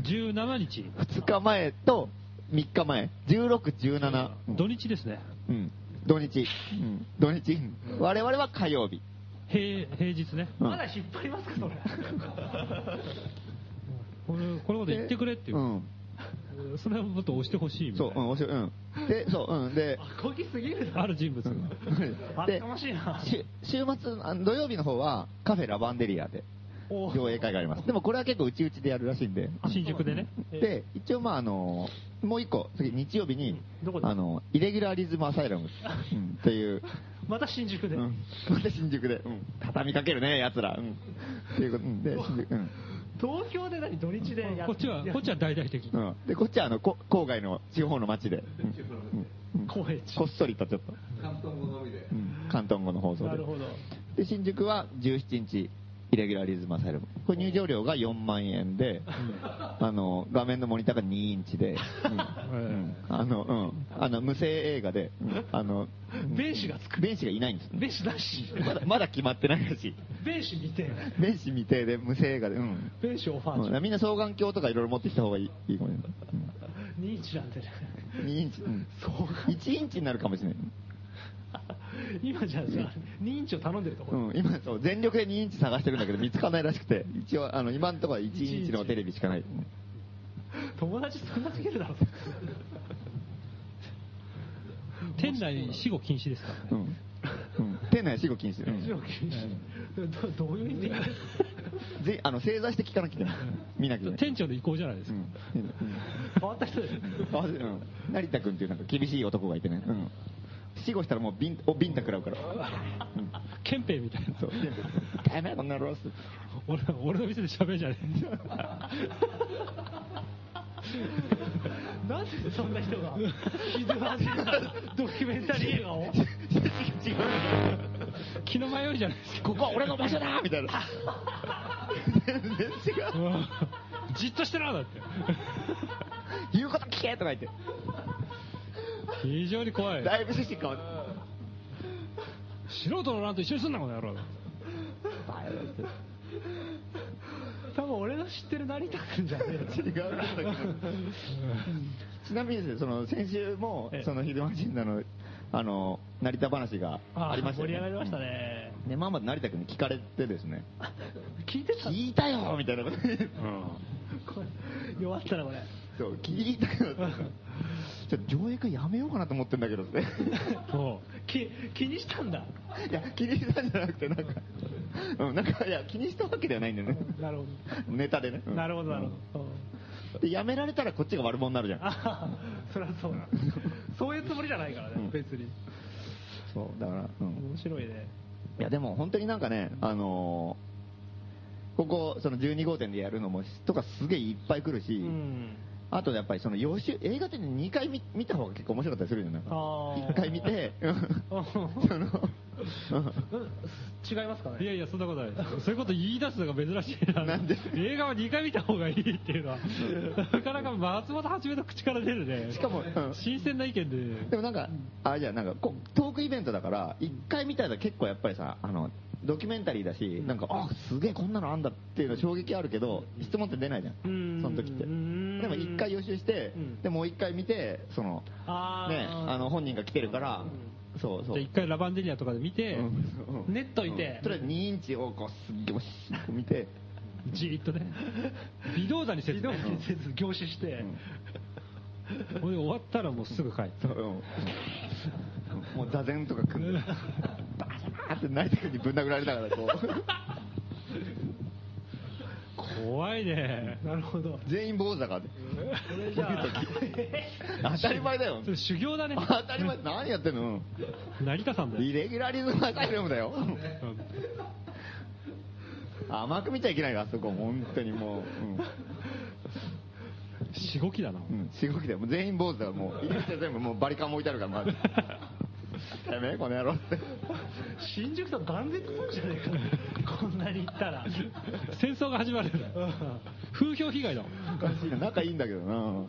Speaker 3: 17日、
Speaker 4: 2日前と3日前。16、17。うん
Speaker 3: 土日ですね。
Speaker 4: うん。土日。うん。土日。我々は火曜日。
Speaker 3: 平平日ね。
Speaker 4: うん
Speaker 2: まだ引っ張りますか それ
Speaker 3: これ、これまで言ってくれっていうう。
Speaker 4: ん。
Speaker 3: それはもっと押してほしいみた
Speaker 4: そ、
Speaker 3: いうな。
Speaker 4: うん、面白い。うん。で、そう、うん。で、
Speaker 2: あこぎすぎるな
Speaker 3: ある人物が。
Speaker 2: あっ
Speaker 4: で
Speaker 2: かましいな
Speaker 4: し週末、あの土曜日の方はカフェラバンデリアで
Speaker 2: おー
Speaker 4: 上映会があります。でもこれは結構うちうちでやるらしいんで。
Speaker 3: 新宿でね。
Speaker 4: で、一応まああの、もう一個、次日曜日に、
Speaker 2: うんどこで
Speaker 4: あの、イレギュラリズムアサイラムうんっていう、
Speaker 2: また新宿で、
Speaker 4: うん。また新宿で、うん。畳みかけるね、奴ら。うん。っていうことうんで、新宿、うん。
Speaker 2: 東京で何土日でや
Speaker 3: こっちは、こっちは大々的。
Speaker 4: うん。で、こっちはあの、こ郊外の地方の街で、うん
Speaker 6: 地方の街
Speaker 4: うんうん
Speaker 2: 公営地
Speaker 4: こっそりとちょっと、
Speaker 6: 関東語のみで
Speaker 4: う。ん広東語の放送で。
Speaker 2: なるほど
Speaker 4: で新宿は17日イレギュラリズムアサイラムこれ入場料が4万円で、あの画面のモニターが2インチで、うんうんあのうん、あの無声映画で、うんあの
Speaker 2: 弁士がつく
Speaker 4: 弁士がいないんです
Speaker 2: 弁士なし
Speaker 4: まだまだ決まってないらしい
Speaker 2: 弁士未定
Speaker 4: 弁士未定で無声映画で、うん
Speaker 2: 弁士オファー
Speaker 4: うんみんな双眼鏡とかいろいろ持ってきた方がいいいいかもし
Speaker 2: 認知なんでね
Speaker 4: れない、うん、2インチ、うん、1インチになるかもしれない、
Speaker 2: 今じゃあさ認知を頼んでるとこ
Speaker 4: う
Speaker 2: ろ、
Speaker 4: ん、今そう全力で2インチ探してるんだけど見つかんないらしくて一応あの今のところは1インチのテレビしかない
Speaker 2: 友達少なすぎるだろ
Speaker 3: 店内死後禁止ですからね。
Speaker 4: うん。うん店内は死後禁止。うん
Speaker 2: どどういう意味ですか
Speaker 4: ぜあの正座して聞かなきゃいけない。見なきゃいけない。
Speaker 3: 店長の意向じゃないです
Speaker 4: う
Speaker 3: か。
Speaker 4: んうん
Speaker 2: 変わった人です
Speaker 4: 合わせうん成田君っていうなんか厳しい男がいてね。うん死後したらもうビンおビンタ食らうから。うん
Speaker 3: 憲兵みたいな。
Speaker 4: そう。ダメだこんなロス。
Speaker 3: 俺俺の店で喋るじゃね
Speaker 2: なんでそんな人がひどい味なドキュメンタリー映画を
Speaker 4: 違う。
Speaker 3: え。気の迷いじゃないですか。
Speaker 4: ここは俺の場所だみたいな。全然違
Speaker 3: う
Speaker 4: う。
Speaker 3: んじっとしてなだって。
Speaker 4: 言うこと聞けとか言って。
Speaker 3: 非常に怖い。
Speaker 4: だいぶ趣旨変わって。
Speaker 3: 素人の乱と一緒にすんな、この野郎。
Speaker 2: 多分俺の知ってる成田君じゃねえよ
Speaker 4: 違うんだけどちなみにですね、その先週も、そのヒルマジンダの、あの、成田話がありました
Speaker 2: 盛
Speaker 4: よ
Speaker 2: り
Speaker 4: ね。
Speaker 2: 上がりましたね、
Speaker 4: うん。で、まあまあ成田君に聞かれてですね、
Speaker 2: 聞いてた
Speaker 4: 聞いたよみたいなことで
Speaker 2: これ弱ったなこれ
Speaker 4: そう、聞いたよちょっと上映会やめようかなと思ってんだ けどね。
Speaker 2: き気にしたんだ
Speaker 4: いや、気にしたんじゃなくて、なんか、うん、なんか、いや、気にしたわけではないんだよね。
Speaker 2: なるほ
Speaker 4: ネタでね。う
Speaker 2: ど
Speaker 4: ん
Speaker 2: なるほどなるほど、うん
Speaker 4: で、やめられたらこっちが悪者になるじゃん。
Speaker 2: あ ーそりゃそうだそういうつもりじゃないからね、
Speaker 4: うん
Speaker 2: 別に
Speaker 4: そう、だから、うん。
Speaker 2: 面白いね
Speaker 4: いやでも本当になんかね、あのーここその12号店でやるのもとかすげえいっぱい来るし、
Speaker 2: うん
Speaker 4: あとやっぱりその予習映画展で2回見見た方が結構面白かったりするじゃない
Speaker 2: あー
Speaker 4: 1回 見て、うん
Speaker 2: うん
Speaker 4: そのうん
Speaker 2: 違いますか
Speaker 3: い
Speaker 2: ね
Speaker 3: やいや、そんなことないです。そういうこと言い出すのが珍しいな。
Speaker 4: なんで
Speaker 3: 映画は2回見た方がいいっていうのは、なかなか松本はじめの口から出るね。
Speaker 4: しかもうん
Speaker 3: 新鮮な意見
Speaker 4: で
Speaker 3: で。
Speaker 4: もなんか、あじゃあなんかこトークイベントだから、1回見たら結構やっぱりさ、あのドキュメンタリーだし、なんか、あすげえこんなのあんだっていうの衝撃あるけど、質問って出ないじゃ
Speaker 2: うん
Speaker 4: ん、その時って。で
Speaker 2: うん
Speaker 4: も1回予習して
Speaker 2: うん、
Speaker 4: でもう1回見て、その、
Speaker 2: あー
Speaker 4: ね、あの本人が来てるから、そうそう。
Speaker 3: 一回ラバンデリアとかで見て、
Speaker 4: うん
Speaker 2: 練っといて
Speaker 4: うんとりあえず2インチをこうすっげえ見て、
Speaker 3: じーっとね微動だにせず
Speaker 2: ひ
Speaker 3: ね、
Speaker 2: どいせず凝視して、
Speaker 3: ほんで終わったらもうすぐ帰って
Speaker 4: そううんもう座禅とか組 んで、バサーって成田君にぶん殴られながらこう、
Speaker 3: 怖いね
Speaker 2: なるほど
Speaker 4: 全員坊主だからね。 当たり前だよ。
Speaker 3: 修行だね
Speaker 4: 当たり前、何やってんの
Speaker 3: 成田さんだよ
Speaker 4: イレギュラリズムアサイルムだよ。
Speaker 3: うん
Speaker 4: 甘く見ちゃいけないよ、あそこ。本当にもう。
Speaker 3: しごきだな
Speaker 4: うん。うん。しごきだよ。もう全員坊主だよ。もう、入り口は全部もうバリカンも置いてあるから、まず。てめえ、この野郎って。
Speaker 2: 新宿と断絶するじゃねえかこんなに行った ら
Speaker 3: 戦争が始まる風評被害だもん
Speaker 4: おかしいな。仲いいんだけどな。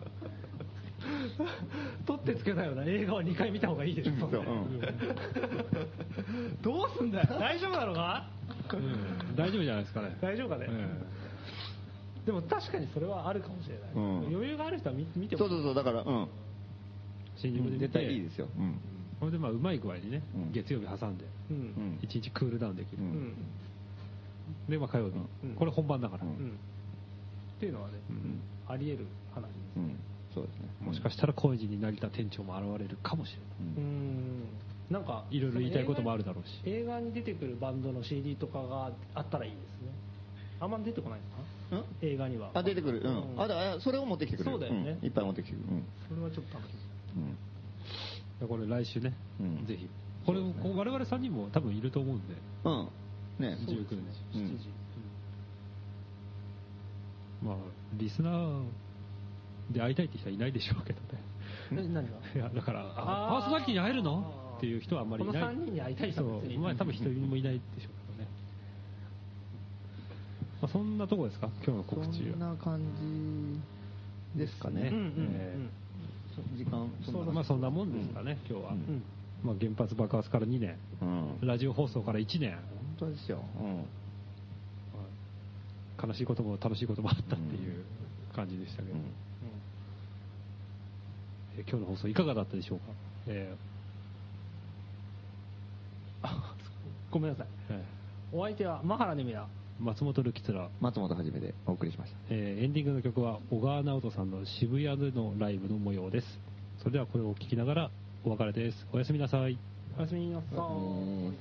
Speaker 2: 取ってつけないよな映画は2回見た方がいいでしょ
Speaker 4: そううん
Speaker 2: どうすんだよ大丈夫なのか
Speaker 3: うん大丈夫じゃないですかね
Speaker 2: 大丈夫かね、
Speaker 3: うん
Speaker 2: でも確かにそれはあるかもしれない、
Speaker 4: うん
Speaker 2: 余裕がある人は見見て
Speaker 4: そ
Speaker 2: も
Speaker 4: うそうそう、だから、うん。
Speaker 3: 新宿で見て
Speaker 4: 絶対いいですよ。うん。
Speaker 3: それでまあうまい具合にね
Speaker 4: うん
Speaker 3: 月曜日挟んで
Speaker 2: うん
Speaker 4: うん
Speaker 3: 一日クールダウンできる
Speaker 4: う
Speaker 2: うんん
Speaker 3: でまあ火曜日
Speaker 2: うん
Speaker 3: これ本番だから
Speaker 4: う
Speaker 2: うんんっていうのはね、
Speaker 3: ん
Speaker 2: あり得る話です
Speaker 4: う
Speaker 2: ね
Speaker 4: ん。そうですね。
Speaker 3: もしかしたら高円寺に成田店長も現れるかもしれな
Speaker 2: う
Speaker 4: う
Speaker 2: んんなんか
Speaker 3: いいろいろ言いたいこともあるだろうし
Speaker 2: 映画に出てくるバンドの CD とかがあったらいいですねあんま出てこないのかな
Speaker 4: うん
Speaker 2: 映画には
Speaker 4: あ、出てくる。うん。あ、
Speaker 2: だ
Speaker 4: だからそれを持ってきてくれる。
Speaker 2: そうだよね
Speaker 4: んいっぱい持ってきてくれる。
Speaker 2: それはちょっと楽し
Speaker 4: うん。
Speaker 3: いこれ来週ね
Speaker 4: うん
Speaker 3: ぜひこれこう我々3人も多分いると思うんで
Speaker 4: うん。うん。ね。
Speaker 3: 19日
Speaker 4: う
Speaker 2: み
Speaker 4: ん
Speaker 2: 7時、
Speaker 3: まあリスナーで会いたいって人はいないでしょうけどね
Speaker 2: え何が
Speaker 3: いやだからあ
Speaker 2: あー
Speaker 3: パーソナリティに会えるの
Speaker 2: あー
Speaker 3: っていう人はあんまりいない
Speaker 2: この三人に会いたい人
Speaker 3: そ
Speaker 2: は別
Speaker 3: う
Speaker 2: に
Speaker 3: まあ多分一人もいないでしょうけどね、まあ、そんなとこですか今日の告
Speaker 4: そ
Speaker 3: 知
Speaker 4: ん
Speaker 3: は
Speaker 4: な感じですかね。
Speaker 3: です
Speaker 2: う
Speaker 3: ね
Speaker 2: んうんうん
Speaker 3: え
Speaker 4: 時間、
Speaker 3: そうまあそんなもんですかね、今日は、
Speaker 4: うん
Speaker 2: うん
Speaker 3: まあ、原発爆発から2年
Speaker 4: うん。
Speaker 3: ラジオ放送から1年
Speaker 4: 本当ですよ。うん。
Speaker 3: 悲しいことも楽しいこともあったっていう感じでしたけど、
Speaker 4: うん
Speaker 3: えー今日の放送いかがだったでしょうか、え
Speaker 2: ごめんなさい
Speaker 3: ーえ
Speaker 2: お相手はマハラネミラ
Speaker 3: ー松本るきつら
Speaker 4: 松本はじめでお送りしました。
Speaker 3: えーエンディングの曲は小川直人さんの渋谷でのライブの模様ですそれではこれを聴きながらお別れですおやすみなさい
Speaker 2: おやすみなさい
Speaker 4: うん